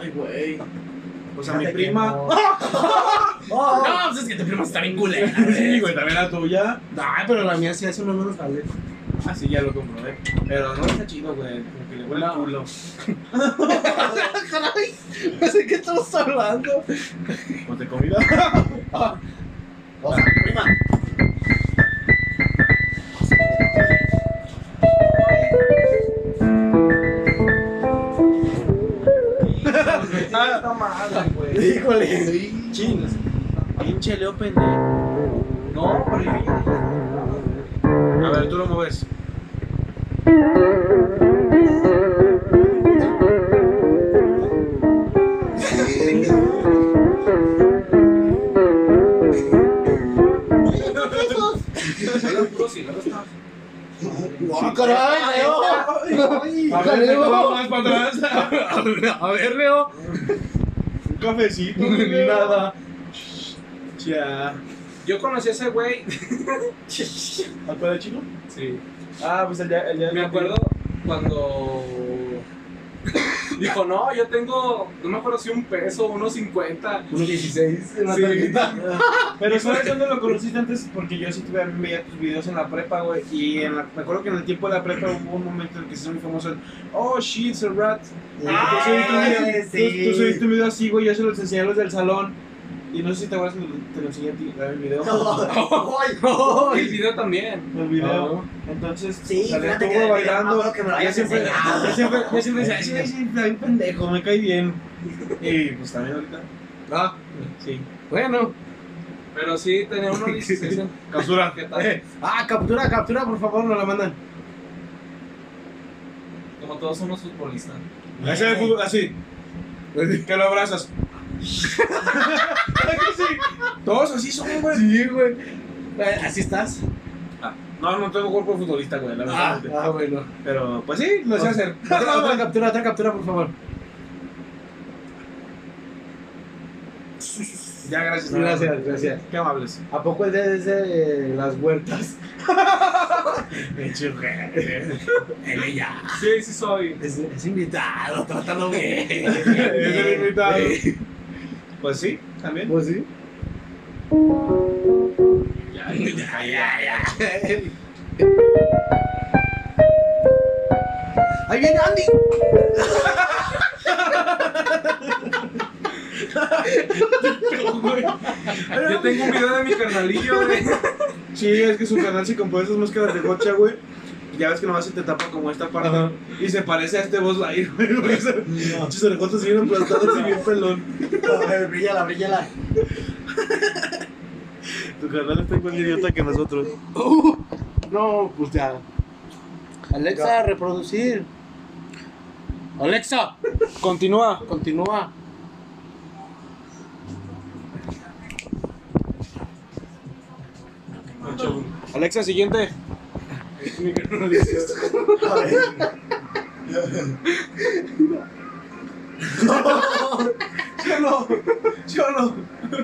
Ay, güey. O sea, mi Fíjate que prima. no. No, Oh, pues es que tu prima está bien culera. Sí, güey, también la tuya. Ay, pero la mía sí hace unos buenos vale. Ah, sí, ya lo comprobé. Pero no está chido, güey. Como que le huele el culo. No sé qué estamos hablando. ¿O te comida? O sea, prima. Está mal, güey. Híjole. Chingos. Pinche Leo pendejo. No, pero yo ya dije, A ver, tú lo mueves. era puro cilantro, estaba- ¡Oh, caray, Leo! A ver, te tomo más para atrás. A ver, Leo. Un cafecito, güey. Nada. Ya. Yo conocí a ese güey, ¿Al cuadro chino? sí. Ah, pues el día. El día Me acuerdo cuando dijo, no, yo tengo, no me acuerdo si un peso, unos 50. Unos 16 en la Sí. tarjeta. Pero ¿sabes dónde lo conociste antes? Porque yo sí tuve, veía tus videos en la prepa, güey. Y en la- me acuerdo que en el tiempo de la prepa hubo un momento en el que se hizo muy famoso el Oh shit, it's a rat. tú, subiste un video, Ay, Ah, sí. tú, tú subiste un video así, güey. Yo se los enseñé a los del salón. Y no sé si te acuerdas que te lo enseñé a ti, el video. Y el video también. El video. Entonces, Sí, salía fíjate tú que güey, debería- me bailando. acuerdo que me lo yo hayas siempre, enseñado. yo siempre, yo siempre decía, "Ese güey sí, está bien pendejo, me cae bien. Y pues también ahorita. Ah, Sí. bueno. Pero sí, tenía unos 16. Captura. ¿Qué tal? Eh, Ah, captura, captura, por favor, nos la mandan. Como todos somos futbolistas. Ese Eh. de fútbol, así. Que lo abrazas. ¿Verdad que sí? Todos así son, güey. Sí, güey. Eh, Así estás. Ah, No, no tengo cuerpo de futbolista, güey, la Ah, verdad. ah, bueno. Pero, pues sí, lo sé hacer. Otra, otra captura, otra captura, por favor. ya, gracias. Gracias, gracias. Qué amables. ¿A poco el de es de las huertas? Sí, sí soy. Es, es invitado, trátalo bien. Es el invitado. Pues sí, también. Pues sí. Ahí viene Andy. Yo tengo un video de mi carnalillo, güey. Sí, es que su canal se compró esas máscaras de gocha, güey. Ya ves que nomás se te tapa como esta parte. Y se parece a este voz Lightyear, güey. porque se- Muchos orejotas se vieron plantados y bien pelón. Bríllala, bríllala. Tu canal está igual de idiota que nosotros. No, pues ya. Alexa, reproducir. Alexa, continúa, continúa. Alexa, siguiente.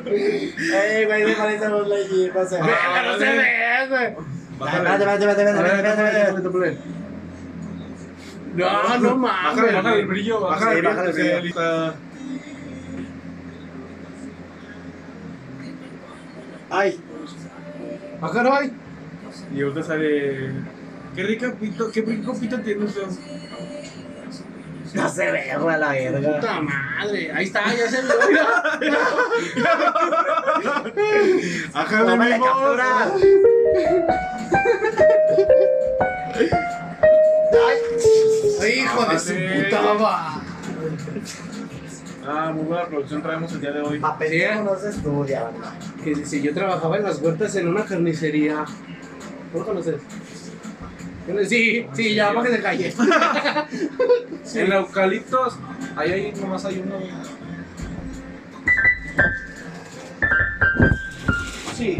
Ey, güey, me parece a Buzz Lightyear, Ah, pasa. no se ve, güey. Ay, Espérate, espérate, espérate, espérate, espérate, espérate. No, Ah, no Bájale, mames. bájale el brillo. Bájale Sí, el brillo. bájale el que brillo. está- Ay, Bájalo ahí. Y ahorita sale. Qué rica pito, qué rico pito tiene usted. no se ve, güey, a la verga. Puta madre. Ahí está, ya se vio. Ajá, Tómale mi voz. captura. Hijo de su puta madre. Ah, muy buena producción traemos el día de hoy. Papel no se estudia, banda. ¿Qué? que dice, yo trabajaba en las huertas en una carnicería. ¿No lo conoces? Sí, sí, ya baje de calle. En eucaliptos, ahí, ahí nomás hay uno. Sí.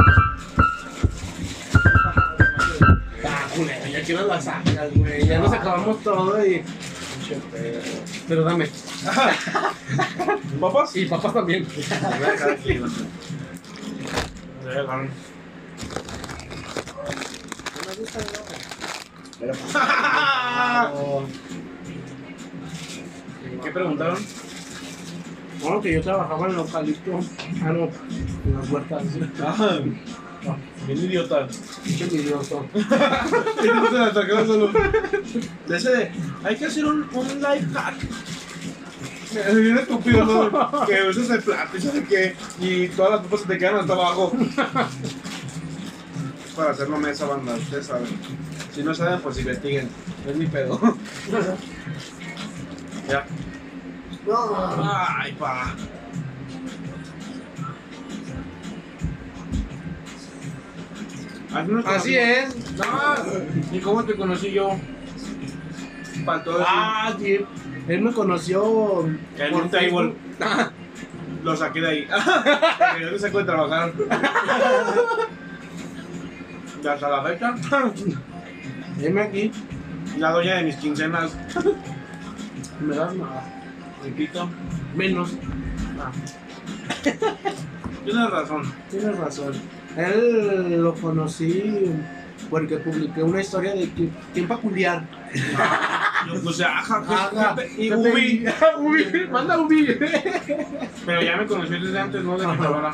Ah, culero, ya quiero las sacas, güey. Ya nos acabamos todo y. Pero dame. ¿Papas? Y papas también. ¿Qué preguntaron? Bueno, que yo trabajaba en el eucalipto. Ah, no, en las huertas. Ah, bien idiota. Qué envidioso. Se la sacaron solo. De ese de, hay que hacer un, un life hack. Es bien estúpido, ¿no? Que usas el plato y sabes qué. Y todas las papas se te quedan hasta abajo. Para hacerlo mesa, banda, ustedes saben. Si no saben, pues investiguen. No es mi pedo. ya. No, Ay, pa. Ah, Así es. ¿Y cómo te conocí yo? Para todo Ah, sí. Él me conoció. En por un table. Facebook. Lo saqué de ahí. Porque yo lo saco de trabajar. Y hasta la fecha, Venme aquí. la doña de mis quincenas. Me das nada. Me quito. Menos. Tienes razón. Tienes razón. Él lo conocí porque publiqué una historia de qui- quién peculiar. Yo puse aja, Ajá. Pepe y Ubi. Ubi, manda Ubi. Pero ya me conocí desde antes, ¿no? De mi Ajá. cámara.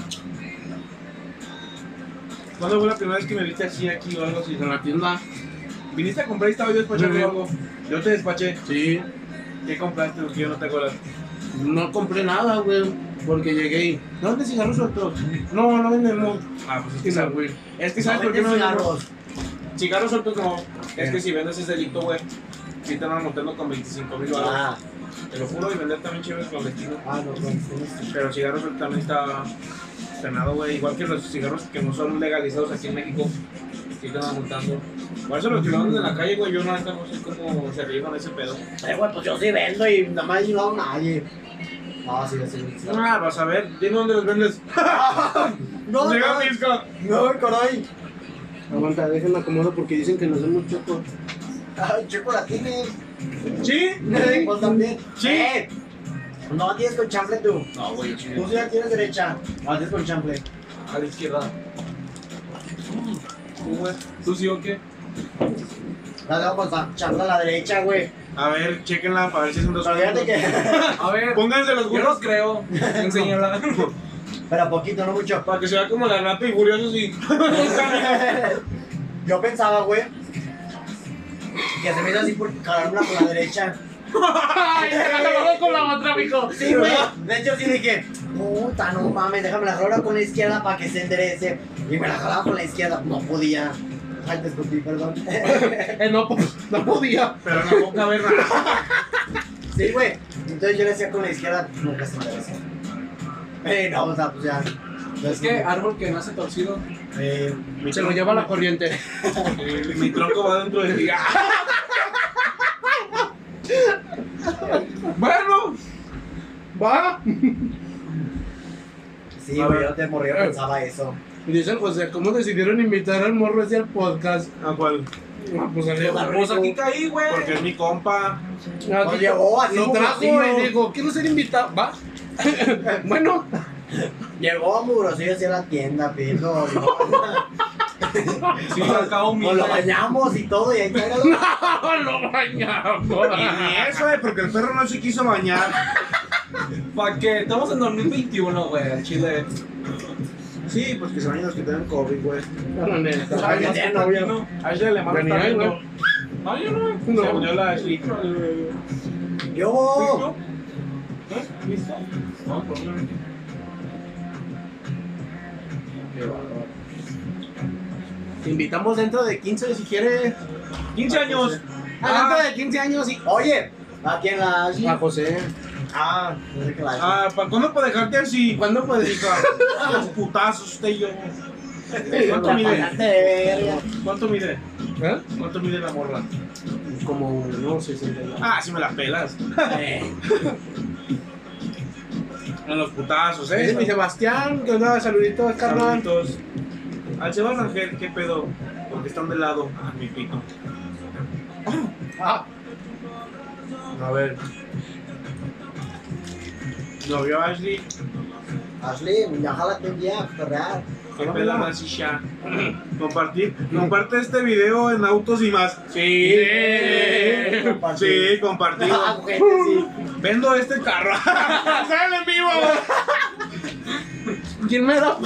¿Cuándo fue la primera vez que me viste así aquí o algo así? En la tienda. Viniste a comprar y estaba yo despachando Ujú. algo. Yo te despaché. Sí. ¿Qué compraste? Porque yo no te acuerdas. No compré nada, güey. Porque llegué y. ¿No venden cigarros sueltos? No, no vendemos. Ah, pues es Y que me sabes. fui. Es que no sabes por qué venden no cigarros. Cigarros sueltos no. Es que si vendes es delito, güey. Si te van a multarlo con 25 mil dólares. Ah, Te lo juro, y vender también chéveres clandestinos. ah, no, no, sí. Pero cigarros sueltos también está penado, güey. Igual que los cigarros que no son legalizados aquí en México. Si te van multando. Por eso los que lo venden en la calle, güey, yo no, no sé cómo se rieron ese pedo. Eh, güey, pues yo sí vendo y nada más he ayudado a nadie. No, sí, sí, sí. No, Ah, vas a ver. Dime dónde los vendes. no, Llega Pisco. no, caray. Aguanta, déjenme acomodo porque dicen que nos vemos choco. Ah, Checo la tiene. ¿Sí? Pues también. Sí. Eh, No tienes con chanfle tú. No, güey, yo sí. Tú sí la tienes derecha. No tienes con chanfle. A la izquierda. ¿Tú, güey? ¿Tú sí o qué? La tengo con chanfle a la derecha, güey. A ver, chequenla para ver si es un dos. Pero fíjate que. A ver, Pónganse los yo gorros los creo. Enséñala. Pero poquito, no mucho. para que se vea como la rata y furiosos y. Yo pensaba, güey. Que se me hizo así por cargarla con la derecha. ¡Ay, se agarró con la otra, mijo! Sí, güey. ah, De hecho, sí dije, puta, no mames, déjame la rola con la izquierda para que se enderece. Y me la jalaba con la izquierda. No podía. Ay, te escupí, perdón. Eh, no, pues, no podía. Pero en la boca, ver nada. sí, güey. Entonces yo le hacía con la izquierda, nunca se enderece. Eh, no, o sea, pues ya. Es que árbol que nace torcido. Eh, Se lo lleva la corriente. Mi tronco va dentro de ti. bueno, ¿Va? sí, güey, yo te morrió, pensaba eso. Y dice el José, ¿cómo decidieron invitar al morro ese al podcast? ah, cuál? Ah, pues al Leo. Pues aquí caí, güey. Porque es mi compa. Ah, Lo llevó así Lo trajo mugrosío. y dijo, quiero ser invitado. ¿Va? bueno, Llegó mugrosillo así a la tienda, pido. Sí, acá Nos humilde. lo bañamos y todo, y ahí está. ah, lo bañamos. Y ni eso, eh, porque el perro no se quiso bañar. ¿Para qué? Estamos en 2021, güey, al chile. Sí, pues que se bañen los que tienen COVID, güey. La neta. Ay, ya no, güey. No, Ahí se le manda Ni hay, güey. no, yo no. Se No. unió la Slitro. Yo, ¿Listo? No, por favor. Te invitamos dentro de 15 si quieres. 15 años. Ah, dentro de 15 años y. oye, aquí en la Ashley. A Ah, José. Ah, Entonces, claro. ah, ¿para cuándo puedo dejarte así? ¿Cuándo puedes? Dijo, A los putazos, usted y yo. ¿Cuánto La mide? pasaste de verga. ¿Cuánto mide? ¿Eh? ¿Cuánto mide la morra? Como no 69. Ah, si me la pelas. Eh, En los putazos, Ese eh. es mi Sebastián, que onda, saluditos, carnal. Saluditos. Al Sebas Ángel, ¿qué pedo? Porque están de lado. Ah, mi pito. Ah, A ver, Lo vio Ashley. Ashley, ya jálate un día, perrear. ¿Qué pedo más y ya? Compartir. Comparte este video en autos y más. Sí. Sí, compartido. Ah, gente, sí. Vendo este carro. ¡Sale en vivo! ¿quién me da?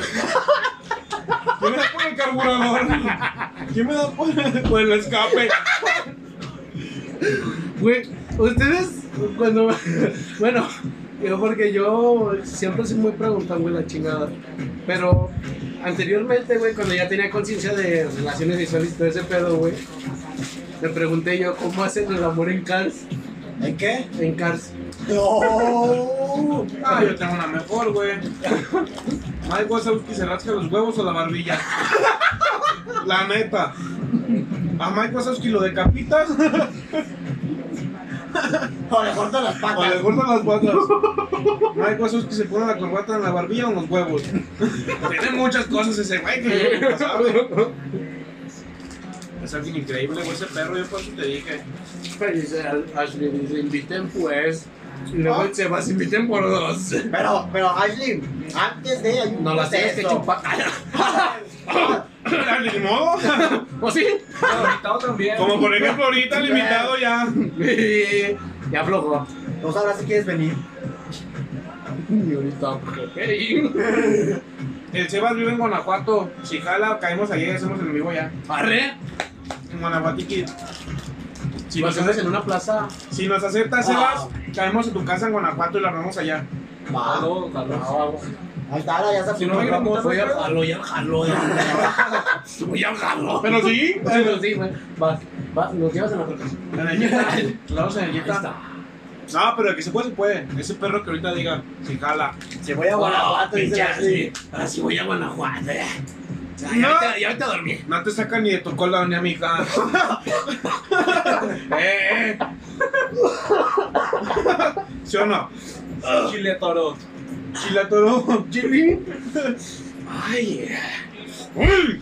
¿Quién me da por el carburador? ¿Quién me da por, por el escape? Güey, ustedes, cuando. Bueno, yo porque yo siempre soy muy preguntón, güey, la chingada. Pero anteriormente, güey, cuando ya tenía conciencia de relaciones sexuales y todo ese pedo, güey, me pregunté yo, ¿cómo hacen el amor en Cars? ¿En qué? En Cars. No. Ah, yo tengo una mejor, güey. Mike Wazowski se rasca los huevos o la barbilla. La neta. A Mike Wazowski lo decapitas O le cortan las o le patas. cortan las patas. Mike Wazowski se pone la corbata en la barbilla o en los huevos. Tiene muchas cosas ese güey que no sabe. Es alguien increíble, güey, ese perro. Yo por eso te dije. Pero dice, "Al- Ashley dice, inviten pues. Y Ah. luego se va, se inviten por dos. Pero, pero Ashley, antes de hay un No las tienes que proceso. chupar. Mira, Ni modo. ¿O ¿Oh, sí? Limitado también. Como por ejemplo ahorita limitado ya. ya aflojó. No sabrás si quieres venir. Y ahorita, jefe. El Sebas vive en Guanajuato. Si jala, caemos allá y hacemos el vivo ya. Arre. En Guanajuatiqui. Si Y lo nos, hacemos en aceptas, una plaza. si nos aceptas, Sebas, caemos en tu casa en Guanajuato y la armamos allá. Va. Claro, claro. Vamos. Ahí está, ahora ya se Si no me apuntó. grabo, Voy al jalo, ya al jalo, ya al jalo. Voy al jalo. Pero sí. Bueno, sí, güey. Vas, vas, nos llevas en la torta. En el Yeta. Claro, en el Ahí Yeta. está. No, pero el que se puede, se puede. Ese perro que ahorita diga, si jala. Si voy a Guau, Guanajuato, dicen Oh, pinche así. así. Ahora sí voy a Guanajuato. ya. Ya, No. ya ahorita- ya ahorita dormí. No te saca ni de tu cola ni a mi hija. eh, eh. ¿Sí o no? Chile toro. Chilatoro. Jimmy. Ay, eh. ¡Uy!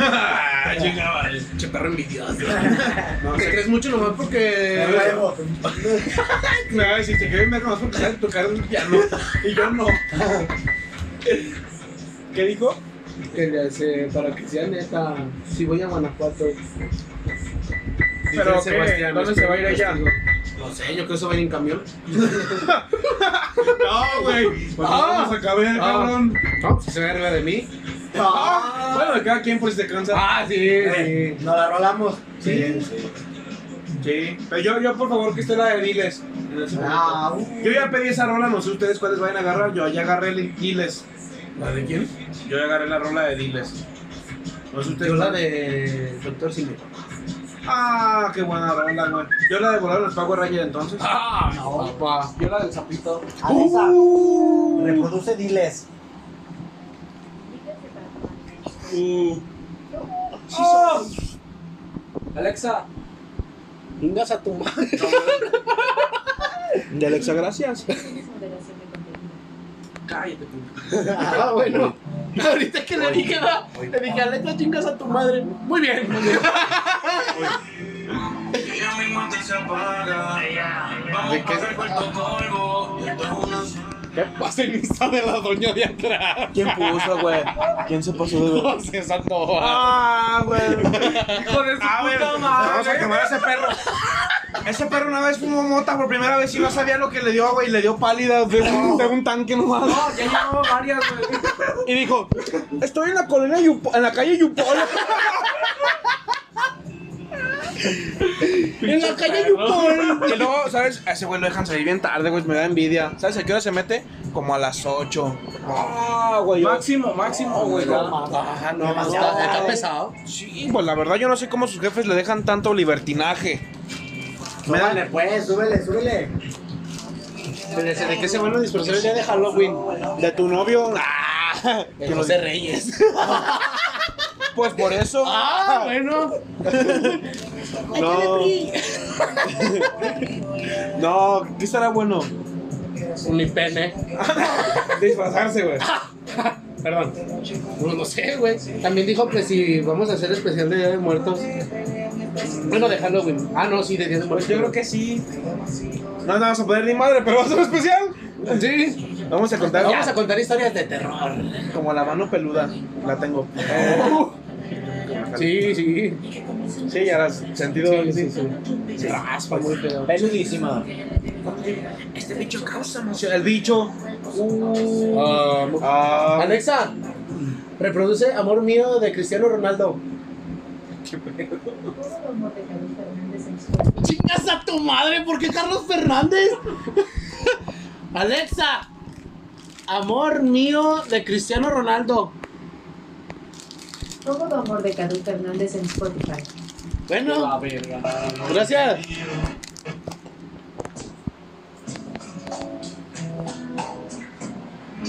Ah, Llegaba el che perro envidioso. No Te sé. crees mucho nomás eh, porque. De huevo. Me va a decir, te quieres ver con porque sabes tocar el piano. Y yo no. ¿Qué dijo? Que le hace- para que sea neta. Si voy a Guanajuato. Pero, Dice este, ¿qué? ¿Dónde se va a ir ella? No sé, yo creo que se va a ir en camión. No, güey. Pues no Ah. vamos a caber, Ah. cabrón. No, se va arriba de mí. Ah, Ah. Bueno, cada quien por si te cansa. Ah, sí, Eh, sí. Nos la rolamos. Sí, sí. Sí. Pero yo, yo, por favor, que esté la de Diles. en ese momento. Ah, uh. Yo ya pedí esa rola, no sé ustedes cuáles vayan a agarrar. Yo ya agarré el Diles. ¿La de quién? Yo ya agarré la rola de Diles. No sé ustedes. Yo la de Doctor Simi. Ah, qué buena rola, güey. Yo la de volar los Power Rangers entonces. Ah, no, papá. Yo la del sapito. Alexa, reproduce diles. Alexa, Vengas a tu madre. De Alexa, gracias. cállate tú. Ah, bueno. Ahorita que le dije, va, le dije, Alexa, chingas a tu madre. Muy bien. Ella misma te se apaga. Vamos ¿De qué? a ver cuánto polvo. Esto es una- ¿Qué pasa en Insta de la doña de atrás? ¿Quién puso, güey? ¿Quién se pasó de ver? José Sandoval. Ah, güey. Hijo de su A ver, puta vamos a madre. quemar a ese perro. Ese perro una vez fumó mota por primera vez y no sabía lo que le dio, güey. Le dio pálida de un, de un tanque nomás. No, ya llevaba varias, güey. Y dijo, estoy en la colonia Yupo- en la calle Yupola. En la calle Yupol. Y luego, ¿sabes? A ese güey lo dejan salir bien tarde, güey. Me da envidia. ¿Sabes a qué hora se mete? Como a las 8. Ah, güey. yo- Máximo, máximo, güey. Ah, no, Demasiado. está, está pesado. Sí, pues la verdad yo no sé cómo sus jefes le dejan tanto libertinaje. Me da- Súbale, pues, súbele, súbele. Pues ¿De qué se van a disfrazar el día de Halloween? De tu novio. Ah, Que no se reyes. pues por eso. Ah, bueno. no. no, ¿qué estará bueno? Un pene. Disfrazarse, güey. Perdón. No, no sé, güey. También dijo que si vamos a hacer especial de Día de Muertos. Bueno, de Halloween. Ah, no, sí, de Día de Muertos. Yo creo que sí. No te vas a poder ni madre, pero va a ser especial. Sí. Vamos a contar Vamos a contar historias de terror. como la mano peluda. La tengo. Sí, sí. Sí, ya las sentido. Sí, sí, sí. Se raspa Ah, muy feo. Este Peludísima. El bicho. Ah, Ah, Alexa, reproduce Amor Mío de Cristiano Ronaldo. ¡Chingas a tu madre! ¿Por qué Carlos Fernández? Alexa, Amor Mío de Cristiano Ronaldo. Todo tu amor de Cadu Fernández en Spotify. Bueno, gracias.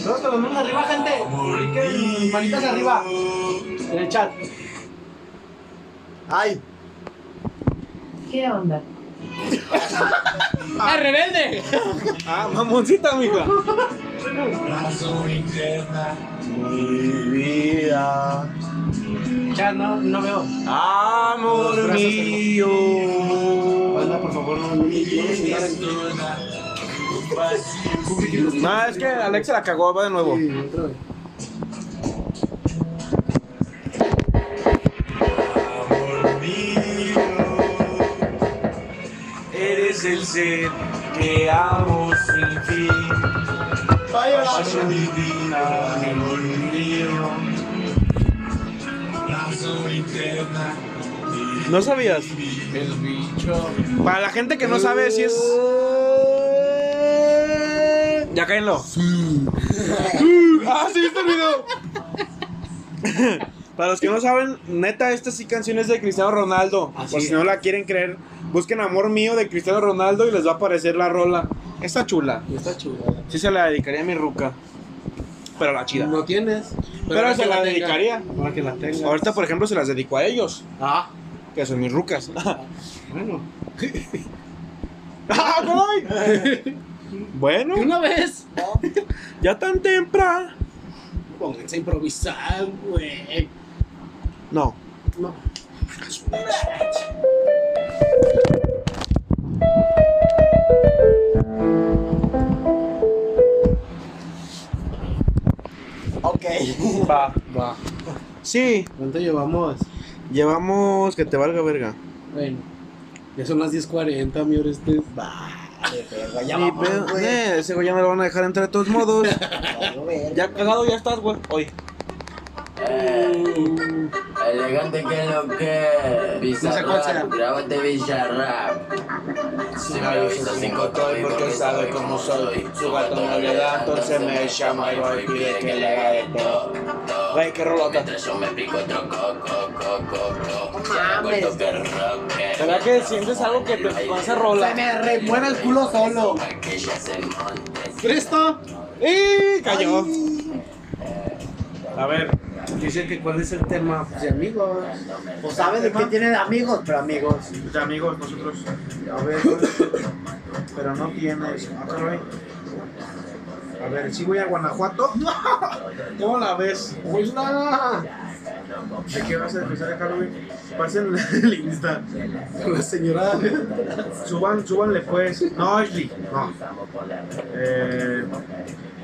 Todos con las manos arriba, gente. Manitas arriba. En el chat. Ay, ¿Qué onda? ¡Ah, rebelde! ah, mamoncita, mija. Mi vida. Chat, no, no veo. Amor mío. Hola, por favor, no, no, no, no, No, es que Alexa la cagó, va de nuevo. Eres el ser que amo sin fin. Pasión divina, amor mío. Lazo interna. ¿No sabías? El bicho. Para la gente que no sabe si es. Ya cáenlo. ah, sí, viste el video. Para los que no saben, neta, estas sí canciones de Cristiano Ronaldo. Ah, Por si no la quieren creer, busquen Amor Mío de Cristiano Ronaldo y les va a aparecer la rola. Está chula. Está chula. Sí se la dedicaría a mi ruca. Pero la chida. No tienes. Pero ahora se que la tenga. dedicaría. Ahora que la tenga. Ahorita, por ejemplo, se las dedico a ellos. Ah, Que son mis rucas. bueno. ¡Ah, caray! Bueno, De Una vez. ya tan temprano. Pónganse a improvisar, güey. No. No. ok. Va. Va. Sí, ¿Cuánto llevamos? llevamos que te valga verga. Bueno. Ya son las 10.40, mi Orestes. Vale, verga, ya Sí, vamos, pero, güey. eh, ese güey ya me lo van a dejar entrar de todos modos. Valió verga. ya cagado ya estás, güey. Oye. Elegante que lo que Bizarrap, grábate Bizarrap Si me avisa sin cotoy porque sabe cómo soy Su gato no le da, entonces me llama y voy y pide que le haga de todo Güey, qué rolota. Mientras yo me pico otro coco, coco, coco mames. que rock ¿Verdad que sientes algo que te con esa Se rola? me remueve el culo solo. Que ella se monte ¡Presto! ¡Y cayó! A ver. Dice que cuál es el tema. Pues, de amigos. Pues sabe de qué tiene de amigos, pero amigos. De amigos, nosotros. A ver, pero no tienes. Ah, caray. A ver, si voy a Guanajuato. ¿Cómo la ves? ¡Hola! ¿De qué vas a empezar a Halloween? Pasen el Insta. La señora. Suban, súbanle pues. No, Ashley, no. Eh,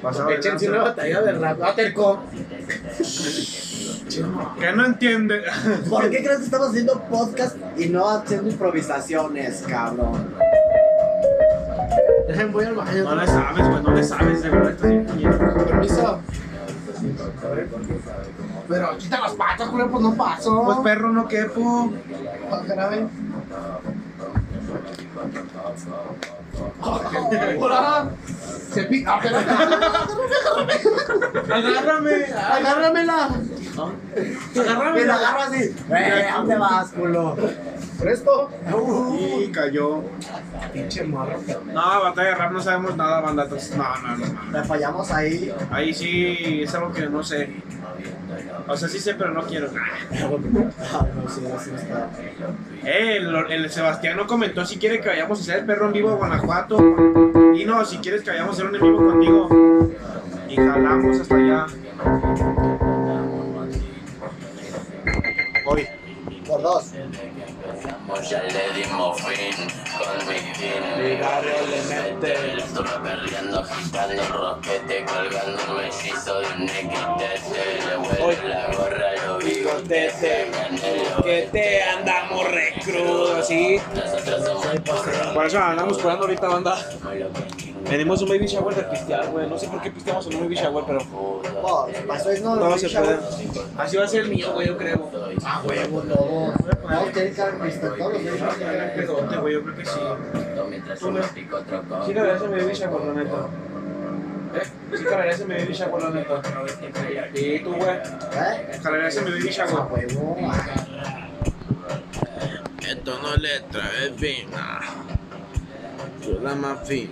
pasado de Échense una lanza. batalla de rap. ¡Ah, terco! Que no entiende. ¿Por qué crees que estamos haciendo podcast y no haciendo improvisaciones, cabrón? Dejen, voy al baño. No le sabes, güey, no le sabes, de verdad estás bien puñetero. permiso. Pero quita las patas, culero, pues no paso. Pues perro, no quepo. Ah, caray. ¡Hola! Se pica. Agárrame. ¡Agárramela! Y lo agarro así. ¡Eh, ¿a dónde vas, culo? ¿Presto? Y cayó. Pinche morro. No, batalla de rap no sabemos nada, banda. Entonces, no, no, no. no. Le fallamos ahí. Ahí sí es algo que no sé. O sea, sí sé, pero no quiero. Ah, no, sí, sí, está. Eh, el, el Sebastiano comentó si quiere que vayamos a hacer el perro en vivo a Guanajuato. Y no, si quieres que vayamos a hacer un en vivo contigo. Y jalamos hasta allá. Voy. Por dos. Ya le dimos fin con mi team. Estuve perdiendo, agitando roquete, colgando un mellizo de un nequitete. Le vuelve la gorra a los bigotete. Que te andamos recrudos, ¿sí? Nosotros somos porro. Por eso andamos curando ahorita, banda. Venimos un baby shower de pistear, güey. No sé por qué pisteamos en un baby shower, pero. Por, pasó es no. No se pinche puede. abuelo. Así va a ser el mío, güey, yo creo. Ah, huevo, no. No, tiene que haber visto todos los días. Pedote, güey, yo creo que sí. Mientras uno pico otro con. Sí, la verdad se me bicha por la neta. ¿Eh? Sí, la verdad se me bicha por la neta. Y tú, güey. ¿Eh? Jalaría ese mi baby A shower. huevo. ah. Esto no le trae fina. Yo la más fina.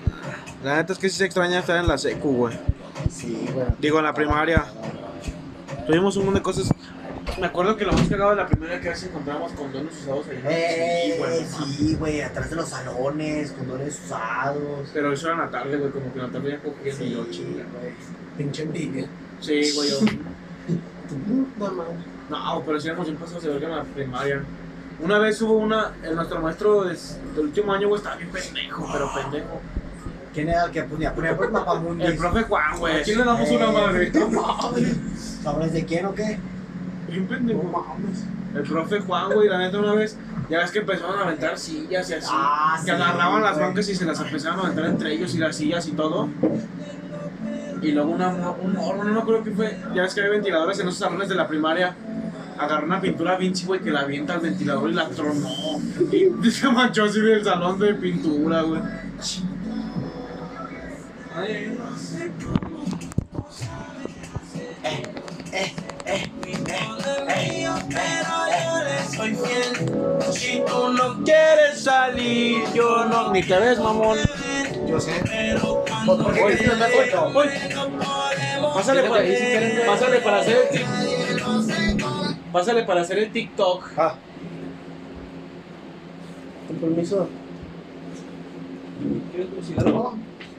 La neta es que sí se extraña estar en la secu, güey. Sí, güey. Digo, en la primaria. Tuvimos un montón de cosas. Me acuerdo que lo más cagado de la primera que vez encontramos condones usados ahí. Eh, Sí, güey. sí, güey, atrás de los salones, condones usados. Pero eso era en la tarde, güey, como que en la tarde ya cogían y Sí, yo chinga. güey. Pinche envidia. Sí, güey, yo. Puta madre. No, pero sí éramos bien pasados de verga en la primaria. Una vez hubo una, el- nuestro maestro des- del último año, güey, estaba bien pendejo, pero pendejo. ¿Quién era el que ponía? Ponía por mapamundi. El profe Juan, güey. quién le damos una madre? ¿Sabes de quién o qué? Bien pendejo. El profe Juan, güey, la neta una vez, ya ves que empezaron a aventar sillas y así. Ah, que sí, agarraban las güey. bancas y se las empezaban a aventar entre ellos y las sillas y todo. Y luego una, un horno, no me acuerdo qué fue. Ya ves que había ventiladores en esos salones de la primaria. Agarró una pintura Vinci, güey, que la avienta al ventilador y la tronó. Y se manchó así del salón de pintura, güey. Soy fiel. Si tú no quieres salir, yo no. Ni te ves, mamón. Yo sé. ¿Por qué crees que me acuerdo? Pásale para, pásale para hacer el tic- Pásale para hacer el TikTok. Con permiso.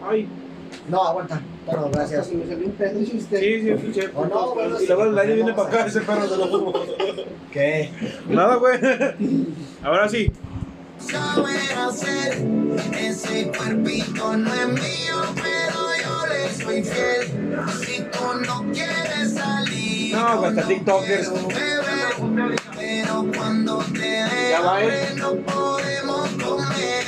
Ay, No, aguanta. Bueno, gracias. Hasta me salió un pedo y usted. sí, sí, escuché. Oh, no, bueno, Y luego el año sí, viene vamos para a- acá, ese perro de los ¿Qué? Nada, güey. Ahora sí. saber hacer. Ese cuerpito no es mío, pero yo le soy fiel. Si tú no quieres salir, No, güey, hasta TikTokers. bebé, pero cuando te Ya veo, va, eh. no podemos comer.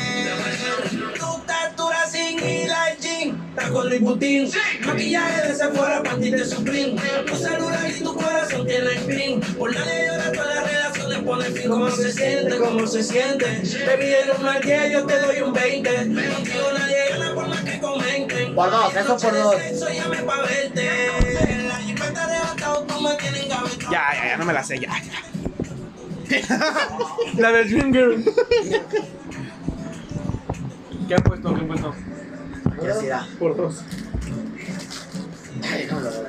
Tu Tatura sin hila y jean, tacos Louis Vuitton, maquillaje de Sephora, panty de Supreme, tu celular y tu corazón tienen fin, por nadie llora todas las relaciones ponen fin, cómo se siente, cómo se siente, te pidieron un 10, yo te doy un 20, contigo nadie gana por más que comenten, Por dos, eso por dos. eso llame pa' verte, la jipeta de atado, tú me tienes gavetado. Ya, ya, ya no me la sé, ya. la del Dream Girl. ¿Qué han puesto? ¿Qué han puesto? Ya será. Por dos. Ay, no, la verdad.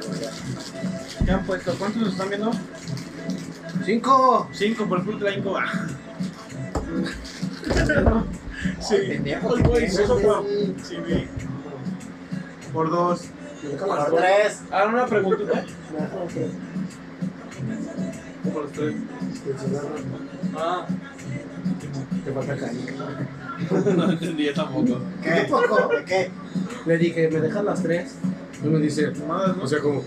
¿Qué han puesto? ¿Cuántos nos están viendo? Cinco. Cinco por full cinco. Ah. sí. Pendejo, Ay, güey, pendejo, eso sí. fue. Sí, vi. Por dos. Por tres. Ahora una preguntita. Ah, Te falta canica. No entendí tampoco. ¿Qué? poco? ¿De qué? Le dije, ¿me dejas las tres? Y me dice, Tomadas, ¿no? o sea, como,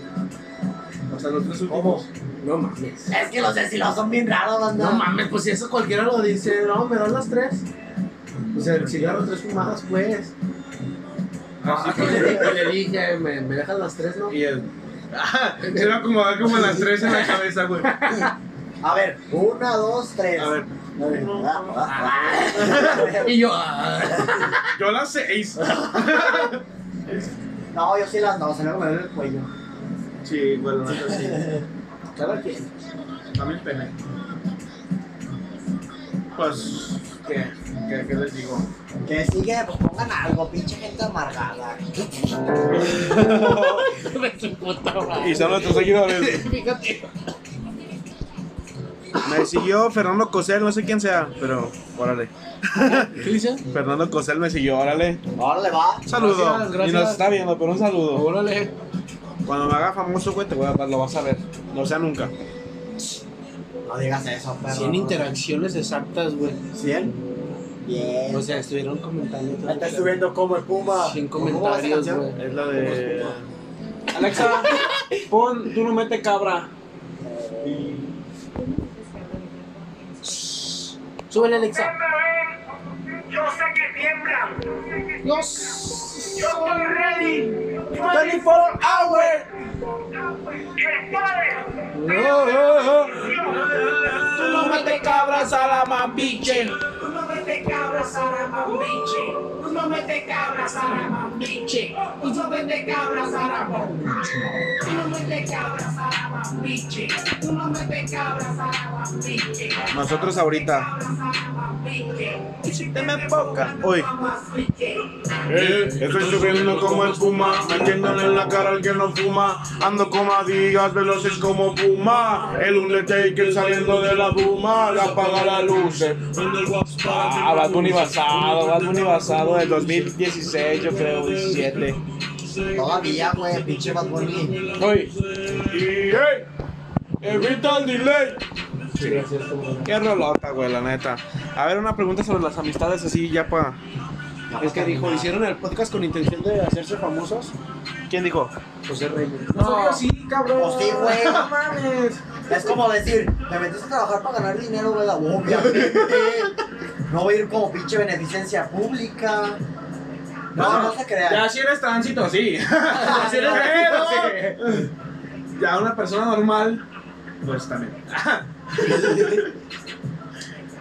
hasta los tres últimos. no mames. Es que los deshilados son bien raros, banda. No mames, pues si eso cualquiera lo dice, no, me dan las tres. O sea, el cigarro tres fumadas, pues. Así Y le fue. dije, le dije, ¿me, me dejas las tres, no? Y el. Ah, se va a acomodar como a las tres en la cabeza, güey. A ver, una, dos, tres. A ver. A ver, ah, ah, ah. Y yo. Yo las seis. No, yo sí las no, se me duele el cuello. Sí, bueno, no sí. Cada quien. Dame el pene. Pues, ¿qué? ¿Qué, qué les digo? Que sigue, pues pongan algo, pinche gente amargada. De su puta madre. Y son nuestros seguidores. Fíjate. Me siguió Fernando Cosel, no sé quién sea, pero órale. ¿Qué dice? Fernando Cosel me siguió, órale. Órale, va. Un saludo. Gracias, gracias. Y nos está viendo, pero un saludo. Órale. Cuando me haga famoso, güey, te voy a lo vas a ver. No sea nunca. No digas eso, perro. 100 interacciones exactas, güey. ¿Cien? Bien. O sea, estuvieron comentando. todo Me el está día. subiendo como el Puma. Sin ¿Cómo va esa comentarios, canción? güey. Es la de. Alexa, pon, tú no mete cabra. Súbele, Alexa. Yo sé que tiemblan. Yo estoy ready. 24 hours. Tú no metes cabras a la mambiche. Tú no metes cabras a la mambiche. Tú no metes cabras a la mambiche. Tú no metes cabras a la mambiche. Tú no metes cabras a la mambiche. Nosotros ahorita. Te me poca. Hoy. Eh, estoy subiendo como espuma, metiéndole en la cara al que no fuma. Ando como adidas, veloces como puma. El undertaker saliendo de la bruma, le apaga las luces. Ah, Bad Bunny basado, Bad Bunny basado del 2016, yo creo, 17. Todavía, güey, pinche Bad Bunny. Hoy. Y, ¡Ey! ¡Evita el delay! Qué rolota, güey, la neta. A ver, una pregunta sobre las amistades así ya para... Es que dijo, hicieron el podcast con intención de hacerse famosos. ¿Quién dijo? José Reyes. Nosotros sí, cabrón. Pues sí, güey. No mames. Es como decir, me metiste a trabajar para ganar dinero, güey, la obviamente. No voy a ir como pinche beneficencia pública. No, no se crean. si eres tránsito, sí. si eres tránsito, sí. Ya una persona normal, pues también.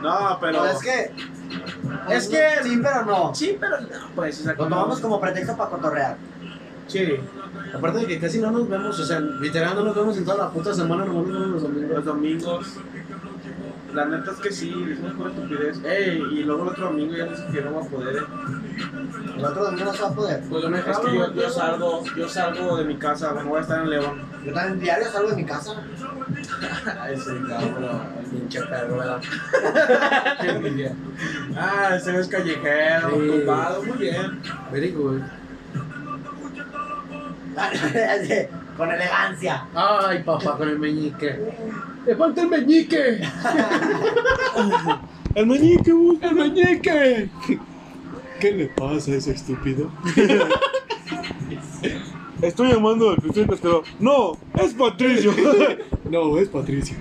no, pero. Pero es que. Es que- Sí, pero no. Sí, pero no, pues, o sea, Lo tomamos como pretexto para cotorrear. Sí, Aparte de que casi no nos vemos, o sea, literal no nos vemos en toda la puta semana, no nos vemos los domingos. los domingos. La neta es que sí, es una pura estupidez. Ey, y luego el otro domingo ya dice que no va a poder. eh. El otro domingo no se va a poder. Pues lo Es que yo, yo salgo, yo salgo de mi casa, me voy a estar en León. Yo también diario salgo de mi casa. Ese Cabrón, pinche perro, ¿verdad? Ah, ese es callejero, Sí. ocupado, muy bien. Verico, güey. Con elegancia. Ay, papá, con el meñique. ¡Le falta el meñique! El meñique, güey, el meñique. ¿Qué le pasa a ese estúpido? Estoy llamando al Cristian Pescador. No, es Patricio. No, es Patricio.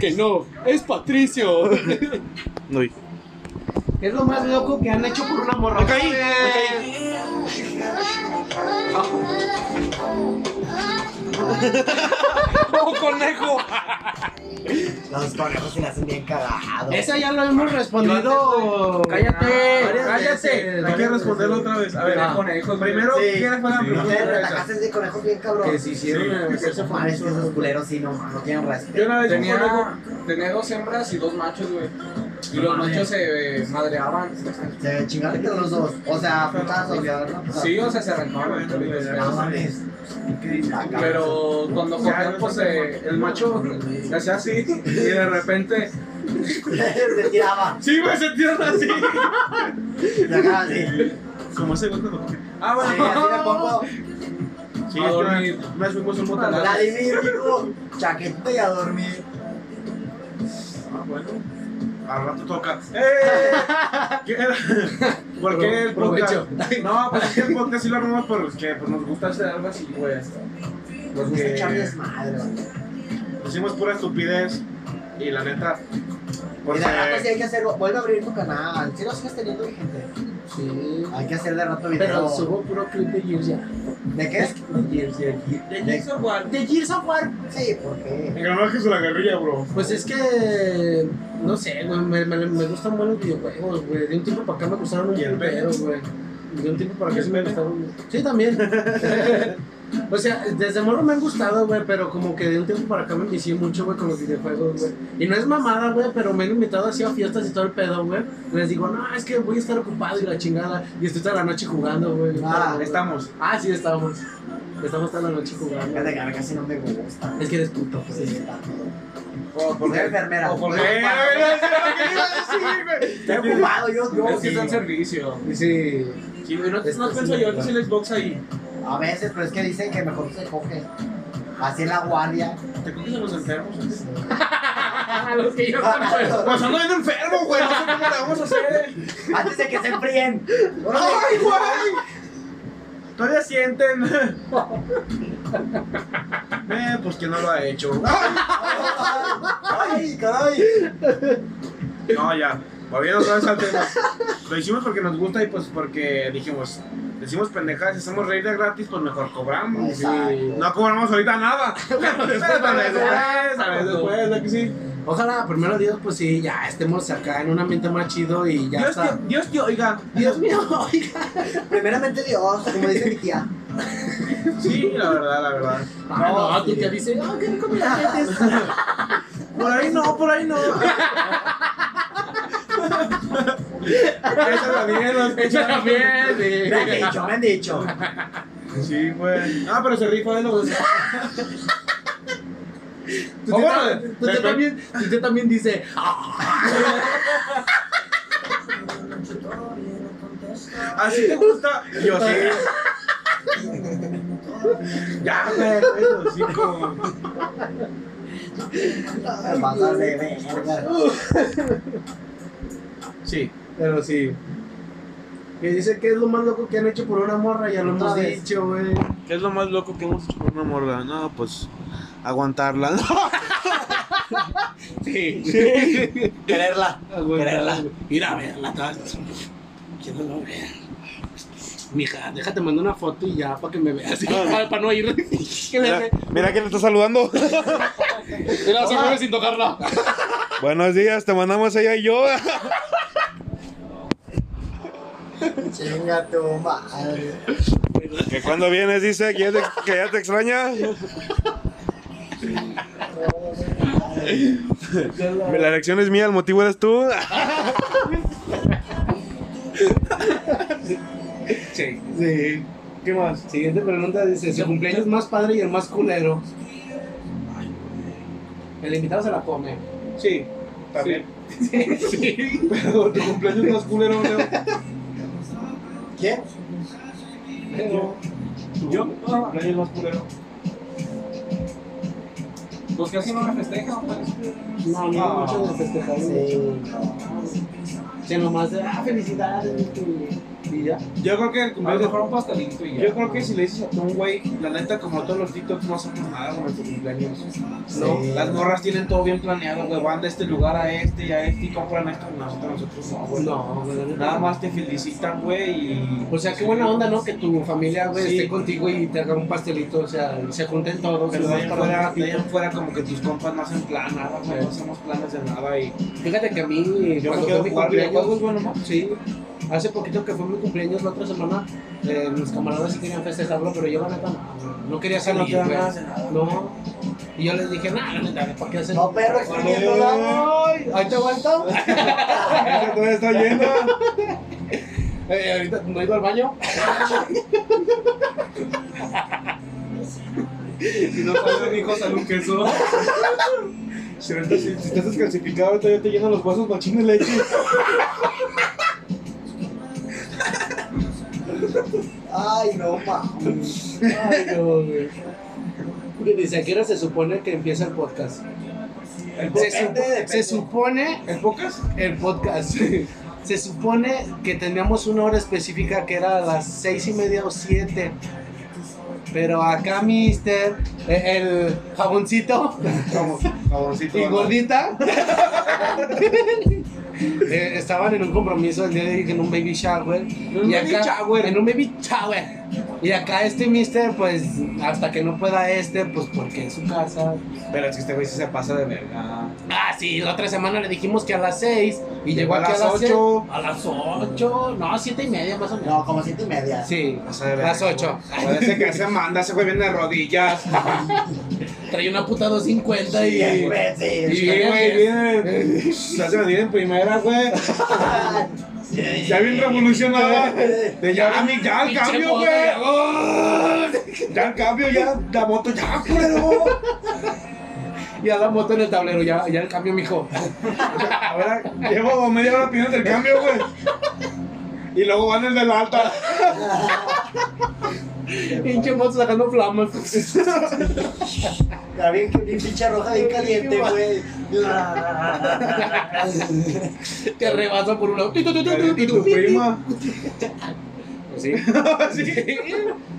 Que no, es Patricio. No, y- Es lo más loco que han hecho por una morra. Me caí, me caí. Los conejos se le hacen bien cagados. Esa ya lo hemos respondido. Cállate, varias cállate. veces, Hay que varias responderlo veces. otra vez. A ver, Ah. conejos. Primero, Sí. ¿quiénes fueron la Ustedes pregunta me esa? atacaste de conejos bien cabrón. Que se hicieron Sí. hacerse Madre, es que esos famosos. culeros sí no, no tienen respeto. Yo una vez un conejo. Tenía, tenía dos hembras y dos machos, güey. Y los machos se eh, madreaban. Se chingaron entre los dos. O sea, putazos, ya, ¿verdad? Putazos. Sí, o sea, se Ah, arrancaban. No mames. Ah, cabrón. Pero cuando cogían, pues eh, el macho le hacía así y de repente. se tiraba. Sí, güey, se tiran así. Se acaba así. Sí, Como ese güey cuando coge. Ah, así le pongo. Sí, A es que una dormir. Pues una vez fuimos a un botanal. Vladimir, dijo, chaqueta y a dormir. Ah, bueno. Al rato toca. ¡Eh! ¿Qué era? ¿Por qué el podcast? Provecho. No, pues es que el podcast sí lo armamos porque pues, nos gusta hacer algo así, güey. Nos gusta echar Porque desmadre. pusimos pura estupidez y la neta. Mira, Porque... rato sí hay que hacerlo. Vuelve a abrir tu canal. Si lo sigues teniendo vigente. Sí. Hay que hacer de rato video. Pero subo puro clip de Gears ya. ¿De qué? De Gears, de Gears. De Gears of War. De Gears of War. Sí, porque. El es de la guerrilla, bro. Pues es que. No sé, güey. Me, me, me gustan buenos videojuegos, güey. De un tiempo para acá me gustaron un Y el putero, güey. De un tiempo para acá el sí me pene? gustaron. Sí, también. O sea, desde morro me han gustado, güey, pero como que de un tiempo para acá me envicié mucho, güey, con los videojuegos, güey. Y no es mamada, güey, pero me han invitado así a fiestas y todo el pedo, güey. Les digo, no, es que voy a estar ocupado y la chingada. Y estoy toda la noche jugando, güey. Ah, Estamos. Ah, sí, estamos. Estamos toda la noche jugando. Fíjate que a mí casi no me gusta. Es que eres puto. pues. Sí, está. O Soy enfermera. o por- Estoy Eh, ocupado. Estoy güey. ocupado, yo, yo. Es que está en servicio. Este, Sí. Sí, güey, no, no pienso yo antes el Xbox ahí. A veces, pero es que dicen que mejor se coge. Así en la guardia. Te coges a los enfermos. los que yo Pues ando bien enfermo, güey. No sé cómo le vamos a hacer. Antes de que se enfríen. ¡Ay, güey! Todavía sienten. Eh, pues que no lo ha hecho. ¡Ay, caray! No, ya. Volviendo otra vez al tema. Lo hicimos porque nos gusta y pues porque dijimos, decimos pendejadas, hacemos reír de gratis, pues mejor cobramos. Exacto. No cobramos ahorita nada. Pero tal vez después, tal vez después, ¿verdad que sí? Ojalá, primero Dios, pues sí, ya estemos acá en un ambiente más chido y ya Dios está. te, Dios te oiga. Dios mío, oiga. Primeramente Dios, como dice mi tía. Sí, la verdad, la verdad. Ah, no, tú te dices, ah, qué rico me la metes. Por ahí no, por ahí no. Eso también lo Ella escucharon. también, Me han dicho, me han dicho. Sí, güey. Ah, pero se rifa de los. Tú Oh, te- bueno, tú te de- también, tú te también dice, ah, Así te gusta. Y Yo sí. ya, pues, güey, güey, los cinco. Me pasas de verga. Sí. pero sí. Que dice que es lo más loco que han hecho por una morra, ya lo Otra hemos vez. dicho, güey. ¿Qué es lo más loco que hemos hecho por una morra? No, pues. Aguantarla. Sí. Quererla. Quererla. Ir a verla, tal. Quiero no ver. Mija, déjate mandar una foto y ya para que me veas. Para, no ir. Que me ve. Mira que le está saludando. Mira, se mueve sin tocarla. Buenos días, te mandamos ella y yo. Chinga tu madre. Que cuando vienes dice que ya te, que ya te extraña. La elección es mía, el motivo eres tú. Sí. Sí. ¿Qué más? Siguiente pregunta dice, ¿su cumpleaños más padre y el más culero? El invitado se la come. Sí. También. Sí. Pero tu cumpleaños más culero, Leo. ¿Quién? ¿Yo? Tu cumpleaños más culero. Pues casi no me festejan, pues. No, no, Ah. mucho de festejar. Sí. Se nomás de, ah, felicidades. y- Y ya. Yo creo que el A lo cumpleaños mejor un pastelito y ya. Yo creo que si le dices a un güey, la neta, como todos los TikToks, no hacemos nada con nuestros cumpleaños. No, Sí. las morras tienen todo bien planeado, güey. Van de este lugar a este y a este y compran esto. Nosotros, nosotros no, güey. No, güey. Nada más te felicitan, güey. Y... O sea, qué buena onda, ¿no? Que tu familia, güey, Sí. esté contigo y te haga un pastelito, o sea, y se junten todos. Pero y de vas ahí en para fuera, un de ahí ratito. en fuera como que tus compas no hacen plan, nada, güey. No hacemos planes de nada. Y Fíjate que a mí, Yo me cuando quedo fue mi jugar videojuegos, cumpleaños, güey, pues, nomás. sí, hace poquito que fue mi cumpleaños la otra semana, eh, mis camaradas sí querían festejarlo, pero yo la neta no, no quería salir, Ah, no te dan güey. ganas de nada. No, y yo les dije, nada, la neta, ¿para qué hacen? No, perro, extrañándola. Ay, ahí te aguanto. Ese todavía está lleno. Eh, ahorita no he ido al baño. Si no salen hijos a un queso. Si, ahorita- si- si estás descalcificado, ahorita ya te llenan los huesos machín de leche. Ay, no, mames. Ay, no, güey. Dice, ¿a qué hora se supone que empieza el podcast? Se, supo- Depende, depende. se supone ¿En pocas? el podcast. Se supone que teníamos una hora específica que era a las seis y media o siete. Pero acá, mister, eh, el jaboncito Vamos, jaboncito. y ¿verdad? gordita eh, estaban en un compromiso el día de hoy, en un baby shower. y acá, En un baby shower. Y acá este mister, pues, hasta que no pueda este, pues porque es su casa. Pero es que este güey sí se pasa de verga. Ah, sí, la otra semana le dijimos que a las 6 y Llegó llegó, a aquí las a las 8. 8. A las 8, no, 7 y media más o menos. No, como siete y media. Sí, Pasa de verga. las 8. Parece que se manda, ese güey viene de rodillas. Traía una puta 250 y. Sí, güey, sí. Sí, güey, viene. Se hace venir en primera, güey. Ya bien revolucionada. De ya, mi- ya al Pinche cambio, moto, ya. güey. Ya al cambio, ya la moto, ya, culero. Y a la moto en el tablero, ya, ya el cambio, mijo. Ahora llevo media hora pidiendo el cambio, güey. Y luego van el de la alta. Pinche moto sacando flamas. La bien, bien pinche roja, bien caliente, güey. Te rebasa por un lado. ¿Y tu prima? Pues sí.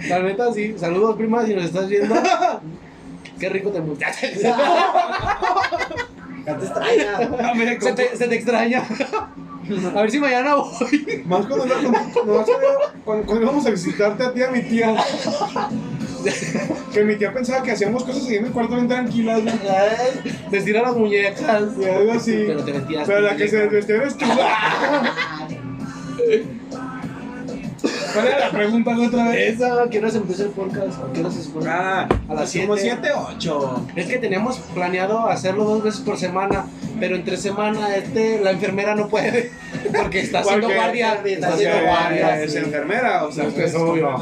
La neta, sí. Saludos, prima, si nos estás viendo. Qué rico te gusta. Ya te extraña. Ah, mira, Se como- te, se te extraña. A ver si mañana voy. Más cuando no, no, cuando, cuando íbamos a visitarte a ti y a mi tía. Que mi tía pensaba que hacíamos cosas ahí en el cuarto bien tranquilas, güey. Te estira las muñecas. Y algo así. Pero te metías. Pero la que se desvestía eres tú. ¿Cuál era la pregunta güey, otra vez? Esa, ¿a ¿qué hora se empieza el podcast? ¿A qué hora se supone? Ah, a las como 7. 7 8. Es que teníamos planeado hacerlo dos veces por semana, pero entre semana este, la enfermera no puede, porque está haciendo Porque- guardia. Está O sea, haciendo guardia. es sí. enfermera, o sea, Pues, pues, obvio.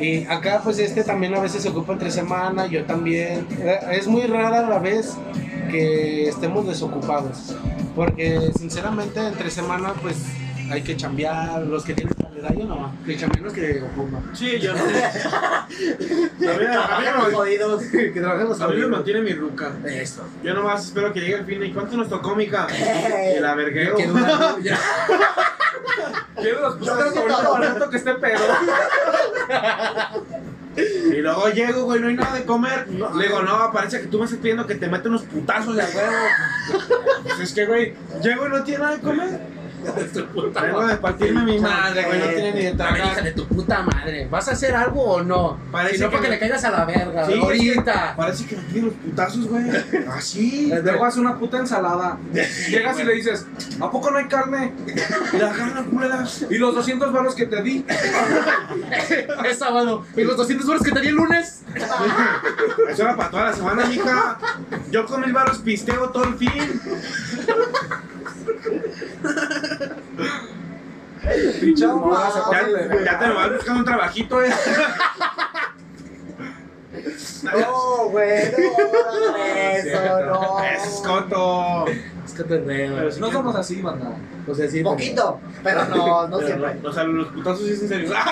Y acá pues este también a veces se ocupa entre semana, yo también. Eh, Es muy rara la vez que estemos desocupados. Porque sinceramente entre semana pues hay que chambear, los que tienen calidad, yo no, que chambean los que ocupan. Sí, yo no. A mí, a mí Trabajan los me- jodidos. que trabajen los a mí me jodidos. mantiene mi ruca. Eso. Yo nomás espero que llegue el fin. ¿Y cuánto nos tocó, mija? Y la verguero. Quiero una- ¿Quién los pues, puso Yo creo que sobre todo. el barato que esté pedo? Y luego llego, güey, no hay nada de comer. Le digo, no, parece que tú me estás pidiendo que te meta unos putazos de a huevo. Pues es que, güey, llego y no tiene nada de comer. Vengo de partirme mi madre, güey, no tiene ni de A ver, hija tragar. de tu puta madre, ¿vas a hacer algo o no? Parece si no, que para que me- le caigas a la verga, Sí, ahorita. Parece que me piden los putazos, güey. Ah, Así. Les dejo hacer una puta ensalada. Llegas y le dices, ¿a poco no hay carne? Y las ganas culeras. Y los 200 baros que te di. Es sábado. ¿Y los 200 dólares que tenía el lunes? Eso era para toda la semana, mija. Yo con mil barros pisteo todo el fin. Pichado. Ah, Ya, ya te me vas buscando un trabajito, eh. No, güey, no, eso, no. Es coto. Es que te veo. No somos así, banda. O sea, sí. Poquito, pero no, no Pero, siempre. O sea, los putazos sí es en serio.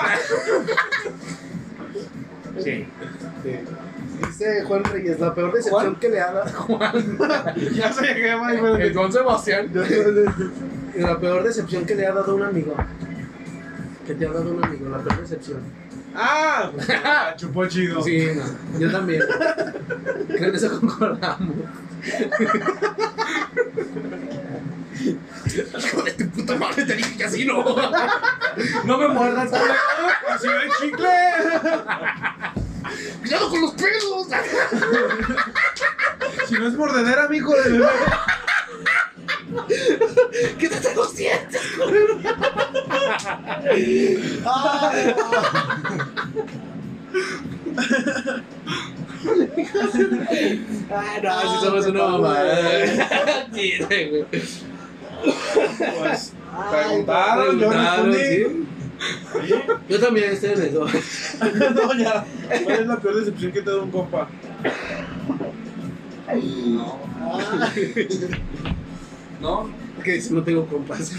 Sí. Dice Juan Reyes, la peor decepción que le ha dado Juan. Ya se llegué, güey, güey. El Don Sebastián. la peor decepción que le ha dado un amigo. Que te ha dado un amigo, la peor decepción. Ah, ah, chupó chido. Sí, no, yo también. Creo que eso concordamos. Hijo de tu puta madre, te dije que así no. No me muerdas, culero. Así ve el chicle. cuidado con los pelos. Si no es mordedera, mijo de bebé. Quítate los dientes. Ay, Ah, no, si somos una mamada. Sí, güey. Pues, Ay, preguntaron, yo Preguntaron, respondí. ¿sí? Yo también estoy en eso. No, ya. ¿Cuál es la peor decepción que te da un compa? ¿No? Que dice, no tengo compas.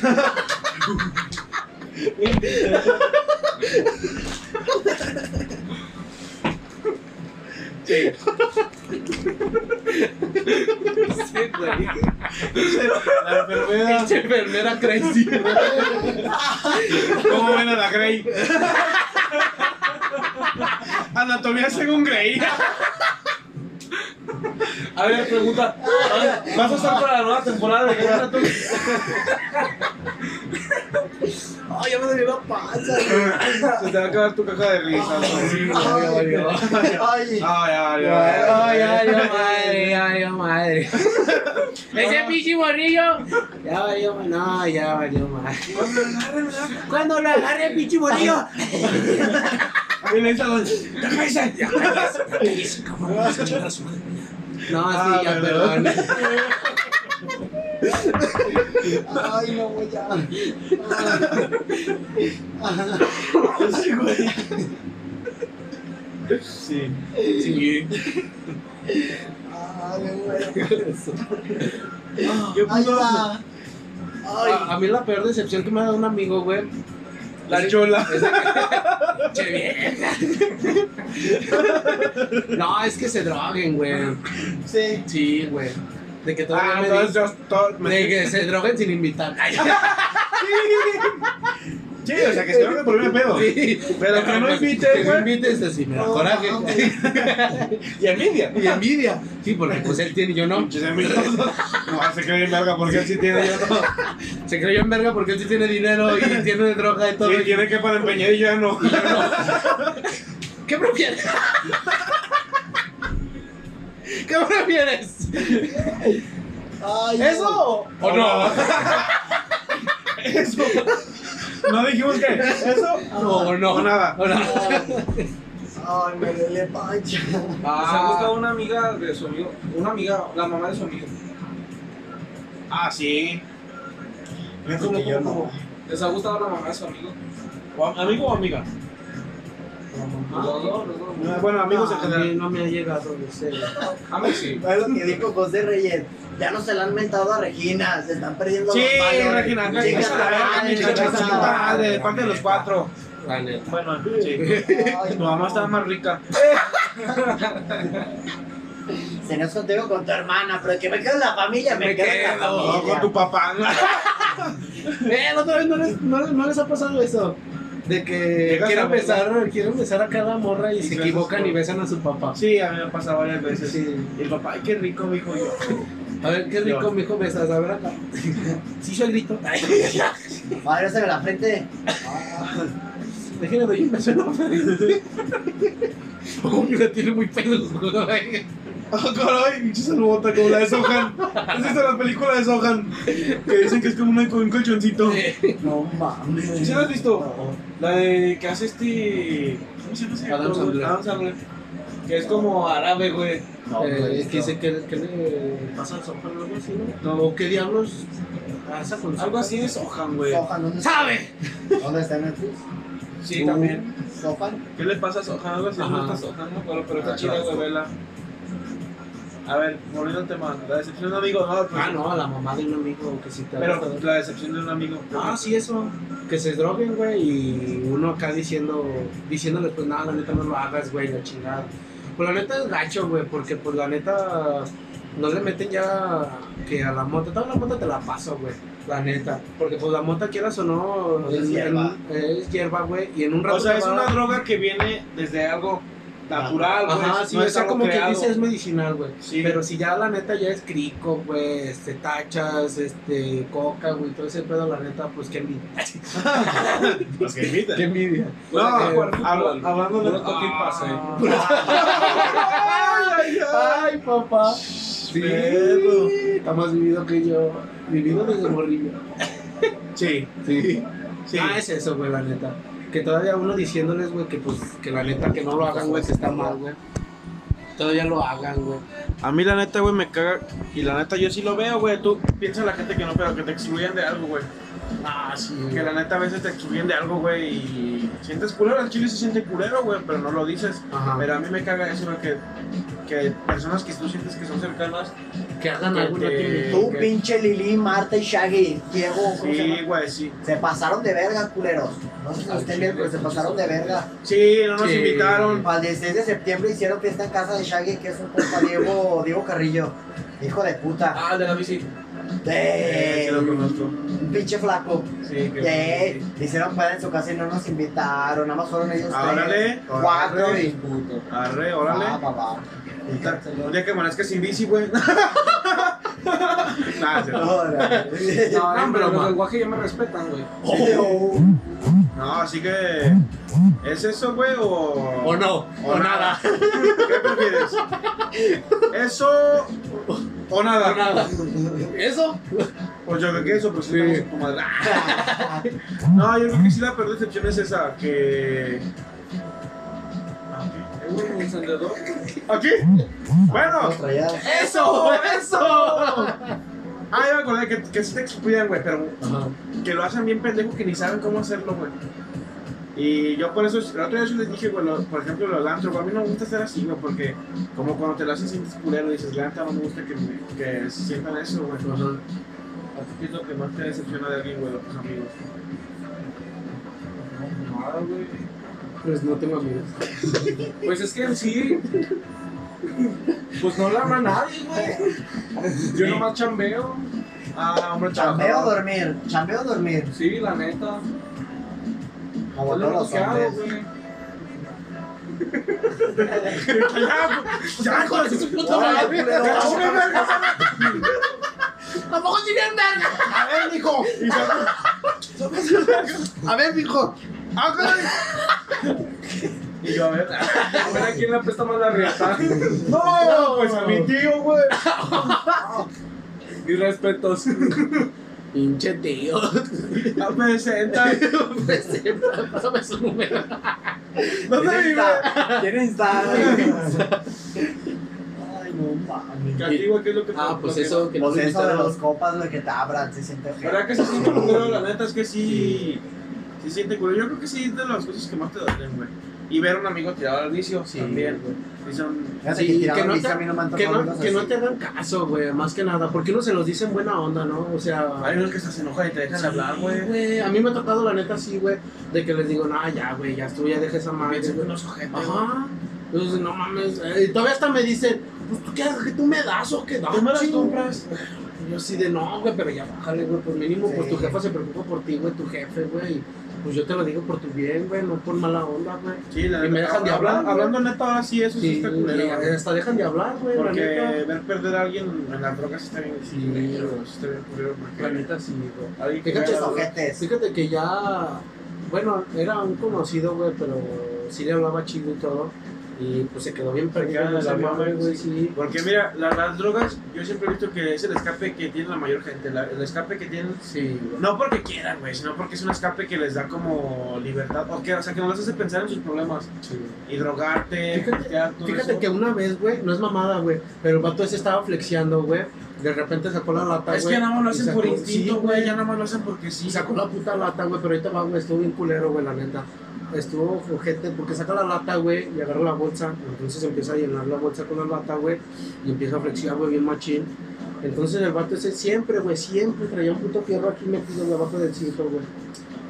La enfermedad. Pinche enfermera crazy. ¿Cómo ven a la Grey? Anatomía según Grey. A ver, pregunta. ¿vas- ¿Vas a estar para la nueva temporada de Guerra tú? Ay, ya me dolió la panza. Se te va a acabar tu caja de risa, güey. Ay, Ay, ay, ay. Ay, ay, ay, madre, ay, ay, madre. Ese pinche morrillo. Ya valió, ma- no, ya valió madre. Cuando lo agarre, pinche morrillo. Y le hizo los- No, sí, Ah, ya, perdón. perdón. ay, no, güey, ya. Sí. Ay, me muero. ¿Qué Ay, puso? va. Ay, A, a mí la peor decepción que me ha dado un amigo, güey. La chola. Che vieja. No, es que se droguen, güey. sí. Sí, güey. De que todavía Ah, me entonces di- yo todo- me- De que se droguen sin invitar. Ay, Sí, o sea, que se van a poner pedo. sí. Pero que no invite, Que no güey. Oh, invites así, me da No, coraje. no, Y envidia. Y envidia. Sí, porque pues él tiene y yo no. Pinches envidiosos. No, se creen verga porque él sí tiene yo no. Se creyó en verga porque él sí tiene dinero y tiene droga y todo. Y él tiene que para empeñar y yo ya no. ¿Qué prefieres? ¿Qué prefieres? Ay, no. ¿Eso o no? Eso. No dijimos que eso. ¿O no? O nada. ¿O nada? Ay, me duele pancha. Se Ah. ha buscado una amiga de su amigo, una amiga, la mamá de su amigo. Ah, sí. Es que yo no. Les ha gustado la mamá de su amigo. ¿Amigo o amiga? Ah, Los dos, los dos. No, Bueno, amigos en A mí 네, general. no me ha llegado, no sé. A mí Ah, sí. Es lo que dijo José Reyes. Ya no se la han mentado a Regina. Se están perdiendo Sí, los valores. Regina, Chica, Regina, la verga, mi madre, chica, chica, su madre, de madre. parte de los cuatro. La neta. Bueno, sí. Ay, Tu no. mamá estaba más rica. Se nos contigo con tu hermana, pero que me quede la familia, me, Me queda quedo. la No, familia. con tu papá. Eh, la otra vez no les, no, les- no les ha pasado eso. De que Llegas a verla. quieren besar, quieren besar a cada morra y, Y se besas equivocan por- y besan a su papá. Pues, Sí, a mí me ha pasado varias veces. Sí. Y el papá, ay, qué rico, dijo yo. A ver, qué rico, Yo. mijo, besas. A ver acá. Sí, yo grito. Madre, se ve la frente. Déjenme doy un beso en la frente. Oh, mira, tiene muy pelos, güey. Ah, caray, pinche salubota como la de Sohan. ¿Has visto la película de Sohan? Que dicen que es como una- un colchoncito. No mames. ¿Sí la has visto? La de que hace este. ¿Cómo se llama ese? Adam actor, güey? Sandler. Adam Sandler. Que es como árabe, güey. No, no he Eh, que visto. dice que, que le pasa al sofá o algo así, ¿no? No, ¿qué diablos pasa con Algo así de Sohan, güey. Sohan, ¿dónde está? ¡Sabe! ¿Dónde está Netflix? Uh. Sí, también. Sohan. ¿Qué le pasa a Sohan? Algo así, Ajá. no está Sohan, no me acuerdo, pero está Ah, chida, claro. güey, vela. A ver, volviendo al tema, la decepción de un amigo, no, pues, Ah, no, la mamá de un amigo que sí te ha pero gustado. la decepción de un amigo. Ah, sí, eso. Que se droguen, güey, y uno acá diciendo, diciéndoles, pues nada, la neta no lo hagas, güey, la chingada. Pues la neta es gacho, güey, porque pues la neta no le meten ya que a la mota, toda la mota te la paso, güey, la neta. Porque pues la mota quieras o no, Es en- hierba. es hierba, güey, y en un rato. Pues, o sea, te es va- una droga que viene desde algo natural, güey. Ajá, sí, no o es sea, algo como que creado. dice es medicinal, güey. Sí. Pero si ya la neta ya es crico, güey, este, tachas, este, coca, güey, todo ese pedo, la neta, pues qué envidia. Los que imitan. Qué envidia. No, Bueno, habla- que- habla- hablando de... Puro Ah, toque y pase. ay, ay, Ay, papá. Sí, Pedo. está más vivido que yo. Vivido desde morrillo. Sí, Sí. sí. Ah, es eso, güey, la neta. Que todavía uno diciéndoles, güey, que pues, que la neta, que no lo hagan, güey, que está mal, güey. Todavía lo hagan, güey. A mí la neta, güey, me caga. Y la neta, yo sí lo veo, güey. Tú piensa en la gente que no, pero que te excluyan de algo, güey. Ah, sí. Que la neta a veces te excluyen de algo, güey, y sientes culero, el chile se siente culero, güey, pero no lo dices. Ajá. Pero a mí me caga eso, güey, que, que personas que tú sientes que son cercanas. Que hagan que alguna te- tiene. Tú, que- pinche Lili, Marta y Shaggy, Diego, ¿cómo se Sí, llama? güey, sí. Se pasaron de verga, culeros. No sé si lo estén viendo, pero se pasaron de verga. Sí, no nos Sí. invitaron. Para el 16 de septiembre hicieron fiesta en casa de Shaggy, que es un compa Diego, Diego Carrillo. Hijo de puta. Ah, de la bici. Eh, Eh, sí lo conozco. un pinche flaco. Sí, que. Eh, hicieron para en su casa y no nos invitaron, nada más fueron ellos Árale, tres. Cuatro y... Arre, Ah, órale. papá. Un día que amanezca sin bici, güey. Nah, es cierto. Ahora. No, Ah, pero broma. los del guaje ya me respetan, güey. No, así que. ¿Es eso, güey? O. O no, o nada. ¿Qué prefieres? ¿Eso o nada? ¿Eso? Pues yo creo que eso, pero si estamos como de- No, yo creo que sí la peor decepción es esa, que. Es un encendedor. ¿Aquí? Bueno, Otra ya. ¡Eso! ¡Eso! ah, ya me acordé que, que sí te expiden, güey, pero que lo hacen bien pendejo que ni saben cómo hacerlo, güey. Y yo por eso, el otro día yo les dije, güey, lo- por ejemplo, los lantros, a mí no me gusta hacer así, güey, porque como cuando te lo hacen sientes culero, dices, la neta no me gusta que, me- que sientan eso, güey. ¿A ti ¿Qué es lo que más te decepciona de alguien, güey, de tus amigos? Nada, güey. Pues no tengo amigos. Pues es que en sí. Pues no la ama nadie, güey. Yo nomás chambeo. Ah, hombre, Chambeo chaval. dormir, chambeo dormir. Sí, la neta. Como Es lo todos único los que hago, hombres. güey. Ya, ya, hijo de su puta Órale, madre. culero. Ya, chingue, verga. ¡Tampoco si bien verga! A ver, hijo. Y se- A ver, mijo. Ah, Y yo, a ver. A ver a quién le apesta más la riata. No, pues a mi tío, güey. Mis respetos. Pinche tío. Ah, Me senta. Pues sí, Pásame su número. ¿Dónde Tiene vive? Insta- Tiene Instagram. Ay, no mames. Que a ti, güey, ¿qué es lo que te- Ah, pues lo que- eso, que no Pues se eso de invitaron. los copas, lo que te abran, se siente feo. ¿Verdad que se siente culero? La neta es que sí. Sí siente culero. Yo creo que sí es de las cosas que más te duelen, güey. Y ver a un amigo tirado al vicio también, güey. Sí son- Fíjate Sí, que que no tiraron bici, te- a mí no me han Que tocado no, amigos que no así. te hagan caso, güey, más que nada, porque uno se los dice en buena onda, ¿no? O sea, Hay unos que hasta se enojan y te dejan hablar, güey. güey, a mí me ha tocado la neta así, güey, de que les digo, no, ya, güey, ya estuve, ya dejé esa madre. Piensan que güey". unos ojetes, güey. Ajá. Entonces, no mames, eh, y todavía hasta me dicen, pues tú qué, que tú me das o qué no, ¿Tú me las chingo?". compras? Y Yo sí de no, güey, pero ya bájale, güey, pues mínimo, pues Sí. tu jefa se preocupa por ti, güey, tu jefe, güey. y, Pues yo te lo digo por tu bien, güey, no por mala onda, güey. Sí, la Y me dejan de habla- hablar, güey. Hablando neta, ahora sí, eso sí Sí, eh. está y culero. güey. hasta dejan de hablar, güey, la Porque neta. ver perder a alguien en las drogas está bien Sí. culero, güey, está bien culero porque La neta sí, güey. alguien Fíjate, vea- Pinches ojetes. Fíjate que ya, bueno, era un conocido, güey, pero sí le hablaba chido y todo. Y pues se quedó bien perdido en queda esa la madre, madre, güey, sí. sí. Porque mira, la- las drogas, yo siempre he visto que es el escape que tiene la mayor gente, la- el escape que tienen, Sí, güey. no porque quieran, güey, sino porque es un escape que les da como libertad, o, que, o sea, que no les hace pensar en sus problemas, sí. y drogarte, Fíjate- pistear, todo Fíjate eso. que una vez, güey, no es mamada, güey, pero el vato ese estaba flexiando, güey. De repente sacó la lata, güey. es que nada más lo y hacen sacó- por sí, instinto, güey, ya nada más lo hacen porque sí. Y sacó la puta lata, güey, pero ahorita va, güey, estuvo bien culero, güey, la neta. Estuvo flojete porque saca la lata, güey, y agarra la bolsa. Entonces empieza a llenar la bolsa con la lata, güey, y empieza a flexionar, güey, bien machín. Entonces el vato ese siempre, güey, siempre traía un puto fierro aquí metido debajo del cinto, güey.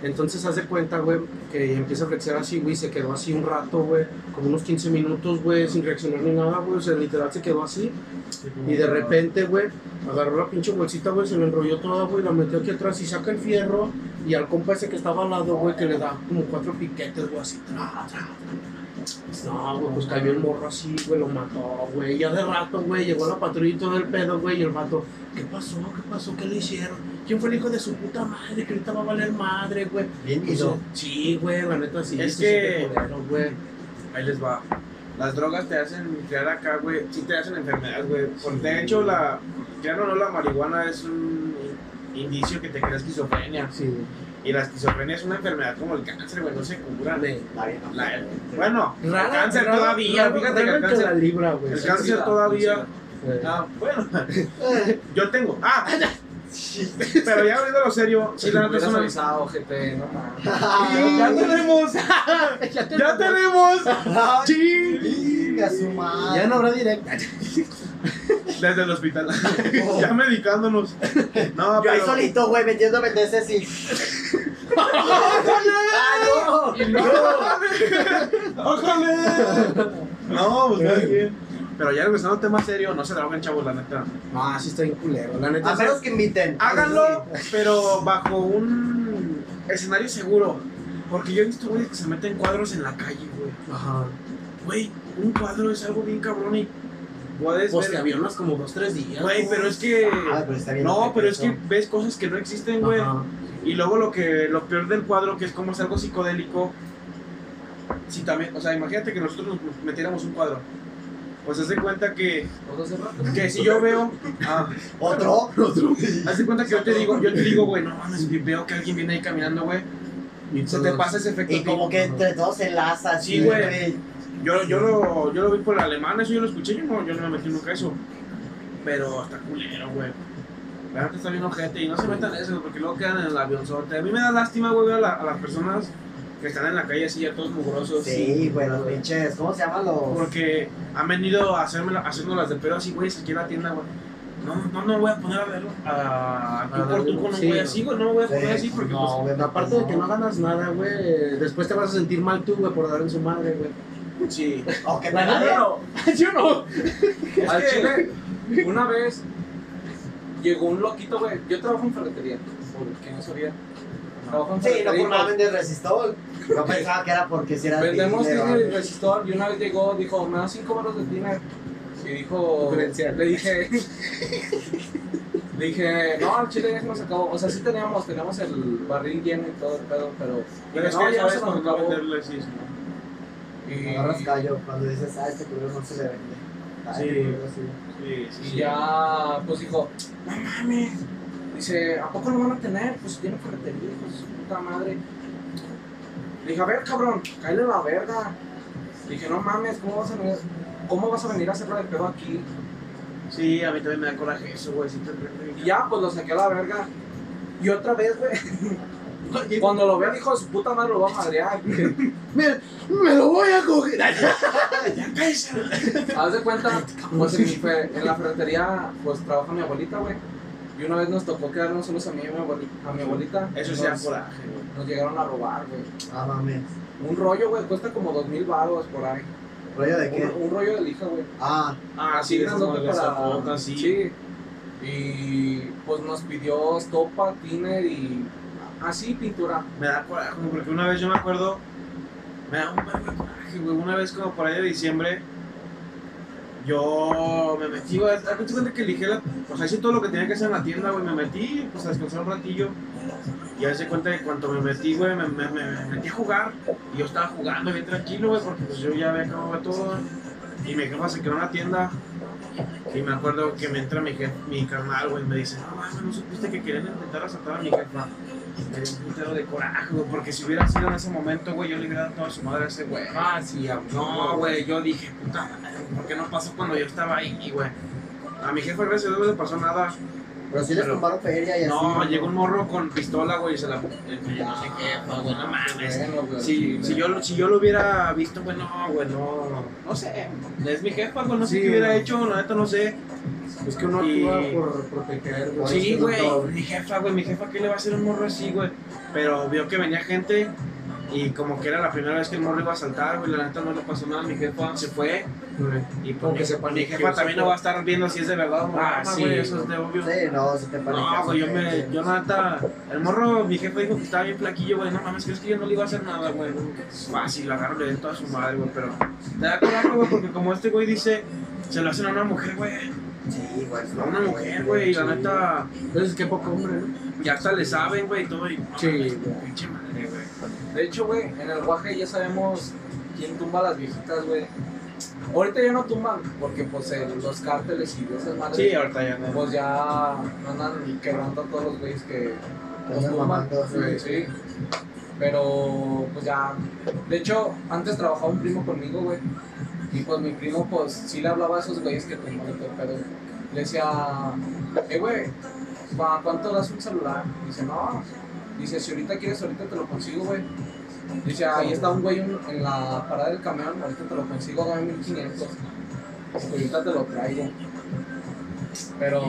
Entonces hace cuenta, güey, que empieza a flexionar así, güey, y se quedó así un rato, güey, como unos 15 minutos, güey, sin reaccionar ni nada, güey, o sea, literal se quedó así. Y de repente, güey, agarró la pinche bolsita, güey, se la enrolló toda, güey, la metió aquí atrás y saca el fierro. Y al compa ese que estaba al lado, güey, que le da como cuatro piquetes, güey, así. tra, tra, tra. Pues, No, güey, pues cayó el morro así, güey, lo mató, güey. Ya de rato, güey, llegó la patrulla y todo el pedo, güey, y el vato, ¿qué pasó? ¿Qué pasó? ¿Qué le hicieron? ¿Quién fue el hijo de su puta madre que ahorita va a valer madre, güey? Bien Pues, ido. sí, güey, la neta sí. Es se siente que- culero, güey. Ahí les va. Las drogas te hacen crear acá, güey. Sí te hacen enfermedades, güey. Por- De hecho, la, ya no, no, la marihuana es un indicio que te crea esquizofrenia. Sí, Y la esquizofrenia es una enfermedad como el cáncer, güey. No se cura, güey. güey. Está bien, ¿no? La- Bueno, Rara- el cáncer rara- todavía. rara- fíjate que rara el que la cáncer, libra, güey. el Sí, cáncer sí, todavía. güey. Ah, bueno. Yo tengo. Ah, pero ya hablando lo serio, sí, la me neta es hubieras una. avisado, gente, no mames. Ya tenemos, Ya te- ya tenemos. Ay, chinga su madre. Ya no habrá directa. Desde el hospital. ya medicándonos. No, Yo ahí pero. solito, güey, metiéndome el DC así. ¡Ah, no! ¡Ójale! No, pues cada quien. Pero ya regresando a un tema serio, no se droguen, chavos, la neta. No, sí está bien culero, la neta. A menos que inviten. Háganlo, pero bajo un escenario seguro. Porque yo he visto güeyes que se meten cuadros en la calle, güey. Ajá. Güey, un cuadro es algo bien cabrón y Puedes Pues ver- te avionas como dos, tres días. Güey, pero es que. Ah, pero está bien No, ojete pero es eso. que ves cosas que no existen, güey. Ajá. Y luego lo que lo peor del cuadro, que es como es algo psicodélico. Si también, o sea, imagínate que nosotros nos metiéramos un cuadro. Pues haz de cuenta que, que si yo veo, ah, ¿Otro? haz de cuenta que yo te digo, yo te digo, güey, no mames, veo que alguien viene ahí caminando, güey. Se te pasa ese efecto. a Y ti. como que entre todos se enlaza. Sí, güey. Yo, yo, lo, yo lo vi por el alemán, eso yo lo escuché, yo no, yo no me metí nunca a eso. Pero está culero, güey. La gente está bien ojete y no se metan eso, porque luego quedan en el avionzote. A mí me da lástima, güey, ver a, la- a las personas que están en la calle así, ya todos mugrosos. Sí, güey, los pinches. ¿Cómo se llaman los? Porque han venido a hacerme haciéndolas de pedo así, güey, aquí en la tienda, güey. No, no, no voy a poner a verlo. A, tú por tú con un Sí, güey no. así, güey, no me voy a poner así porque pues, güey, Aparte de que no ganas nada, güey, después te vas a sentir mal tú, güey, por dar en su madre, güey. pues, Sí. O que te La neta, ganen. no. Yo no. Al chile, una vez llegó un loquito, güey. Yo trabajo en ferretería, porque no sabía. Trabajo en Sí, no ferretería. por nada vender resistol. Yo pensaba que era porque si era Vendemos dinero, tiner y güey. resistor y una vez llegó, dijo, me das 5 baros de tiner. Y dijo, Diferencial. le dije, le dije, no, al chile ya se nos acabó. O sea, sí teníamos, teníamos el barril lleno y todo el pedo, pero, Pero dije, es no, que ya sabes se nos cuando no acabó. venderle, sí, sí. Y, Agarras callo cuando dices, ah, este culero no se le vende. Ay, Sí. culero, sí. Sí, sí, y sí. ya, pues dijo, no mames. Dice, ¿a poco lo van a tener? Pues tiene ferretería, hijo de su puta madre. Le dije, a ver, cabrón, cállale la verga. Le dije, no mames, ¿cómo vas a venir, cómo vas a, venir a hacerle el pedo aquí? Sí, a mí también me da coraje eso, güey. Sí, te prende. Y ya, pues lo saqué a la verga. Y otra vez, güey. Cuando lo vea, dijo, su puta madre lo va a madrear. Me, me lo voy a coger. Haz de cuenta, pues en, mi fe- en la ferretería, pues trabaja mi abuelita, güey. Y una vez nos tocó quedarnos solos a mí y a mi abuelita. A mi abuelita Eso Nos- sí da coraje, güey. Nos llegaron a robar, güey. Ah, mames. Un rollo, güey, cuesta como dos mil baros por ahí. ¿Rollo de qué? Un, un rollo de lija, güey. Ah, Ah, sí, Así es como grandote las para... zapotas, sí. Y pues nos pidió estopa, tiner y... Así, pintura. Me da coraje, güey, porque una vez yo me acuerdo, me da un vergo de coraje, güey. Una vez como por ahí de diciembre, yo me metí, güey. Haz de cuenta que elige la. O sea, hice todo lo que tenía que hacer en la tienda, güey. Me metí, pues a descansar un ratillo. Y haz de cuenta que cuando me metí, güey, me, me- me- me metí a jugar. Y yo estaba jugando bien tranquilo, güey, porque pues yo ya había acabado todo. Y mi jefa se quedó en la tienda. Y me acuerdo que me entra mi, jef- mi carnal, güey, y me dice, no, mames, no supiste que querían intentar asaltar a mi jefa. Me dio un putero de coraje, güey, porque si hubiera sido en ese momento, güey, yo le hubiera dado toda su madre a ese güey. Ah, sí, a No, güey, yo dije, puta madre, ¿por qué no pasó cuando yo estaba ahí, güey? A mi jefa, gracias a Dios, no le pasó nada. pero sí les Pero- tomaron feria y así. No, llegó un morro con pistola, güey, y se la... No sé qué, güey, no mames. Si, si, yo, lo- si yo lo hubiera visto, güey, no, güey, no, no, no sé. Es mi jefa, güey, no sé Sí, qué hubiera güey. hecho, la neta no sé. Es que uno Y- actúa por proteger, güey. Sí, güey, mi jefa, güey, mi jefa, ¿qué le va a hacer un morro así, güey? Pero vio que venía gente y como que era la primera vez que el morro iba a saltar, güey, la neta no le pasó nada, mi jefa se fue y Como que pues se mi, mi paniqueó, jefa se también fue. no va a estar viendo si es de verdad o no, Ah, güey, sí, eso es de obvio. Sí, no, se te No, pareció. güey, yo me, yo la neta, el morro, mi jefe dijo que estaba bien flaquillo, güey, no mames, crees que yo no le iba a hacer nada, güey. Fácil, lo agarro, le den toda su madre, güey, pero te da coraje, güey, porque como este güey dice, se lo hacen a una mujer, güey, Sí, güey. a una mujer, güey, y la neta... pues, Entonces, qué poco hombre, ¿no? Ya hasta le saben, güey, y todo. Y, no, Sí, mames, güey. Pinche madre, güey. De hecho, güey, en el guaje ya sabemos quién tumba a las viejitas, güey. Ahorita ya no tumban, porque pues el- los cárteles y esas madres, Sí, ahorita ya no. pues ya andan quebrando a todos los güeyes que los Andan tumban. mamando, sí. Sí. Pero pues ya. De hecho, antes trabajaba un primo conmigo, güey. Y pues mi primo, pues sí le hablaba a esos güeyes que tumban y todo, pero le decía, eh, güey, ¿pa- ¿cuánto das un celular? Dice, no. Dice, si ahorita quieres, ahorita te lo consigo, güey. Dice, ahí está un güey en en la parada del camión, ahorita te lo consigo, dame 1500. Dice, ahorita te lo traigo. Pero,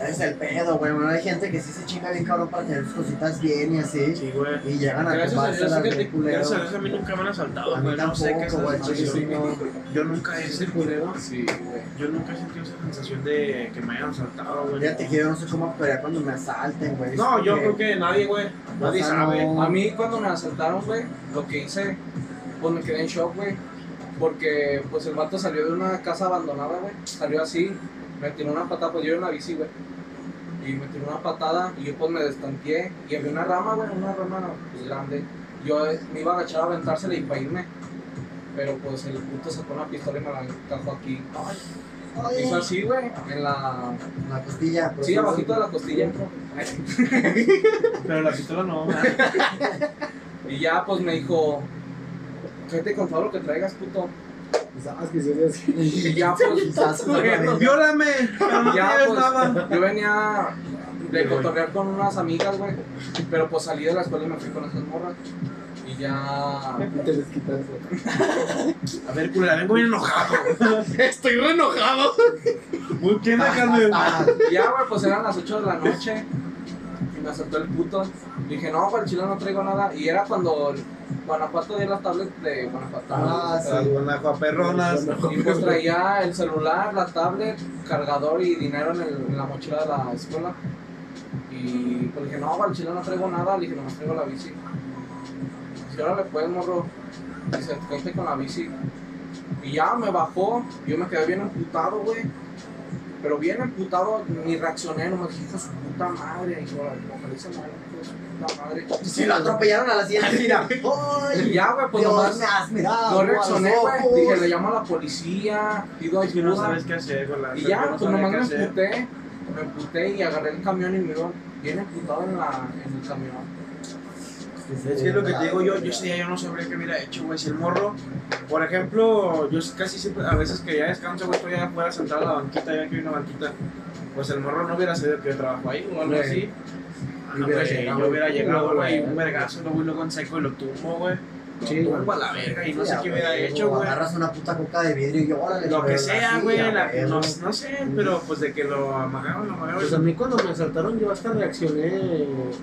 Ese Es el pedo, güey. Bueno, hay gente que sí se chinga bien cabrón para tener sus cositas bien y así. Sí, güey. Y llegan a Gracias a quemarse Dios, las fíjate, bien culero. gracias a Dios a mí nunca me han asaltado, A mí güey. No sé qué es tampoco, güey. esa sí, sí, sensación. no. Yo nunca he culero. sí, güey. Yo nunca he sentido esa sensación de que me hayan asaltado, güey. Fíjate que yo no sé cómo actuaría cuando me asalten, güey. No, yo creo que nadie, güey. Nadie O sea, sabe. no. A mí cuando me asaltaron, güey, lo que hice, pues me quedé en shock, güey. Porque pues el vato salió de una casa abandonada, güey. Salió así, me tiró una patada, pues yo iba en la bici, güey. Y me tiró una patada y yo pues me destanteé y había una rama, güey, una rama pues, grande. Yo eh, me iba a agachar a aventársela y para irme. Pero pues el puto sacó una pistola y me la encajó aquí. Ay, Hizo así, güey, en la... La costilla. Sí, abajito de la costilla. Pero la pistola no. Y ya pues me dijo, gente con todo lo que traigas, puto. Sabes que si es así. Y ya pues, ¡Viólame! Pero no ya tienes pues, nada. yo venía de cotorrear con unas amigas, güey. Pero pues salí de la escuela y me fui con esas morras. Y ya... Te les quitas. A ver, culera, vengo bien enojado. Estoy re enojado. Muy bien, déjame. Y ya, güey, pues eran las 8 de la noche. Y me asaltó el puto. Dije, no, para el chile no traigo nada. Y era cuando el Guanajuato dio las tablets de Guanajuato. Ah, Las sí. guanajuaperronas. Y pues traía el celular, la tablet, cargador y dinero en, el- en la mochila de la escuela. Y pues dije, no, al chile no traigo nada, le dije, nomás traigo la bici. Y ahora le puedes, morro. Dice, vente con la bici. Y ya me bajó, yo me quedé bien emputado, güey. Pero bien emputado, ni reaccioné, no me dije, hijo de su puta madre. Y yo, ojalá se muera, hijo de su puta madre. Si lo atropellaron a la siguiente gira. Y Ay, ya, güey, pues Dios nomás. me has mirado. No a los reaccioné, ojos. güey. Dije, le llamo a la policía, pido Si no ayuda. sabes qué hacer, con la Y ya, no pues sabía nomás qué me hacer. emputé, me emputé y agarré el camión y me iba bien emputado en, la, en el camión. Es que es lo que te digo yo, yo ese día yo no sabría qué hubiera hecho, güey. Si el morro, por ejemplo, yo casi siempre, a veces que ya descanso, güey, estoy afuera sentado a la banquita, ya que hay una banquita, pues el morro no hubiera sabido que yo trabajo ahí o algo Güey. así. Ah, no, hubiera güey, llegado, yo hubiera llegado, güey. güey, un vergazo, lo voy luego en seco y lo tumbo, güey. Lo Sí, tumbo a la verga y no sé Ya, qué hubiera güey, hecho, o güey. Agarras una puta coca de vidrio y yo, órale. Lo pero que sea, así, güey, a la- huevo. no, no sé, pero pues de que lo amagaron, lo amagaron. Pues a mí cuando me asaltaron yo hasta reaccioné.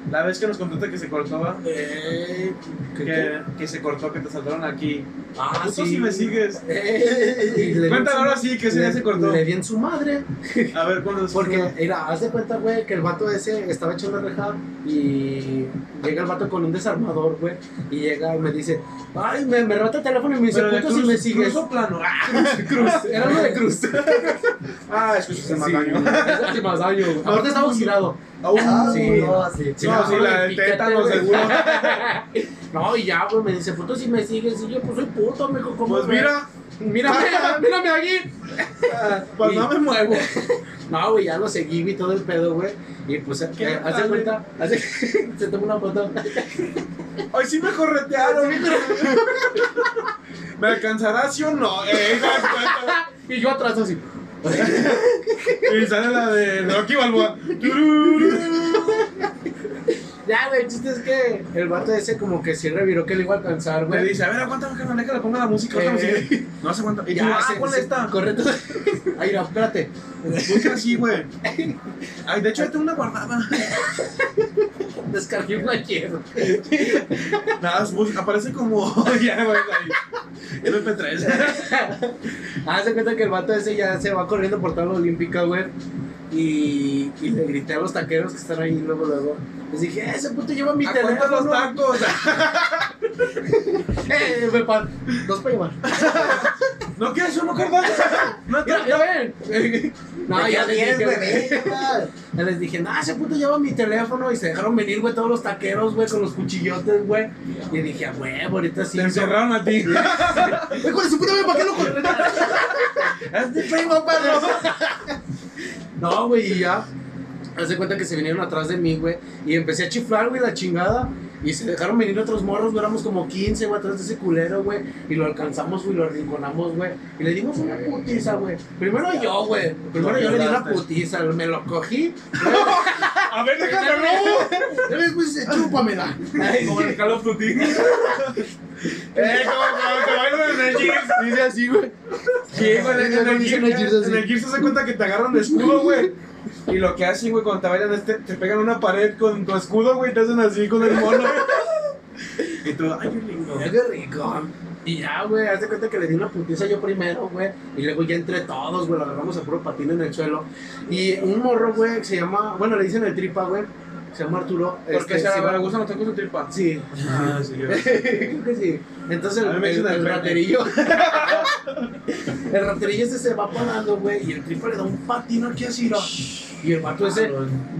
La vez que nos contaste que se cortó, ¿va? Eh, ¿qué- qué? que, que se cortó, que te saltaron aquí. Ah, Tú sí. si me sigues. Eh, Y le di en Cuéntalo su- ahora sí, que ese día le- se cortó. Le di en su madre. A ver, cuando Porque, mira, haz de cuenta, güey, que el vato ese estaba hecho una reja y llega el vato con un desarmador, güey, y llega y me dice, ay, me, me rota el teléfono y me dice, Pero de puto, si cruz- me sigues. cruz o plano. Cruz, era uno de cruz. Ah, es que se me daño. Es el que más daño, güey. Aparte estaba oxidado. Ah, Sí. no, sí. Sí, no, sí, la del pícate, tétano güey. seguro. No, y ya, güey, me dice, puto, si me sigues, y yo, pues soy puto, me dijo, ¿cómo? Pues güey? mira, mírame, mírame aquí. pues no me muevo. No, güey, ya lo seguí, vi todo el pedo, güey. Y pues, eh, ¿Qué haz tal, de cuenta, hace, se toma una foto. Hoy sí me corretearon. ¿Me alcanzará sí o no? Eh, Y yo atrás así. y sale la de Rocky Balboa. Ya, güey, el chiste es que el vato ese como que sí reviró que le iba a alcanzar, Me güey. dice, a ver, aguántame, carnal, que le ponga la música. otra Eh. música. No se aguanta. Y tú, Ya, ah, se- ¿cuál se- está? Corre todo. Ay, no, espérate. Busca así, güey. Ay, de hecho, ahí tengo una guardada. Descargué un ayer. Nada, es música, aparece como. ya, güey, ahí. MP3. Ah, se cuenta que el vato ese ya se va corriendo por toda la olímpica, güey. Y, y le grité a los taqueros que están ahí luego, luego. Les dije, "Eh, ese puto lleva mi ¿A cuántos los teléfono. tacos? Eh, me par. Dos para llevar. ¿No quieres uno, carnal? No te Mira, mira, ven. No, ya les tienes, dije, Ah, güey. ven, carnal. Ya les dije, no, ese puto lleva mi teléfono. Y se dejaron venir, güey, todos los taqueros, güey, con los cuchillotes, güey. Y dije, "A huevo, ahorita sí. Te encerraron a ti. Güey, con su puta madre, ¿para qué lo corrieron? Es mi primo, perro. No, güey, y ya. Haz de cuenta que se vinieron atrás de mí, güey. Y empecé a chiflar, güey, la chingada. Y se dejaron venir otros morros, güey. Éramos como 15, güey, atrás de ese culero, güey. Y lo alcanzamos, güey, lo arrinconamos, güey. Y le dimos una putiza, güey. Primero yo, güey. Primero yo le di una putiza. Me lo cogí. A ver, déjame robo. Y después, pues, chúpamela. Como en Call of Duty. Eh, como cuando te bailan en el Gears. Dice así, güey. Sí, güey, en el Dicen Gears- así. en el Gears se hace cuenta que te agarran de escudo, güey. Y lo que hacen, güey, cuando te bailan es te, te pegan una pared con tu escudo, güey, y te hacen así con el mono. Y tú, ay, qué lindo. Mira qué rico. Y ya, güey, haz de cuenta que le di una putiza yo primero, güey. Y luego ya entre todos, güey, lo agarramos a puro patín en el suelo. Y un morro, güey, que se llama, bueno, le dicen el tripa, güey. se llama Arturo. Porque este, se sí va- me gustan los tacos de tripa. Sí, Ah, sí, yo. creo que sí. Entonces A mí el, me dicen el- el el pene. raterillo. el raterillo ese se va parando, güey. Y el tripa le da un patino aquí así, ¿no? Y el vato Pues, ese, eh,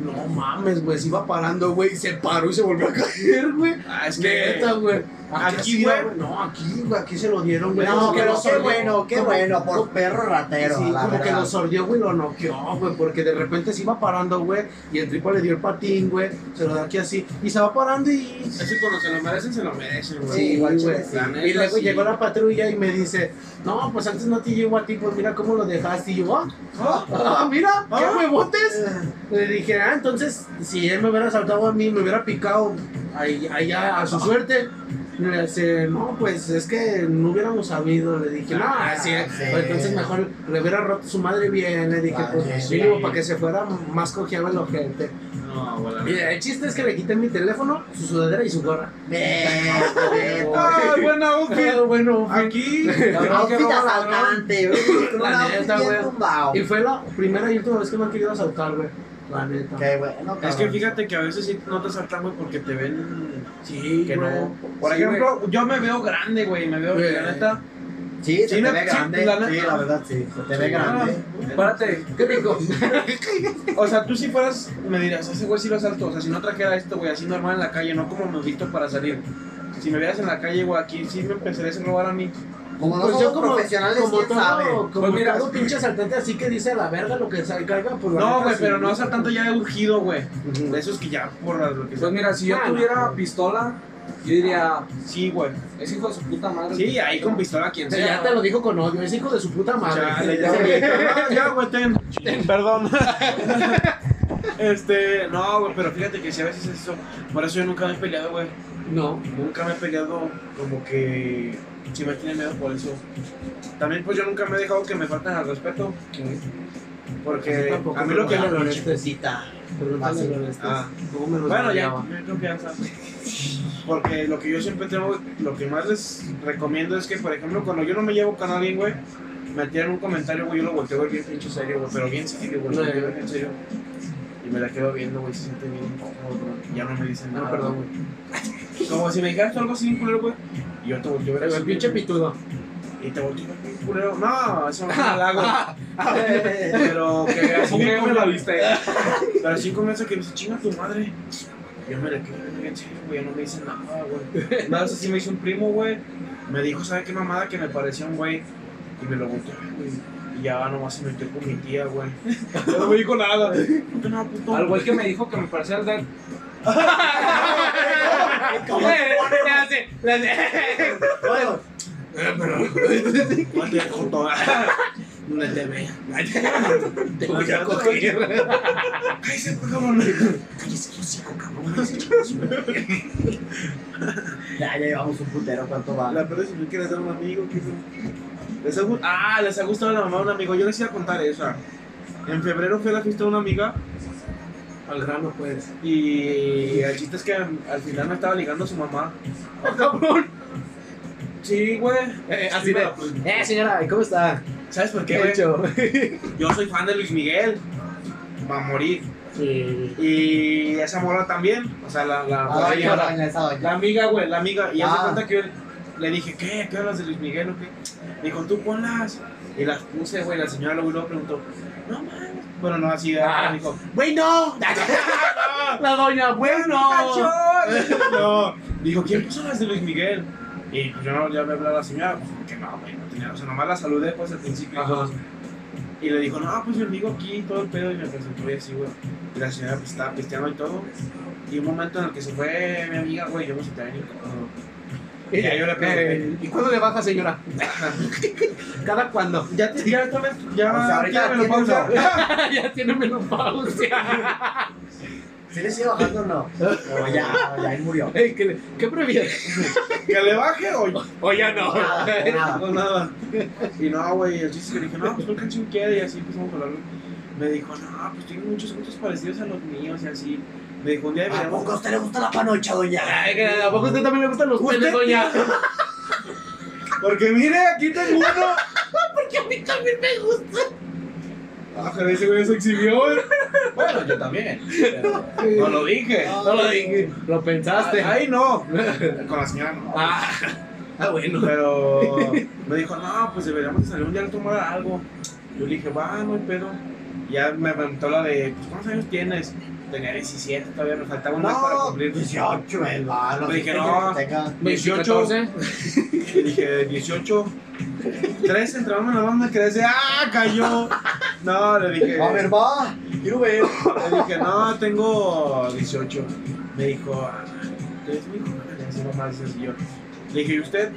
no mames, güey, se iba parando, güey. y Se paró y se volvió a caer, güey. Ah, es que. Neta, güey. Aquí, así, güey. No, aquí, güey, aquí se lo dieron, güey. No, Como que pero lo qué sordió. bueno, qué Como- bueno, por perro ratero. Sí, la como que verdad. lo sordió, güey, lo noqueó, güey, porque de repente se iba parando, güey, y el tripa le dio el patín, güey, se lo da aquí así, y se va parando y... Es que cuando se lo merecen, se lo merecen, güey. Sí, igual, güey. chile, sí. La neta, Y luego sí. llegó la patrulla y me dice, no, pues antes no te llevo a ti, pues mira cómo lo dejaste. Y yo, ah, Ah, ah, mira, qué Ah. huevotes. Le dije, ah, entonces, si él me hubiera saltado a mí, me hubiera picado ahí- allá a su suerte. Y Le dice, no, pues es que no hubiéramos sabido. Le dije, no, Ah, así es. sí. Pues, entonces mejor le hubiera roto su madre bien. Le dije, Ah, pues bien, mínimo bien. para que se fuera más cojeado el ojete. No, güey, la Y el chiste es que le quité mi teléfono, su sudadera y su gorra. Bien, Ah, buena outfit. Ah, bueno, Aquí. Un outfit asaltante, güey. Un La outfit neta, bien güey. tumbado. Y fue la primera y última vez que me han querido asaltar, güey. La neta. Qué bueno, Es que cabrón. fíjate que a veces sí no te saltan, güey, porque te ven. Sí, Que güey. no. Por Sí, ejemplo, yo me veo grande, güey. Me veo, Güey. la neta. Sí, se Sí, te no, ve sí, grande. la neta. Sí, la verdad, sí. Se te ve grande. Espérate, güey. Qué rico. O sea, tú si fueras, me dirías, ese güey sí lo asaltó. O sea, si no trajera esto, güey, así normal en la calle, no como me visto para salir. Si me vieras en la calle, güey, aquí sí me empezarías a robar a mí. Como no Pues somos yo como, profesionales, como ¿quién todo, sabe? como Pues mira, todo pinche asaltante así que dice a la verga lo que se carga, pues la No, neta, güey, sí. pero no asaltando ya de urgido, güey. De esos que ya por lo que sea. pues mira, si yo Ah, no. tuviera pistola, yo diría, Sí, güey. es hijo de su puta madre. Sí, ahí con pistola quien O sea, sea. ya te lo dijo con odio, es hijo de su puta madre. Chale, ya, güey. No, ya, güey, ten. Perdón. Este, no, güey, pero fíjate que si a veces es eso. Por eso yo nunca me he peleado, güey. No. Nunca me he peleado como que si me tiene miedo por eso. También pues yo nunca me he dejado que me falten al respeto. Pues Yo Porque tampoco, a mí lo que... pero me- bueno, este es- Pregúntale Fácil. a los estos, Ah. ¿Cómo me los Bueno, ya, peleaba? me confianza. Porque lo que yo siempre tengo, lo que más les recomiendo es que, por ejemplo, cuando yo no me llevo con alguien, güey, me tiran un comentario, güey, yo lo volteo a ver bien pinche serio, güey, pero bien serio, güey, lo volteo a ver bien serio. Y me la quedo viendo, güey, se siente bien incómodo, güey. Ya no me dicen nada. No, perdón, güey. Como si me dijeras tú algo así, bien culero, güey. Y yo te volteo a ver. Pero así, el pinche güey, pitudo. Y te volteo a ver, bien culero. No, eso no es un halago. Pero que así bien ¿Cómo Pues, me la culero. viste? Pero así comienza que me dice, chinga tu madre. Yo me le quedé viendo en serio, güey, ya no me dice nada, güey. Nada, eso sí me hizo un primo, güey. Me dijo, ¿sabe qué mamada? Que me parecía un güey. Y me lo botó, güey. Y ya nomás se metió con mi tía, güey. Ya no me dijo nada. No te nada, puto. Al güey que me dijo que me parecía el de Bueno, No te dejo todo. No te vea. Te voy a coger. Cállese, por favor. Cállese, los cinco cabrones. ya, ya llevamos un putero, ¿cuánto va? La peor es que quieres ser un amigo, ¿qué fue? les ha gu- Ah, les ha gustado la mamá de un amigo. Yo les iba a contar esa. En febrero fui a la fiesta de una amiga Al grano, pues. y el chiste es que al final me estaba ligando su mamá. ¡Oh, cabrón! Sí, güey. así de. Eh, señora, ¿cómo está? ¿Sabes por qué, ¿Qué güey? hecho? Yo soy fan de Luis Miguel. Va a morir. Sí. Y esa morra también. O sea, la, la, la Ah, ya, señora. doña, esa doña. La amiga, güey, la amiga. Y Ah. hace cuenta que yo le dije, ¿qué? ¿Qué hablas de Luis Miguel o qué? Me dijo, tú ponlas. Y las puse, güey. La señora luego luego preguntó, no mames. Bueno, no, así. Ah. Me dijo, ¡Güey, no! La doña, bueno. No. Dijo, ¿quién puso las de Luis Miguel? Y pues yo no, ya me hablaba la señora, pues que no, güey, no tenía, o sea, nomás la saludé pues al principio. Y le dijo, no, pues mi amigo aquí, todo el pedo, y me presentó y así, güey. Y la señora pues estaba pisteando y todo. Y un momento en el que se fue mi amiga, güey, yo me senté bien incómodo. Y ya yo le pregunté. Eh, ¿Y cuándo le baja, señora? ¿Cada cuándo? Ya, te- ya, tome- ya, O sea, ahorita ya me lo tiene pausa. ya tiene menopausia. ¿Sí le sigue bajando o no? No, ya, ya, ahí murió. Ey, ¿Qué, le- qué prefieres? ¿Que le baje o O ya no. Nada, Ah, nada. No, nada. Y no, güey, el chiste es que le dije, no, pues ¿cuál canción queda? Y así empezamos a hablar. Me dijo, no, pues tengo muchos gustos parecidos a los míos y así. Me dijo, un día ¿A deberíamos... poco a usted le gusta la panocha, doña? Ay, que ¿A poco a usted también le gustan los ¿Usted penes, doña? Porque mire, aquí tengo uno. Porque a mí también me gusta. Ah, pero ese güey se exhibió, güey. Bueno, Bueno, yo también. pero No lo dije. No lo dije. Lo pensaste. Ah, Ahí no. Con la señora no. Ah, ah, bueno. Pero me dijo, no, pues deberíamos de salir un día a tomar algo. Yo le dije, va, no hay pedo. Y ya me preguntó la de, pues, ¿cuántos años tienes? Tenía 17, todavía me faltaba un mes para No, cumplir. 18, hermano. Me sí, dijeron, "Ah, que no. tenga- 18. Le dije, 18. Tres entraron en la banda que decía, ¡ah, cayó! No, le dije, A ver, va. Quiero ver. le dije, no, tengo 18. Me dijo, "Ah, ¿usted es mi hijo? Le dije, "No más, es yo". Le dije, ¿y usted?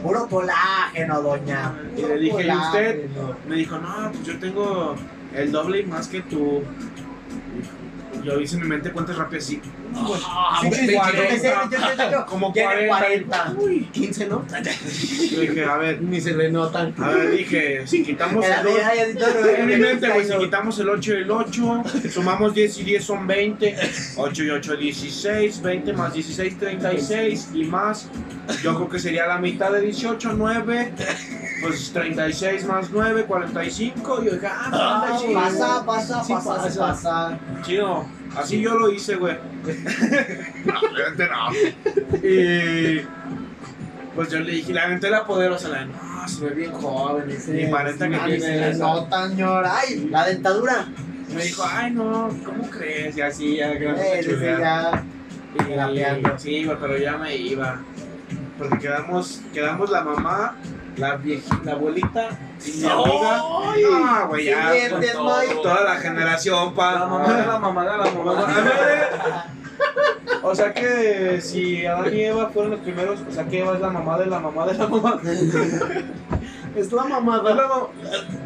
Puro colágeno, doña. Y le dije, ¿y usted? Me dijo, no, pues yo tengo el doble y más que tú. Y Yo hice en mi mente cuentas rápidas Pues, así. Sí, sí, sí, Ah, cuarenta. yo te sé, yo te sé, yo- Como Tiene 40. 15, ¿no? Yo dije, a ver, Ni se le notan. a ver, dije, si quitamos En la el 2. vida ya- yo- Pues, En mi mente, pues, güey, si quitamos el 8 y el 8, sumamos 10 y 10 son 20, 8 y 8 16, 20 más 16 36 y más, yo creo que sería la mitad de 18, 9, pues 36 más 9, 45, y yo dije, ah, pues, anda chido, Pasa, pasa, Sí, pasa, pasa. pasa. chido, así yo lo hice, güey. Y pues yo le dije, la gente la poderosa, la no, se ve bien joven, Sí, y 40 que sí, tiene. se le nota, señora. Ay, la dentadura. Me dijo, ay no, ¿cómo crees? Y así, ya, Eh, gracias. dice ya. Y- Rapeando. Sí, güey, pero ya me iba. Porque quedamos, quedamos la mamá, la vieja, la abuelita y mi amiga. No, güey, ya. Siguiente, con Mike. todo- Toda la generación, pa. La mamá de la mamá de la mamá. de la A mamá. ver, O sea que si Adán y Eva fueron los primeros, o sea que Eva es la mamá de la mamá de la mamá. Es la mamada. Es la mamá.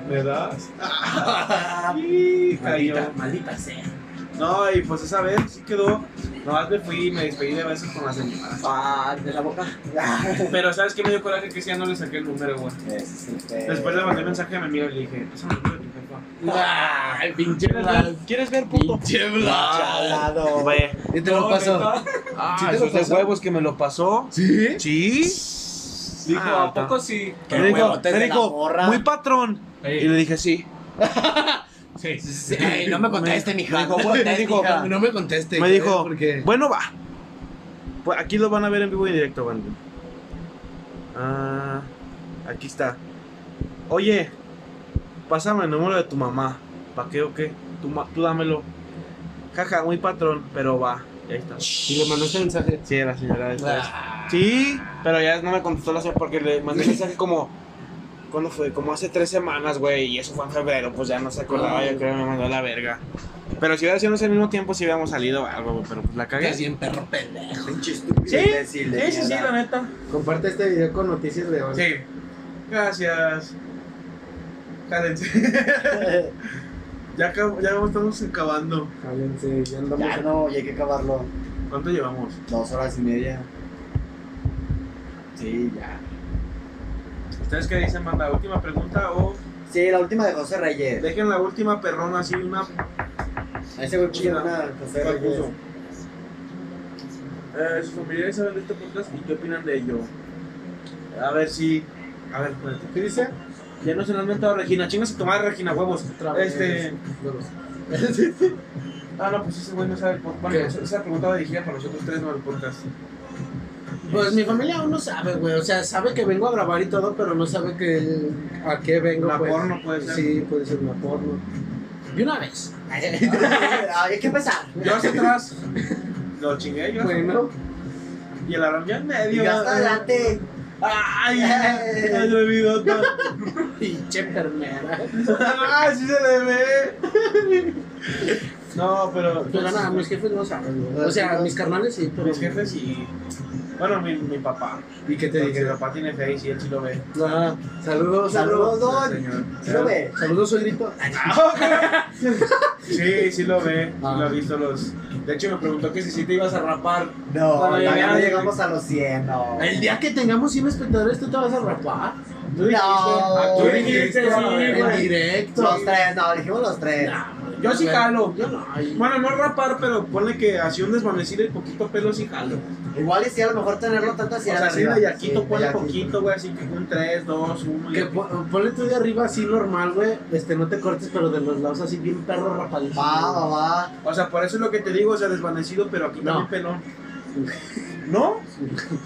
¿Me das? Ah, Y cayó. Maldita sea. No, y pues esa vez sí quedó. Nomás me fui y me despedí de besos con la señora. Ah, de la boca. Pero ¿sabes qué me dio coraje? Que si ya no le saqué el número, güey. Después le mandé mensaje a mi amigo y le dije, pásame el número de tu jefa. Ay, pinche blanco. ¿Quieres ver, puto? Chalado. Y te lo pasó. Ah, ¿Sí te lo esos de pasó? huevos que me lo pasó. ¿Sí? Sí. Dijo, Ah, ¿a poco sí? Me dijo, huevotes me de la dijo morra. muy patrón. Y le dije, sí. Ay, no me conteste, mija. Me dijo, bueno, me dijo, No me conteste. me dijo, Porque. bueno, va. Este, Pues aquí lo van a ver en vivo y en directo, banda. Ah, aquí está. Oye, pásame el número de tu mamá. ¿Para qué o qué? Tú, ma- tú dámelo. Jaja, muy patrón, pero va. Y ahí está. Y le mandaste mensaje. Ah. Sí, la señora esta es. Sí, pero ya no me contestó la señora porque le mandé mensaje como. ¿Cuándo fue? Como hace tres semanas, güey. Y eso fue en febrero, pues ya no se Ah. acordaba. Yo creo que me mandó a la verga. Pero si hubiera sido ese mismo tiempo, si hubiéramos salido o algo, güey, Pero pues la cagué. Así en perro pendejo. Pinche estúpido. Sí, imbécil de Sí, sí, sí, mierda. la neta. Comparte este video con noticias de hoy. Sí. Gracias. Jálense. ya, acab- ya estamos acabando. Jálense, ya andamos. Ya no, y hay que acabarlo. ¿Cuánto llevamos? Dos horas y media. Sí, ya. ¿Ustedes qué dicen, manda? ¿Última pregunta o.? Sí, la última de José Reyes. Dejen la última perrona así, una Ese güey puso una de José ¿Cuál Reyes. puso? Eh, sus familiares saben de este podcast y qué opinan de ello. A ver si. A ver, espérate. ¿Qué dice? Ya no se lo han mentado a Regina. Chingas a tomar Regina, huevos. Este. Ah, no, pues ese güey no sabe el podcast. Bueno, ¿Qué? esa- esa pregunta va dirigida para nosotros tres, no al podcast. Pues mi familia aún no sabe, güey. O sea, sabe que vengo a grabar y todo, pero no sabe que a qué vengo. Una pues. porno puede ser. Sí, puede ser una porno. Y una vez. Ah, Hay que empezar. Yo hacia atrás. Lo chingué yo. Bueno, Y el aramio en Y medio. yo hasta adelante. ¡Ay! ¡Ay, lo bigota! pinche enfermera. ¡Ay, Ah, sí se le ve! No, pero. Pero nada, mis jefes no saben, güey. O sea, mis carnales sí, pero. mis jefes y. Bueno, mi, mi papá. ¿Y qué te Entonces, Mi dije? papá tiene fe y sí, él sí lo ve. Ah, saludos, Saludos, saludos. don. Señor. Sí lo ve. Saludos, soy grito. Sí, sí lo ve. Ah. Sí lo ha visto los. De hecho, me preguntó que si sí te ibas a rapar. No, Todavía todavía no no. llegamos a los 100, no. El día que tengamos 100 espectadores, tú te vas a rapar. No. Ah, Tú dijiste, sí, En güey. directo. Los tres, no, dijimos los tres. Nah, güey, Yo sí jalo. Bueno, no rapar, pero ponle que así un desvanecido y poquito pelo sí jalo. Igual y si a lo mejor tenerlo tanto O hacia sea, así arriba. de yaquito Sí, ponle de yaquito. poquito, güey, así que un 3, 2, 1. Que po- ponle tú de arriba así normal, güey. Este, no te cortes, pero de los lados así bien perro rapadito. Va, va, va. O sea, por eso es lo que te digo, o sea, desvanecido, pero aquí No. también pelón. ¿No?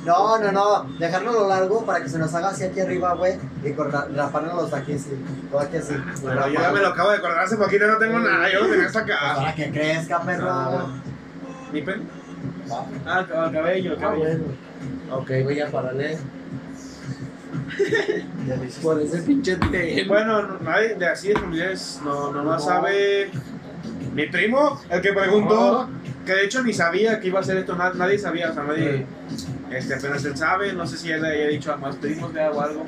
No, no, no. Dejarlo lo largo para que se nos haga así aquí arriba, güey. Y cortar, raparnos aquí así. Todo aquí así. Pero yo ya me lo acabo de acordar hace poquito, no tengo nada, yo lo tenía hasta acá. Pues Para que crezca, perro. Ah. ¿Mi pelo? Va. Ah, el cab- el cabello, el Ah, cabello. bueno. Ok, voy a pararle. Por ese pinche tema. Bueno, nadie de así de familiares no, este, no más sabe. Mi primo, el que preguntó, que de hecho ni sabía que iba a hacer esto, na- nadie sabía, o sea, nadie. Este, apenas él sabe, no sé si él le haya dicho a más primos de o algo,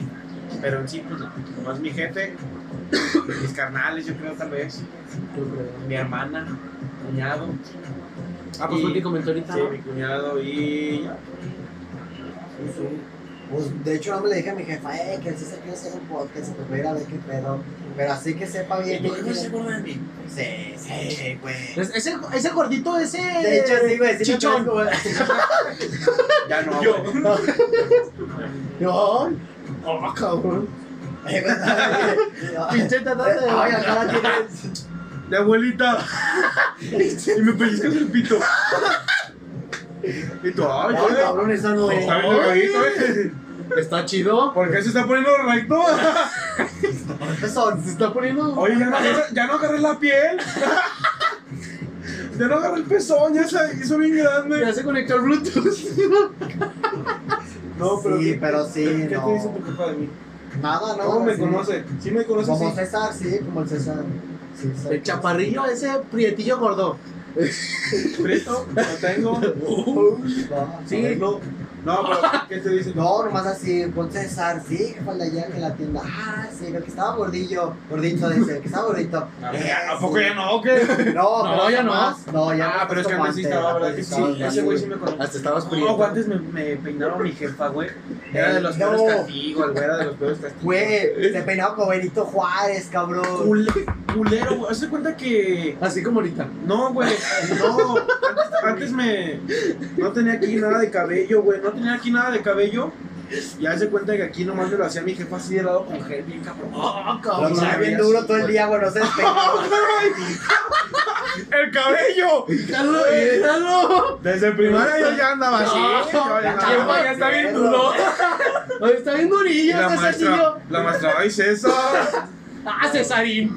pero en sí, pues no, nomás mi gente, mis carnales, yo creo, tal vez, mi hermana, cuñado, Ah, pues Y- fue que comentó ahorita. sí, mi cuñado y. ya. Pues, de hecho, no me le dije a mi jefa, eh, que él sí se quiere hacer un podcast, que voy a ir a ver qué pedo. Pero así que sepa bien. ¿Por pues, qué no bien, se bien. acuerdan de mí? Sí, sí, güey. eh, Es- ese, ese gordito, ese. De hecho, sí, güey. Sí me Chichón. parezco, güey. Ya no. Yo. güey. No. Oh, cabrón. Eh, güey, Pinche tata de- Ay, acá la tienes. De abuelita. y me pellizcas el pito. y tú, ay, Ay, güey. cabrón, esa no es. Está bien delgadito, eh. Está chido. ¿Por qué se está poniendo recto? ¿Qué son? Se está poniendo. Oye, ya no, agarré, ya no agarré la piel. ya no agarré el pezón, ya se hizo bien Ya grande. se conectó el Bluetooth. No, pero. Sí, ¿qué- pero sí, ¿Qué no. te dice tu papá de mí? Nada, no. pues, ¿Cómo me sí. conoce? ¿Sí me conoce? Como Sí. César, sí, como el César. Sí, sí. El chaparrillo, ese prietillo gordo. ¿Presto? ¿Lo tengo? Va, Sí, no. No, pero ¿qué te dice? No, nomás así, con César, sí, que fue el de allá en la tienda. Ah, sí, el que estaba gordillo, gordito dice, el que estaba gordito. ¿A Eh, poco sí. ya no? o ¿Qué? No, No, pero ya nomás- No, ya Ah, no pero es que antes sí estaba, ¿verdad? que Sí, ese güey sí me conoce. Hasta estabas No, prieto. güey, antes me, me peinaron mi jefa, güey. Era de los No. peores castigos, güey. Era de los peores castigos. Güey, se peinaba como Benito Juárez, cabrón. Cule- culero, güey. Hazte cuenta que. Así como ahorita. No, güey. No. Antes, antes me. No tenía aquí nada de cabello, güey. No tenía aquí nada de cabello. Y hace cuenta que aquí nomás me lo hacía mi jefa así de lado con gel, bien cabrón. Lo tenía bien duro todo el día, güey, no se despeinaba. ¡El cabello! ¡Déjalo! ¡Déjalo! Desde primaria yo ya andaba así. No. Yo ya andaba güey, ya está bien perro. duro. Oye, Está bien Y durillo la ese maestra, Cecilio. la maestra, ay César, ¡Ah, Cesarín!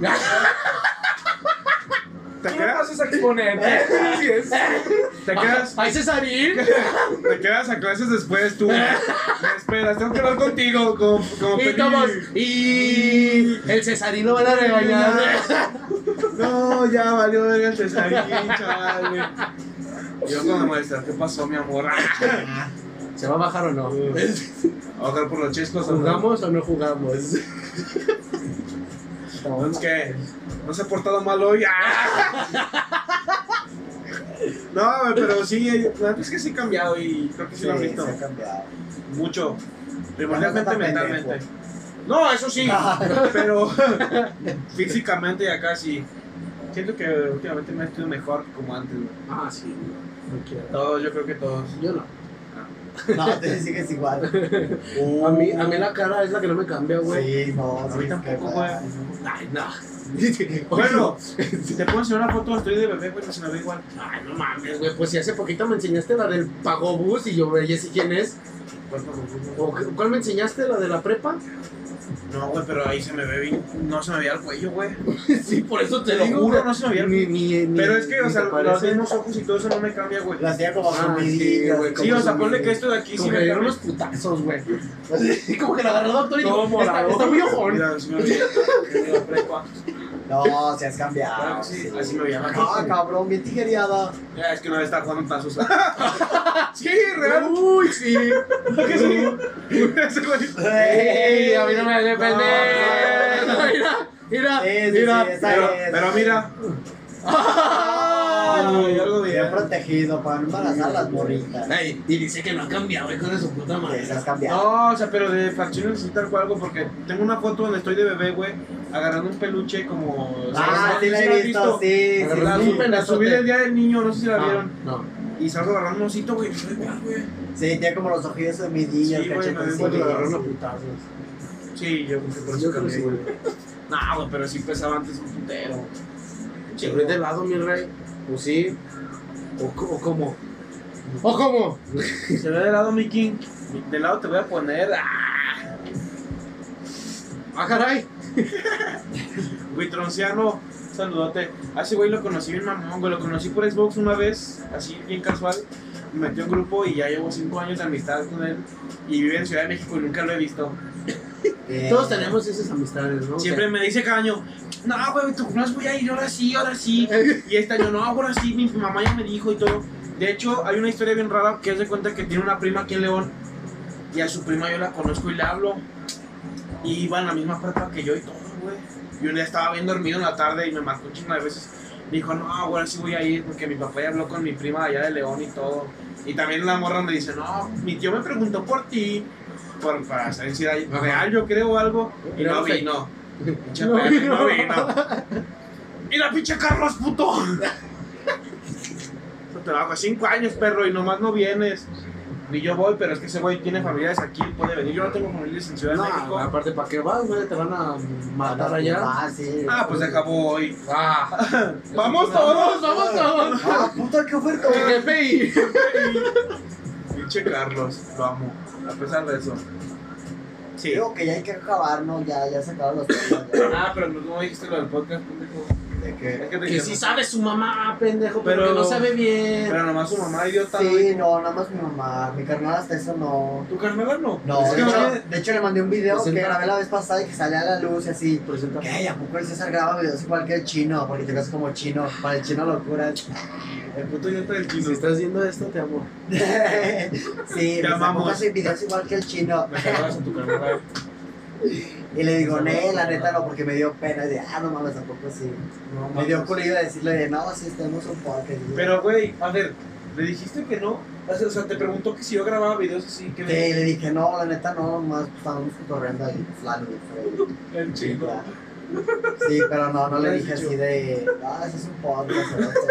¿te quedas? a exponer? ¿Te quedas? ¡Ay, Cesarín! Te quedas a clases después, tú. Me esperas, tengo que hablar contigo como, como Y peli. todos. Y el Cesarín lo van a regañar. No, ya valió ver el Cesarín, chale. Yo con la maestra, ¿qué pasó, mi amor? ¿Se va a bajar o no? Ojalá por los chescos. ¿o no? ¿Jugamos o no jugamos? Es que no se ha portado mal hoy. ¡Ah! No, pero sí, antes que sí he cambiado y creo que sí, lo han visto. se ha cambiado. Mucho. Primordialmente Ya no está tan mentalmente. No, eso sí. pero físicamente ya casi. Siento que últimamente me he sentido mejor que como antes. güey. Ah, sí. No quiero. Todos, yo creo que todos. Yo no. No, te sigues igual. Uh, A mí, a mí la cara es la que no me cambia, güey. Sí, no, A sí, mí es tampoco, que, güey. Ay, no. Bueno, si te puedo enseñar una foto, estoy de bebé, güey, se me ve igual. Ay, no mames, güey. Pues si hace poquito me enseñaste la del pagobús y yo veía si quién es. ¿O cu- ¿Cuál me enseñaste? ¿La de la prepa? No, güey, pero ahí se me ve bien. No se me veía el cuello, güey. sí, por eso Te lo juro, no se me veía el Ni, ni, ni, Pero es que, ni o sea, te los parece. mismos ojos y todo eso no me cambia, güey. Las tenía como Ah, sí, sumidillas. güey, Sí, o sea, como ponle si- que esto de aquí sí Como que me le cambia. dieron unos putazos, güey. Así, como que la agarró doctor y Todo digo, está, morado. está muy ojón. Mira, sí me veía. me veía prepa. No, se has Claro cambiado. que sí, así me veía la Ah, cabrón, bien tijereada. Ya, es que una vez estaba jugando tazos. ¿eh? sí, Uy, sí. ¿Por qué sí? Ese güey. Ey, a mí no me hagas pendejo. no, no. Mira, mira, Sí, sí, mira. sí, esa Pero, es. Ah, pero mira. Ay, algo Bien bien. protegido para no embarazar a las morritas. Eh, Ey, y dice que no ha cambiado, hijo de su puta Sí, madre. se has cambiado. No, o sea, pero de facciones sí tal cual, güey, porque tengo una foto donde estoy de bebé, güey, agarrando un peluche como. Ah, sí lo la he has visto, sí, sí, La, sí. supe- la subí del día del niño, no sé si la No, vieron. no. Ah. Y salgo agarrando un osito, güey. Ay, güey. Sí, tenía como los ojillos de midillas, Sí, güey, me cachetoncillos. acuerdo, lo agarraron a putazos. Sí, yo creo que por eso Yo creo que cambié. sí, güey. No, güey, pero sí pesaba antes un putero. Che, güey, de lado, mi rey. Pues sí. O, o como. ¿O como? Se ve de lado, mi king. De lado te voy a poner. ¡Ah! ¡Ah, caray! Buitronciano, saludote. A ese güey lo conocí bien mamón, güey. Lo conocí por Xbox una vez, así bien casual. Me metió en grupo y ya llevo 5 años de amistad con él. Y vive en Ciudad de México y nunca lo he visto. Eh, Todos tenemos esas amistades, ¿no? Siempre me dice cada año, no, güey, tu cumpleaños voy a ir, ahora sí, ahora sí. Y este año, no, ahora sí, mi mamá ya me dijo y todo. De hecho, hay una historia bien rara que hace cuenta que tiene una prima aquí en León. Y a su prima yo la conozco y le hablo. Y iba en la misma prepa que yo y todo, güey. Y un día estaba bien dormido en la tarde y me marcó un chingo de veces. Me dijo, no, ahora sí voy a ir porque mi papá ya habló con mi prima allá de León y todo. Y también la morra me dice, no, mi tío me preguntó por ti. Por, para saber si era real, yo creo, o algo. Y Pero no fake. vino. Pinche perro, no vino. Mira, pinche Carlos, puto. Yo te lo hago cinco años, perro, y nomás no vienes. Ni yo voy, pero es que ese güey tiene familiares aquí, puede venir. Yo no tengo familiares en Ciudad de No, México. aparte, ¿para qué vas, güey? Te van a matar allá. Ah, sí. Ah, pues acabó hoy. ¡Ah! ¡Vamos todos! vamos, vamos! Ah, puta, qué oferta. ¡GPI! Pinche Carlos, lo amo. A pesar de eso. Sí. Digo que ya hay que acabar, ¿no? Ya, ya se acabaron los temas. ya. Ah, pero no no dijiste lo del podcast, pendejo. De que... Es que Que te dije, sí sabe su mamá, pendejo, pero, Pero- que no sabe bien. Pero nomás su mamá, idiota. Sí, güey. no, nada más mi mamá. Mi carnal hasta eso no. ¿Tu carnal no? No, Es de, que hecho, me- de hecho le mandé un video Pues que entra- grabé la vez pasada y que salía a la luz y así. Presenta. ¿Qué? ¿A poco el César graba videos igual que el chino? Porque te ves como chino, para el chino locura. El puto idiota del chino. Si estás viendo esto, te amo. sí, Te me amamos. sacó casi videos igual que el chino. Me cagas en tu carnal. Y le digo, ne, la neta no, porque me dio pena. Y de, ah, no mames, tampoco sí. No, Me dio mames. curiosidad decirle, de, no, sí, tenemos un podcast. Y yo, Pero, güey, a ver, le dijiste que no. O sea, o sea, te preguntó que si yo grababa videos así, que Sí, y le dije, no, la neta no, más estábamos cotorreando ahí, plano, y fue- el y chico. ya. Sí, pero no, no le Lo has dije dicho. así de, ah, ese es un podcast. ¿no?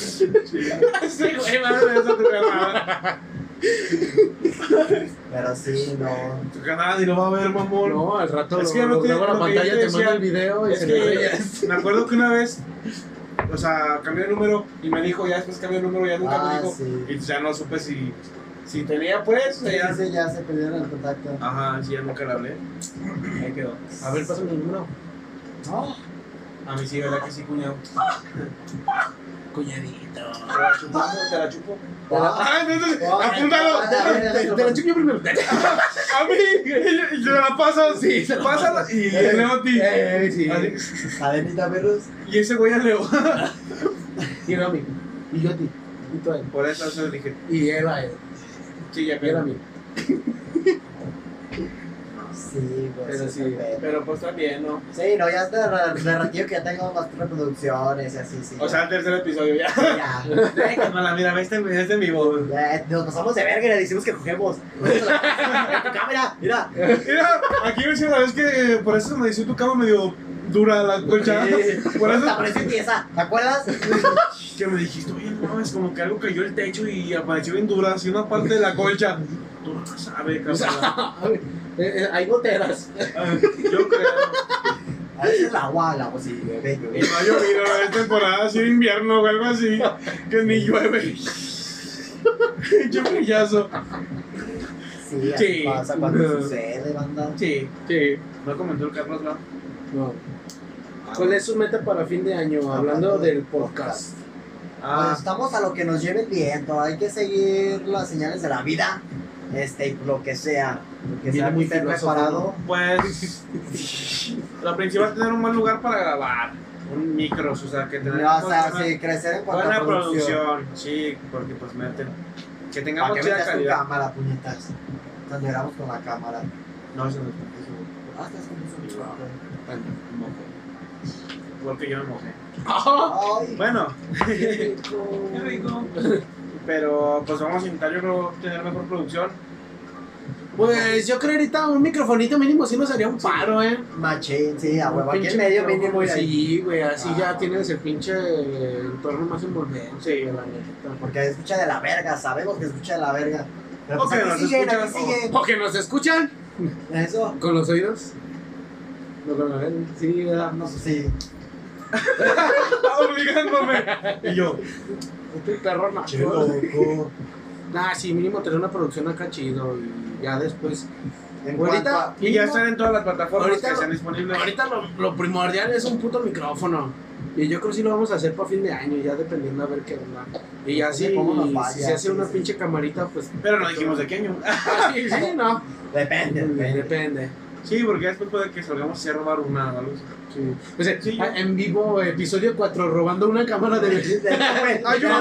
Sí, güey, madre, eso tu canal. Pero sí, no. Tu canal ni lo va a ver, mamón. No, al rato Es es que no te- luego la lo que yo pantalla te te manda decía, el video y es se que- le reyes. Me acuerdo que una vez, o sea, cambié de número y me dijo, ya después cambié de número, ya nunca me Ah, dijo. sí. Y pues ya no supe si, si tenía, pues. o Sí, sea, ya- Ah. sí, ya se perdieron el contacto. Ajá, sí, ya nunca le hablé. Ahí quedó. A ver, pásame el número. No, A mí sí, ¿verdad que sí, cuñado? Cuñadito. Te la chupo, te la chupo. Ah, Ah, entonces, ah, apúntalo. ah, ah, Te, te la chupo yo primero. A mí, y- y se la pasas, sí, se pasa y el Leo a ti. Eh, eh, sí. Así, A ver, Nita Perros. Y ese güey a Leo. Y era a mí. Y yo a ti. Y tú a él. Por eso se lo dije. Y él a él. Sí, ya Y él a mí. Sí, pues. Pero sí. qué pedo. Pero pues también, ¿no? Sí, no, ya está de ratillo que ya tengo más reproducciones y así, sí. O sea, el tercer episodio ya. sí, ya. Ay, qué mala, mira, ve este, ve este en vivo. Ya, Nos pasamos de verga y le decimos que cogemos. Cámara, mira. Mira, aquí me decía la vez que eh, por eso me decía tu cama medio dura la colcha. Por Hasta eso por eso empieza. ¿Te acuerdas? que me dijiste, oye, no, es como que algo cayó el techo y apareció bien dura, así una parte de la colcha. Tú no sabes, cabrón. A ver, eh, eh, hay goteras. Ah, Yo creo. A veces el agua, el agua, sí, bebé, Y bebé. no ha llovido, es temporada así de invierno o algo así, que ni llueve. Yo brillazo. Sí, así Sí. pasa cuando No. sucede, banda. Sí, sí. No comentó el Carlos, ¿no? No. ¿Cuál es su meta para fin de año? Hablando del podcast. Ah. Ah. Pues estamos a lo que nos lleve el viento, hay que seguir las señales de la vida, este, y lo que sea, lo que Viene sea muy muy esté filósofo, preparado. Pues. Lo principal es tener un buen lugar para grabar. Un micros, o sea, que tener. No, o sea, buena, sí, crecer en cuanto buena a producción. producción. Sí, porque pues meten. Que ¿Para tengamos qué chida metas tu calidad. cámara, puñetas? Cuando éramos con la cámara. No, eso no Ah, estás con eso. Porque yo me mojé. Ay, Bueno, Qué rico. Pero pues vamos a intentar, yo creo, tener mejor producción. Pues yo creo ahorita un microfonito mínimo sí nos haría un paro, ¿eh? Machín, sí, a huevo. Aquí Pinche en medio micrófono, mínimo ir ahí. Sí, güey, así Ah. ya tienes el pinche eh, entorno más envolvente, la neta. Porque escucha de la verga, sabemos que escucha de la verga. Pero Ok, pues nos aquí siguen, escuchan, aquí siguen. Porque nos escuchan Eso. con los oídos. No con la ven, sí, ¿verdad? No, pues sí. obligándome. Y yo, Este perro macho. Qué loco. Nah, sí, mínimo tener una producción acá chido y ya después. En cuanto Ahorita, a- y ya están en todas las plataformas Ahorita que lo- están disponibles. ahorita lo, lo primordial es un puto micrófono. Y yo creo que sí lo vamos a hacer para fin de año, ya dependiendo a ver qué onda. Y ya si, ¿Cómo nos vaya? si se hace Sí, una sí. pinche camarita, pues. Ah, Pero no dijimos de qué año. Ah, Sí, sí, no. Depende, depende. Depende. Sí, porque después puede que salgamos así a robar una o algo así. Sí. O sea, Sí, yo- a- en vivo, episodio 4, robando una cámara de. Hay un,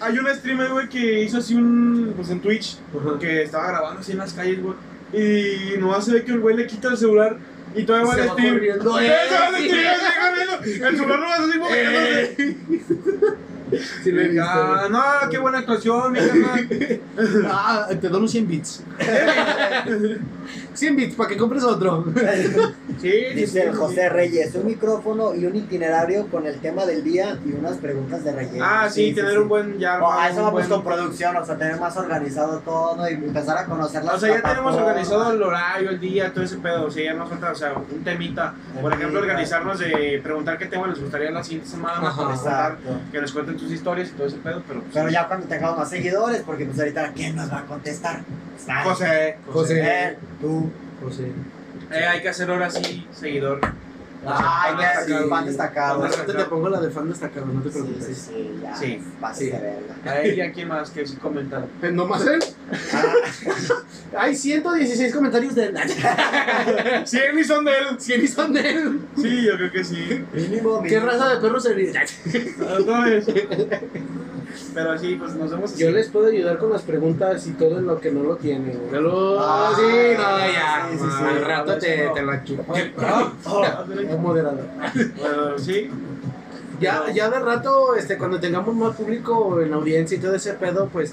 hay un streamer, güey, que hizo así un. Pues en Twitch, Ajá. que estaba grabando así en las calles, güey. Y nomás se ve que el güey le quita el celular y todavía va Se al va stream. corriendo, eh. ¡Eh, se va al stream, así, con eso! El celular no va así moviéndose. Eh. Sí, lo he visto, Ah, güey. no, qué buena actuación, mi carnal. Ah, te dono 100 bits. 100 bits para que compres otro. Sí, sí, sí. Dice el José Reyes, un micrófono y un itinerario con el tema del día y unas preguntas de relleno. Ah, sí, tener un buen ya. No, a armado, eso un vamos buen- con producción, o sea, tener más organizado todo y empezar a conocer las O sea, ya tenemos plataformas. organizado el horario, el día, todo ese pedo. O sea, ya nos falta, o sea, un temita. Por ejemplo, organizarnos de preguntar qué tema les gustaría la siguiente semana. Ajá, para contar, Exacto. que nos cuenten sus historias y todo ese pedo, pero. pues, Pero ya cuando tengamos más seguidores, porque pues ahorita, ¿quién nos va a contestar? Pues, nadie. ah, José, José. Eh, Él, tú. José. eh, hay que hacer ahora sí seguidor. Ay, fan que destacado. sí, fan destacado. Al rato te pongo la de fan destacado, no te Sí, preocupes. sí, sí, ya. Sí. Pase Sí. de verga. A él y a quién más que sí comentaron. Eh, ¿No más él? Ah, Hay 116 comentarios de él. Sí, ni son de él. 100 y son de él. Sí, yo creo que sí. Mínimo, ¿Qué mínimo. raza de perro sería? Otra vez. Pero sí, pues nos vemos así. Yo les puedo ayudar con las preguntas y todo en lo que no lo tiene. güey. Ah, sí, no, ya. sí, sí, sí. Al rato te, te la chupo. Es moderador. Bueno, sí. Ya, ya de rato, este, cuando tengamos más público en la audiencia y todo ese pedo, pues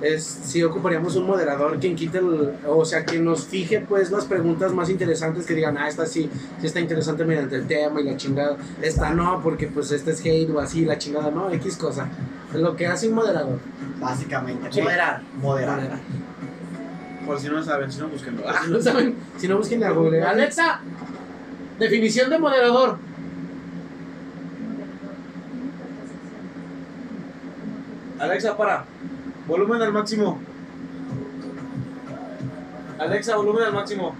es, sí ocuparíamos un moderador quien quite el, o sea, quien nos fije pues las preguntas más interesantes que digan, ah, esta sí, sí está interesante mediante el tema y la chingada, esta no, porque pues este es hate o así, la chingada no, X cosa. Lo que hace un moderador. Básicamente, Sí. moderar, moderar. Moderar. Por si no lo saben, si no, búsquenlo. Si no saben, si no busquen la Google. Alexa, definición de moderador. Alexa, para. Volumen al máximo. Alexa, volumen al máximo.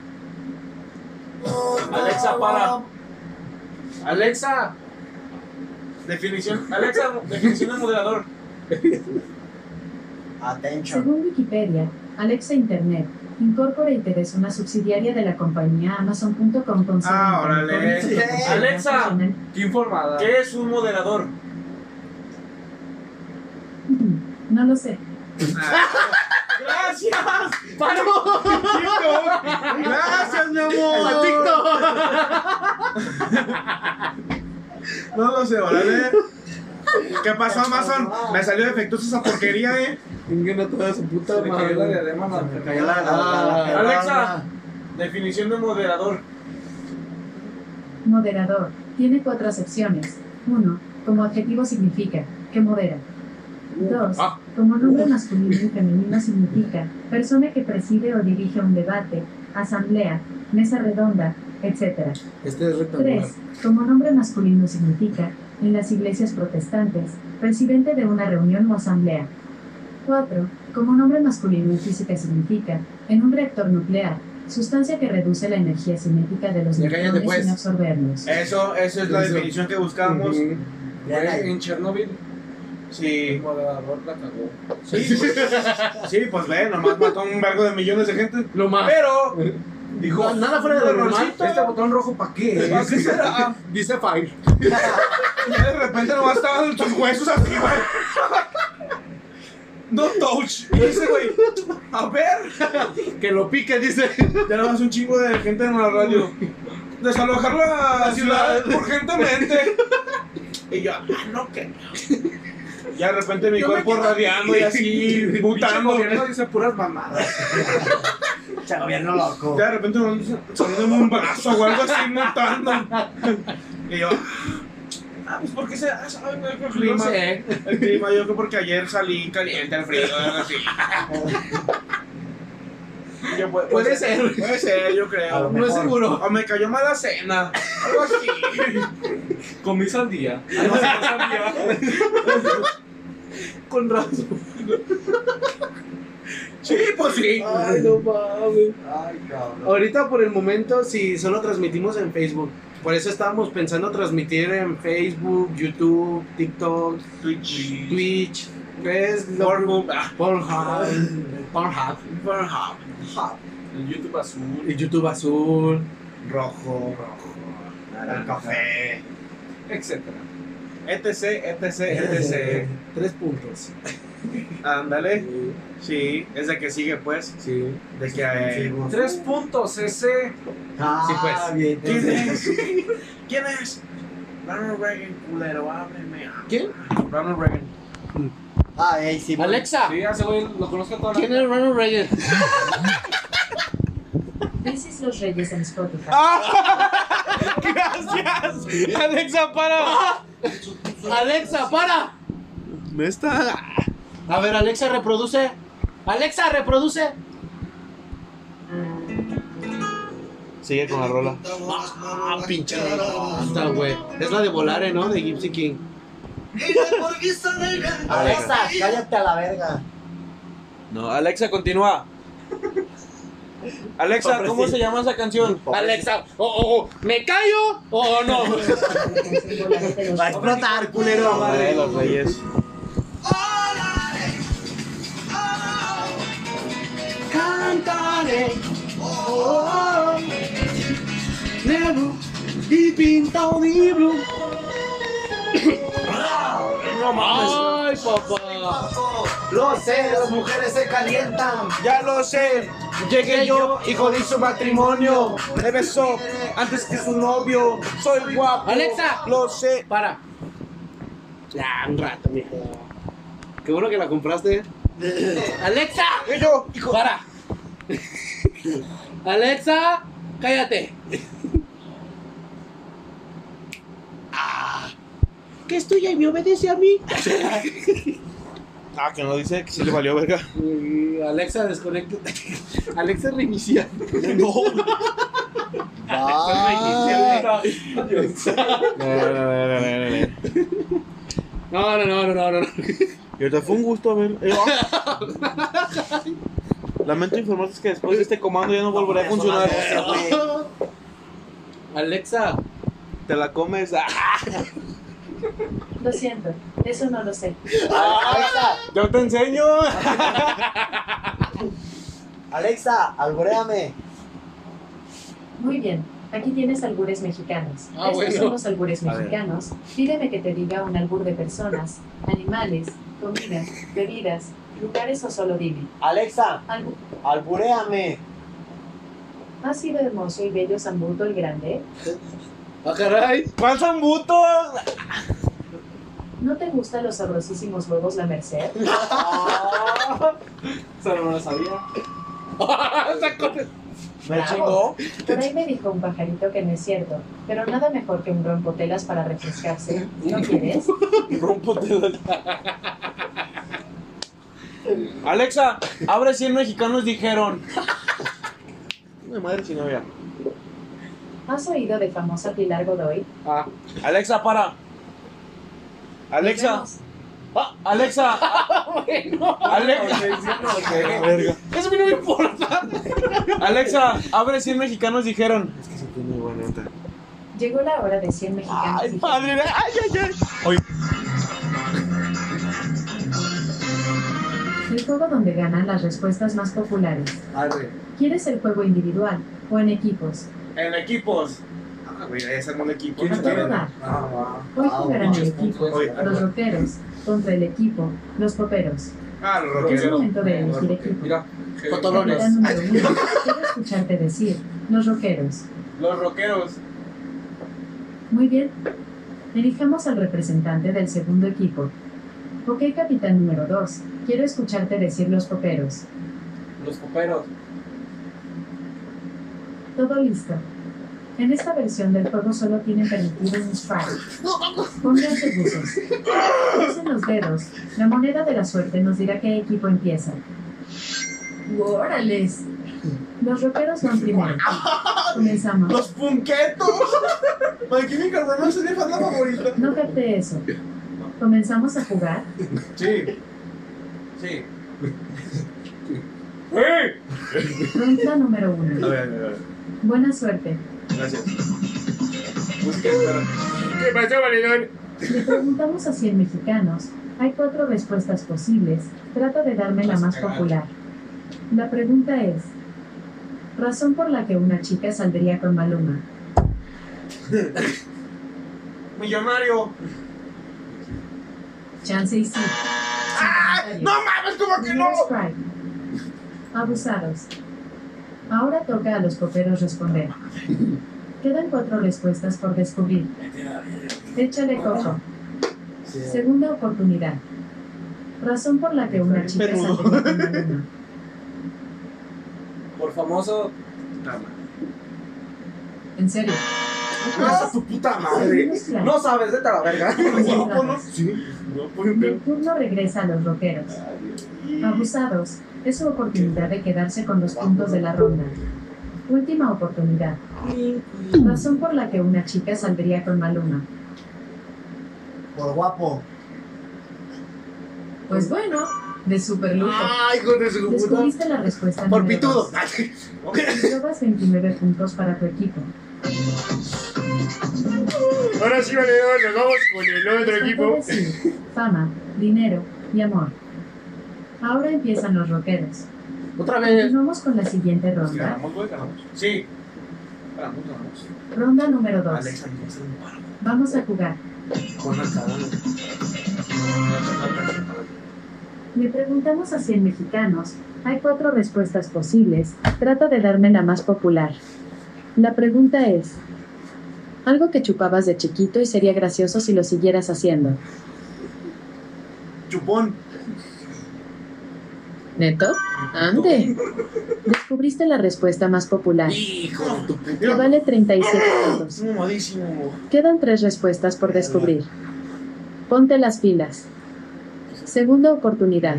Alexa, para. Alexa, Definición. Alexa, definición de moderador. Attention. Según Wikipedia, Alexa Internet, Incorporated es una subsidiaria de la compañía Amazon.com con sede en Ah, órale. California, su Sí. capacidad Alexa. nacional. Qué informada. ¿Qué es un moderador? Mm, No lo sé. Gracias. paro. Gracias, mi amor. No lo sé, órale. ¿Qué pasó, Amazon? Me salió defectuosa esa porquería, eh. Ninguna toda su puta Se le cayó la madre. diadema a la Me cayó la- la- la- la perrona. Ah, Alexa. Definición de moderador. Moderador. Tiene cuatro acepciones. 1. Como adjetivo significa que modera. 2. ah. Como nombre masculino y femenino significa persona que preside o dirige un debate, asamblea, mesa redonda, etc. Este es rectangular. 3. Como nombre masculino significa, en las iglesias protestantes, presidente de una reunión o asamblea. 4. Como nombre masculino en física significa, en un reactor nuclear, sustancia que reduce la energía cinética de los Ya cállate, neutrones pues. sin absorberlos. Eso, eso es la Eso. definición que buscamos. Ujú. Vean ahí. Güey, En Chernobyl, el Sí. moderador la cagó. Sí, pues, sí, pues ve, nomás mató a un vergo de millones de gente. Lo más. Pero dijo, No, nada fuera de lo "Un normal". errorcito, ¿Este botón rojo para qué? ¿para ah, qué será? Dice Fire. Y ya de repente nomás estaban tus huesos así, güey. No touch. Y dice, güey, a ver. Que lo pique, dice. Ya nomás un chingo de gente en la radio. Desalojar la, ciudad urgentemente. Y yo, ah, no, que no. Ya de repente mi cuerpo radiando y así, Pinche mutando. gobierno dice puras mamadas. Se gobierno loco. Ya de repente un sonido de un brazo o algo así montando. Y yo. Ah, pues porque se ah, sabe, güey, el clima. No sé. El clima, yo creo que porque ayer salí caliente al frío, algo así. Y yo, pues, Puede ser. Puede ser, yo creo. No es seguro. O me cayó mala cena. Algo así. Comí sandía. Con razón. Sí, pues sí. Ay, no mames. Ay, cabrón. Ahorita por el momento sí solo transmitimos en Facebook. Por eso estábamos pensando transmitir en Facebook, YouTube, TikTok, Twitch. Twitch. Es lo- Pornhub. Ah, Pornhub, Pornhub, Pornhub. El YouTube azul. y YouTube Azul. Rojo, rojo. Naranja. Café. Etcétera. Etc, etc, etc. Tres puntos. Ándale. Sí, es de que sigue, pues. Sí. De que. eh, Tres puntos ese. Ah, Sí, pues. bien. ¿Quién es? ¿Quién es? Ronald Reagan, culero, ábreme. ¿Quién? Ronald Reagan. Ah, ey, sí. pues. Alexa, Sí, hace güey lo conozco toda la ¿quién es Ronald Reagan? Dices los Reyes en Spotify. Ah. Gracias. Alexa, para. Alexa, para. No está. A ver, Alexa, reproduce. Alexa, reproduce. Sigue con la rola. Ah, pinche Hasta, güey. Es la de ¿eh, Volare, ¿no? De Gypsy King. Alexa, cállate a la verga. No, Alexa, continúa. Alexa, ¿cómo se llama esa canción? Alexa, oh, oh, oh, ¿me callo o no? Va a explotar, culero. de los Reyes. Cantaré. Oh, oh, oh. Negro y pintado de blue. No Ay, papá. Lo sé, las mujeres se calientan. Ya lo sé. Llegué yo, hijo de su matrimonio. Me besó antes que su novio. Soy guapo. Alexa. Lo sé. Para. Ya, un rato, mijo. Qué bueno que la compraste. ¿eh? Alexa, Y yo, hijo. para. Alexa, cállate. Que es tuya y me obedece a mí. Ah, que no dice que sí le valió verga. Alexa, desconecta. Alexa, reinicia. Ah, No, no, no, no, no, no. Y ahorita fue un gusto ver. eh, ah. Lamento informarles que después de este comando ya no volverá a funcionar. Alexa, Te la comes. Ah. Lo siento, eso no lo sé. Alexa, Yo te enseño. Alexa, alboréame. Muy bien, aquí tienes albures mexicanos. Ah, Estos bueno. son los albures mexicanos. Pídeme que te diga un albur de personas, animales, comida, bebidas, lugares o solo dime. Alexa, Albu- alburéame. ¿Has sido hermoso y bello Samburgo el Grande? ah, caray. ¡Pan zambuto! ¿No te gustan los sabrosísimos huevos La Merced? Solo no lo sabía. Me chingó. Por ahí me dijo un pajarito que no es cierto, pero nada mejor que un rompotelas para refrescarse. ¿No quieres? Alexa, abre 100 mexicanos dijeron. Mi madre si no había. ¿Has oído de famosa Pilar Godoy? Alexa, para. Alexa. Ah, Alexa. Alexa. Verga. Eso a mí no me importa. Alexa, abre 100 mexicanos dijeron. Es que se tiene buena neta. Llegó la hora de 100 mexicanos. Ay, y- padre. Ay, ay, ay. El juego donde ganan las respuestas más populares. ¿Quieres el juego individual o en equipos? En equipos. Ah, güey, ya se armó un equipo. A todo dar. Hoy jugarán el equipo, Oye, los rockeros, contra el equipo, los poperos. Ah, los Es rockeros. momento de elegir equipo. Mira. que- Capitán número uno, quiero escucharte decir, los rockeros. Los rockeros. Muy bien. Dirijamos al representante del segundo equipo. Ok, capitán número 2, quiero escucharte decir los poperos. Los coperos. Todo listo. En esta versión del juego solo tienen permitido un strike. Pónganse buzos. Usen los dedos. La moneda de la suerte nos dirá qué equipo empieza. ¡Órales! Los roperos van primero. Comenzamos. ¡Los punquetos! My Chemical Romance es mi banda favorita. No capté eso. Comenzamos a jugar. Sí. Sí. Ronda número A 1. ver, a ver, a ver. Buena suerte. Gracias. Música, espera. ¿Qué pasó, valedor? Le preguntamos a 100 mexicanos. Hay cuatro respuestas posibles. Trata de darme la más popular. La pregunta es: ¿Razón por la que una chica saldría con Maluma? Millonario. Chance y sí. ¡Ah! ¡No Ah, mames, pues, como que no! Primer strike. Abusados. Ahora toca a los coperos responder. Quedan cuatro respuestas por descubrir. Échale coco. Segunda oportunidad. Razón por la que una chica salió con Maluma. Por famoso. En serio. ¡Ah, su puta madre! No. No sabes, vete a la verga. Guapo, ¿no? Sí, guapo, yo creo. El turno regresa a los rockeros. Abusados. Es su oportunidad de quedarse con los puntos de la ronda. Última oportunidad. Razón por la que una chica saldría con Maluma. Por guapo. Pues bueno, de super lujo. ¡Ay, hijo de su Ah, puta! Descubriste la respuesta Por número pitudo. dos. Llevas 29 puntos para tu equipo. Ahora sí, valedor, nos vamos con el otro equipo. Escoger así, Fama, dinero y amor. Ahora empiezan los rockeros. Otra vez. Continuamos con la siguiente ronda. Ganamos, güey, ganamos. Sí. Ganamos, ganamos. Ronda número 2. Vamos a jugar. Con la cara. Le preguntamos a 100 mexicanos. Hay cuatro respuestas posibles. Trata de darme la más popular. La pregunta es, algo que chupabas de chiquito y sería gracioso si lo siguieras haciendo. Chupón. ¿Neto? Ande. Descubriste la respuesta más popular. Hijo de tu puta. Ah, Que vale 37 puntos. Mamadísimo. Quedan tres respuestas por descubrir. Ponte las pilas. Segunda oportunidad.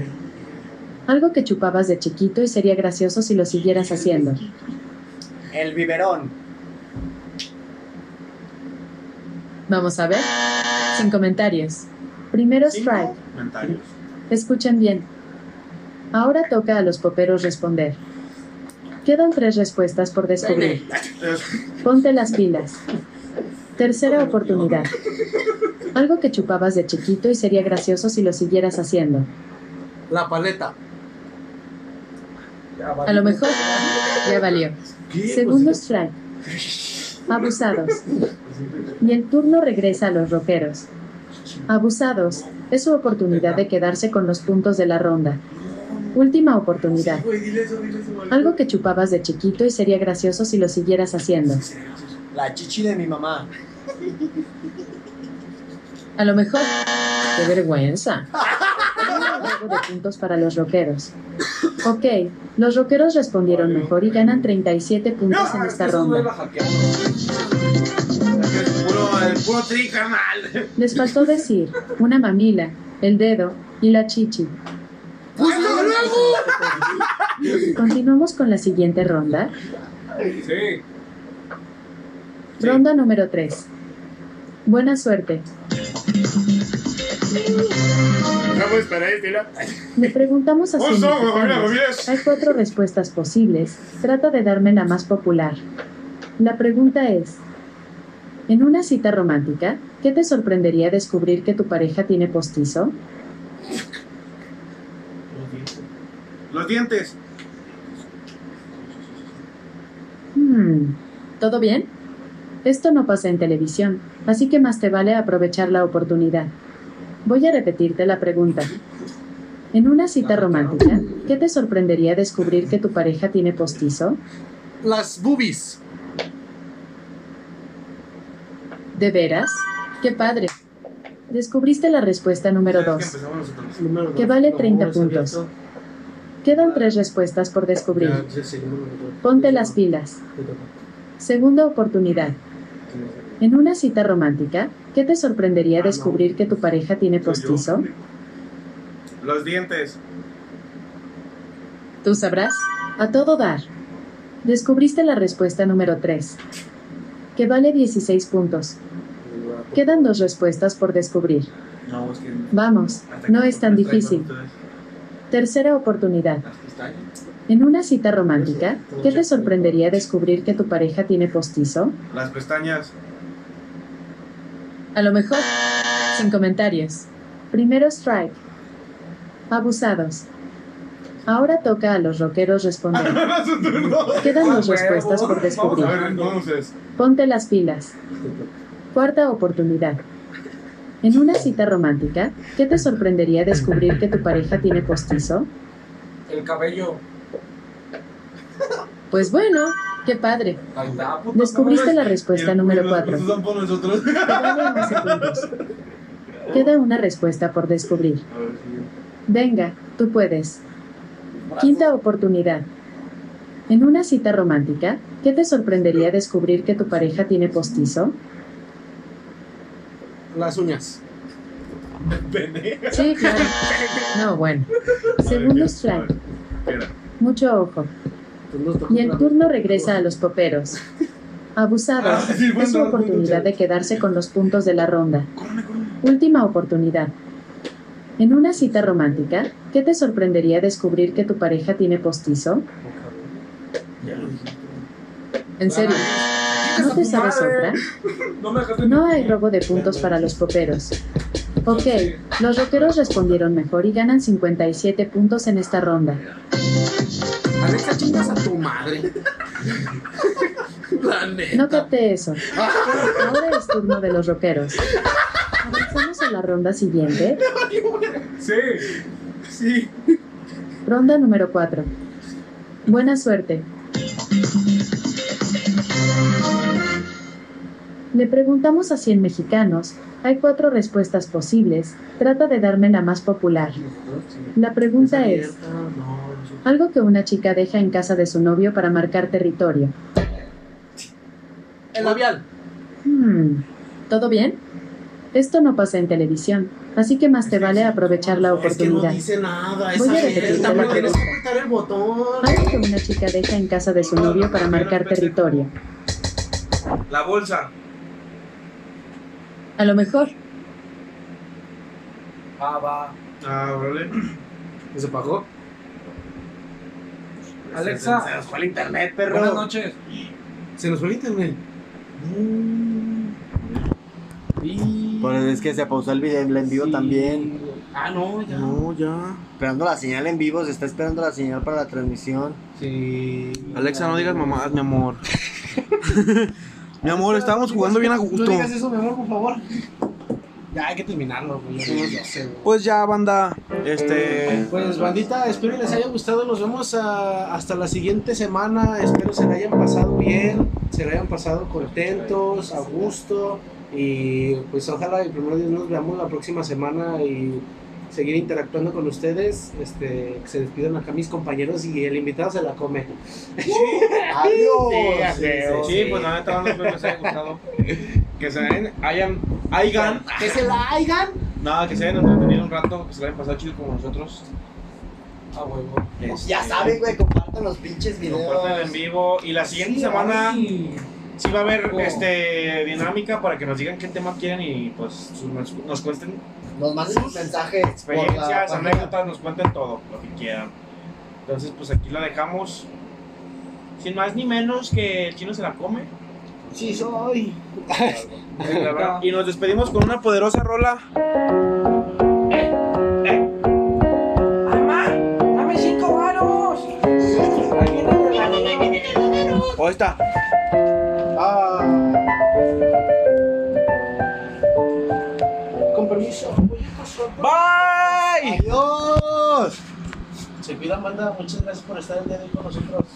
Algo que chupabas de chiquito y sería gracioso si lo siguieras haciendo. El biberón. Vamos a ver. Sin comentarios. Primero strike. Comentarios. Escuchen bien. Ahora toca a los poperos responder. Quedan tres respuestas por descubrir. Ponte las pilas. Tercera oportunidad. Algo que chupabas de chiquito y sería gracioso si lo siguieras haciendo. La paleta. A lo mejor ya valió. ¿Qué? Segundo strike. Abusados. Y el turno regresa a los rockeros. Abusados. Es su oportunidad de quedarse con los puntos de la ronda. Última oportunidad. Güey, dile eso, dile eso, valedor. Algo que chupabas de chiquito y sería gracioso si lo siguieras haciendo. La chichi de mi mamá. A lo mejor. ¡Qué vergüenza! Algo de puntos para los rockeros. Ok, los rockeros respondieron mejor y ganan 37 puntos en Ah, es que esta esos güeyes ronda. la hackearon. El puro, el puro tri, carnal. Les faltó decir una mamila, el dedo y la chichi. ¡Pues lo luego! Continuamos con la siguiente ronda. Sí. Ronda número 3. Buena suerte. Vamos para este Oh, lado. Le preguntamos a cien ¡Oso, mexicanos. güey, yes! Hay cuatro respuestas posibles. Trata de darme la más popular. La pregunta es, en una cita romántica, ¿qué te sorprendería descubrir que tu pareja tiene postizo? Los dientes. Hmm, ¿Todo bien? Esto no pasa en televisión, así que más te vale aprovechar la oportunidad. Voy a repetirte la pregunta. En una cita romántica, ¿qué te sorprendería descubrir que tu pareja tiene postizo? Las boobies. ¿De veras? ¡Qué padre! Descubriste la respuesta número Ya ves que 2. empezamos nosotros. Número Que dos. vale No, 30 ese puntos. viento. Quedan tres respuestas por descubrir. Ponte las pilas. Segunda oportunidad. En una cita romántica, ¿qué te sorprendería descubrir que tu pareja tiene postizo? Los dientes. Tú sabrás. A todo dar. Descubriste la respuesta número 3, que vale 16 puntos. Quedan dos respuestas por descubrir. No, es que. Vamos, no es tan difícil. Tercera oportunidad. En una cita romántica, ¿qué te sorprendería descubrir que tu pareja tiene postizo? Las pestañas. A lo mejor. Sin comentarios. Primero strike. Abusados. Ahora toca a los rockeros responder. Quedan dos respuestas por descubrir. A ver, entonces. Ponte las pilas. Cuarta oportunidad. En una cita romántica, ¿qué te sorprendería descubrir que tu pareja tiene postizo? El cabello. Pues bueno, qué padre. Ahí está, puto, Descubriste la respuesta número Los 4. putos son por nosotros. Queda una respuesta por descubrir. Venga, tú puedes. Quinta oportunidad. En una cita romántica, ¿qué te sorprendería descubrir que tu pareja tiene postizo? Las uñas. Sí, claro. No, bueno. Segundo strike. Mucho ojo. Y el turno regresa a los poperos. Abusados. Ah, sí, buen Es su round, buen oportunidad de quedarse con los puntos de la ronda. Última oportunidad. En una cita romántica, ¿qué te sorprendería descubrir que tu pareja tiene postizo? En serio. ¿No te sabes otra? No me dejaste No hay robo de puntos para los poperos. Ok, los rockeros respondieron mejor y ganan 57 puntos en esta ronda. Alexa, chingas a tu madre. La neta. No capté eso. Ahora es turno de los rockeros. Avanzamos a la ronda siguiente, Sí. Sí. ronda número 4. Buena suerte. Le preguntamos a 100 mexicanos, hay cuatro respuestas posibles, trata de darme la más popular. La pregunta es, Algo que una chica deja en casa de su novio para marcar territorio. El labial. Hmm, ¿Todo bien? Esto no pasa en televisión, así que más te vale aprovechar la Es que no oportunidad. dice nada. Voy Esa a repetir neta, la ¿para qué pregunta. tienes que apretar el botón? Algo que una chica deja en casa de su novio para marcar territorio. La bolsa. A lo mejor, Ah, va. Ah, órale. ¿Se pagó? Alexa, nos fue el internet, buenas noches. Se nos fue el internet. Pues es que se pausó el video el en vivo también. Ah, no, ya. No, ya. Esperando la señal en vivo, se está esperando la señal para la transmisión. Sí. Alexa, no digas mamadas, mi amor. mi amor, estábamos jugando bien a No gusto. digas eso, mi amor, por favor. Ya hay que terminarlo, güey. ya sé, güey. Pues ya, banda. Este. Pues bandita, espero les haya gustado. Nos vemos ah, hasta la siguiente semana. Espero se la hayan pasado bien, se la hayan pasado contentos, a gusto. Y pues ojalá el primer día nos veamos la próxima semana y seguir interactuando con ustedes. Este, que se despidan acá mis compañeros y el invitado se la come. Adiós. Sí, sí, Sí, pues la neta, no espero que les haya gustado. Que se hayan, hayan, hayan, Que se la hagan. nada, que se hayan entretenido un rato, que se la hayan pasado chido como nosotros. Ah, huevo. Este, Ya saben, güey, compartan los pinches Compartan en videos. vivo. Y la siguiente semana Ay. sí va a haber Ojo. este, dinámica para que nos digan qué tema quieren y pues sus- nos, nos cuenten Nos manden sus mensajes. por la experiencias, página. anécdotas, nos cuenten todo, lo que quieran. Entonces, pues aquí la dejamos. Sin más ni menos que el chino se la come. Sí, soy. Y nos despedimos con una poderosa rola. Mamá, dame cinco varos. O esta. Con permiso. Bye. ¡Adiós! Se cuidan, banda. Muchas gracias por estar el día de hoy con nosotros.